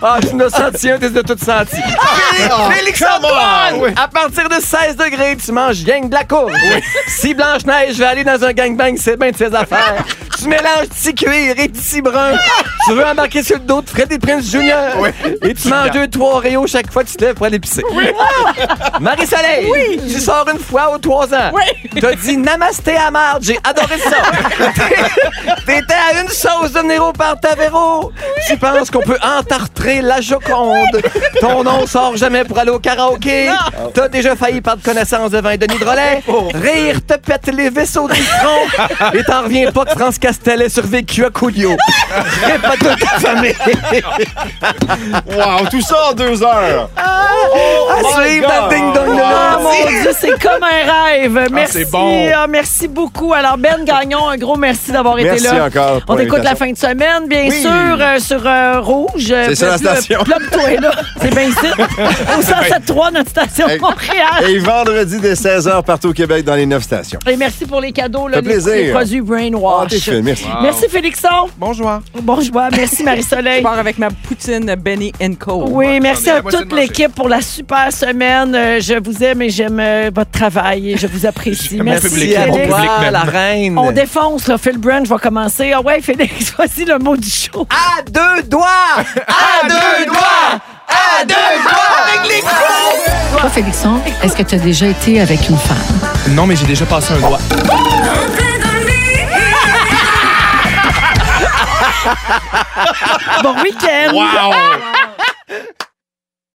Speaker 4: Ah, tu n'as senti un, t'es de tout senti. Félix-
Speaker 8: Oh,
Speaker 4: Félix
Speaker 8: come
Speaker 4: Antoine!
Speaker 8: on! Oui.
Speaker 4: À partir de 16 degrés, tu manges gang de la courbe. Si Blanche-Neige va aller dans un gangbang, c'est bien de ses affaires. tu mélanges petit cuir et petit brun. tu veux embarquer sur le dos de Freddy Prince Jr. Et tu manges deux, trois réos chaque fois que tu te lèves pour aller pisser. Marie-Soleil,
Speaker 8: Oui.
Speaker 4: tu sors une fois aux trois ans.
Speaker 8: Oui.
Speaker 4: T'as dit namasté à marde, j'ai adoré ça. T'étais à une sauce de Nero Partavero. Tu penses qu'on peut entartrer la Joconde. Ton nom sort jamais pour aller au karaoké. T'as déjà failli perdre connaissance devant Denis Drolet. Rire te pète les vaisseaux du front. Et t'en reviens pas que France Castel ait survécu à Coolio. Répète pas toute ta famille.
Speaker 2: wow, tout ça en deux heures.
Speaker 4: Ah,
Speaker 2: Oh
Speaker 4: à suivre dans Ding Dong de
Speaker 3: Ah,
Speaker 4: lundi.
Speaker 3: mon Dieu, c'est comme un rêve. Merci.
Speaker 4: c'est bon.
Speaker 3: Ah, merci beaucoup. Alors, Ben Gagnon, un gros merci d'avoir été
Speaker 2: Merci
Speaker 3: là.
Speaker 2: encore pour
Speaker 3: On écoute la fin de semaine, bien sûr, euh, sur euh, Rouge. Euh,
Speaker 2: C'est sur la
Speaker 3: plug-
Speaker 2: station.
Speaker 3: Plug-toi là. C'est bien ici. Au 107.3, notre station
Speaker 2: Hey.
Speaker 3: Montréal.
Speaker 2: Et vendredi dès 16h partout au Québec dans les neuf stations.
Speaker 3: Et merci pour les cadeaux, là,
Speaker 2: Fait
Speaker 3: les,
Speaker 2: plaisir.
Speaker 3: les produits Brainwash.
Speaker 2: Ah, t'es fine. merci.
Speaker 3: Merci, Félixon.
Speaker 4: Bonjour.
Speaker 3: Bonjour. Merci, Marie-Soleil. Je
Speaker 7: pars avec ma poutine Benny Co.
Speaker 3: Oui, merci à toute l'équipe pour la super semaine. Euh, Je vous aime et j'aime euh, votre travail et je vous apprécie.
Speaker 13: mon
Speaker 3: Merci,
Speaker 13: public, mon
Speaker 3: Alex.
Speaker 13: public Wow, même. la reine.
Speaker 3: On défonce, là. Phil Brunch va commencer. Ah ouais, Félix, voici le mot du show. À deux doigts! À deux doigts! À deux doigts! Avec les
Speaker 16: Toi, Félixon, est-ce que tu as déjà été avec une femme?
Speaker 4: Non, mais j'ai déjà passé un doigt.
Speaker 3: Bon week-end!
Speaker 10: Wow.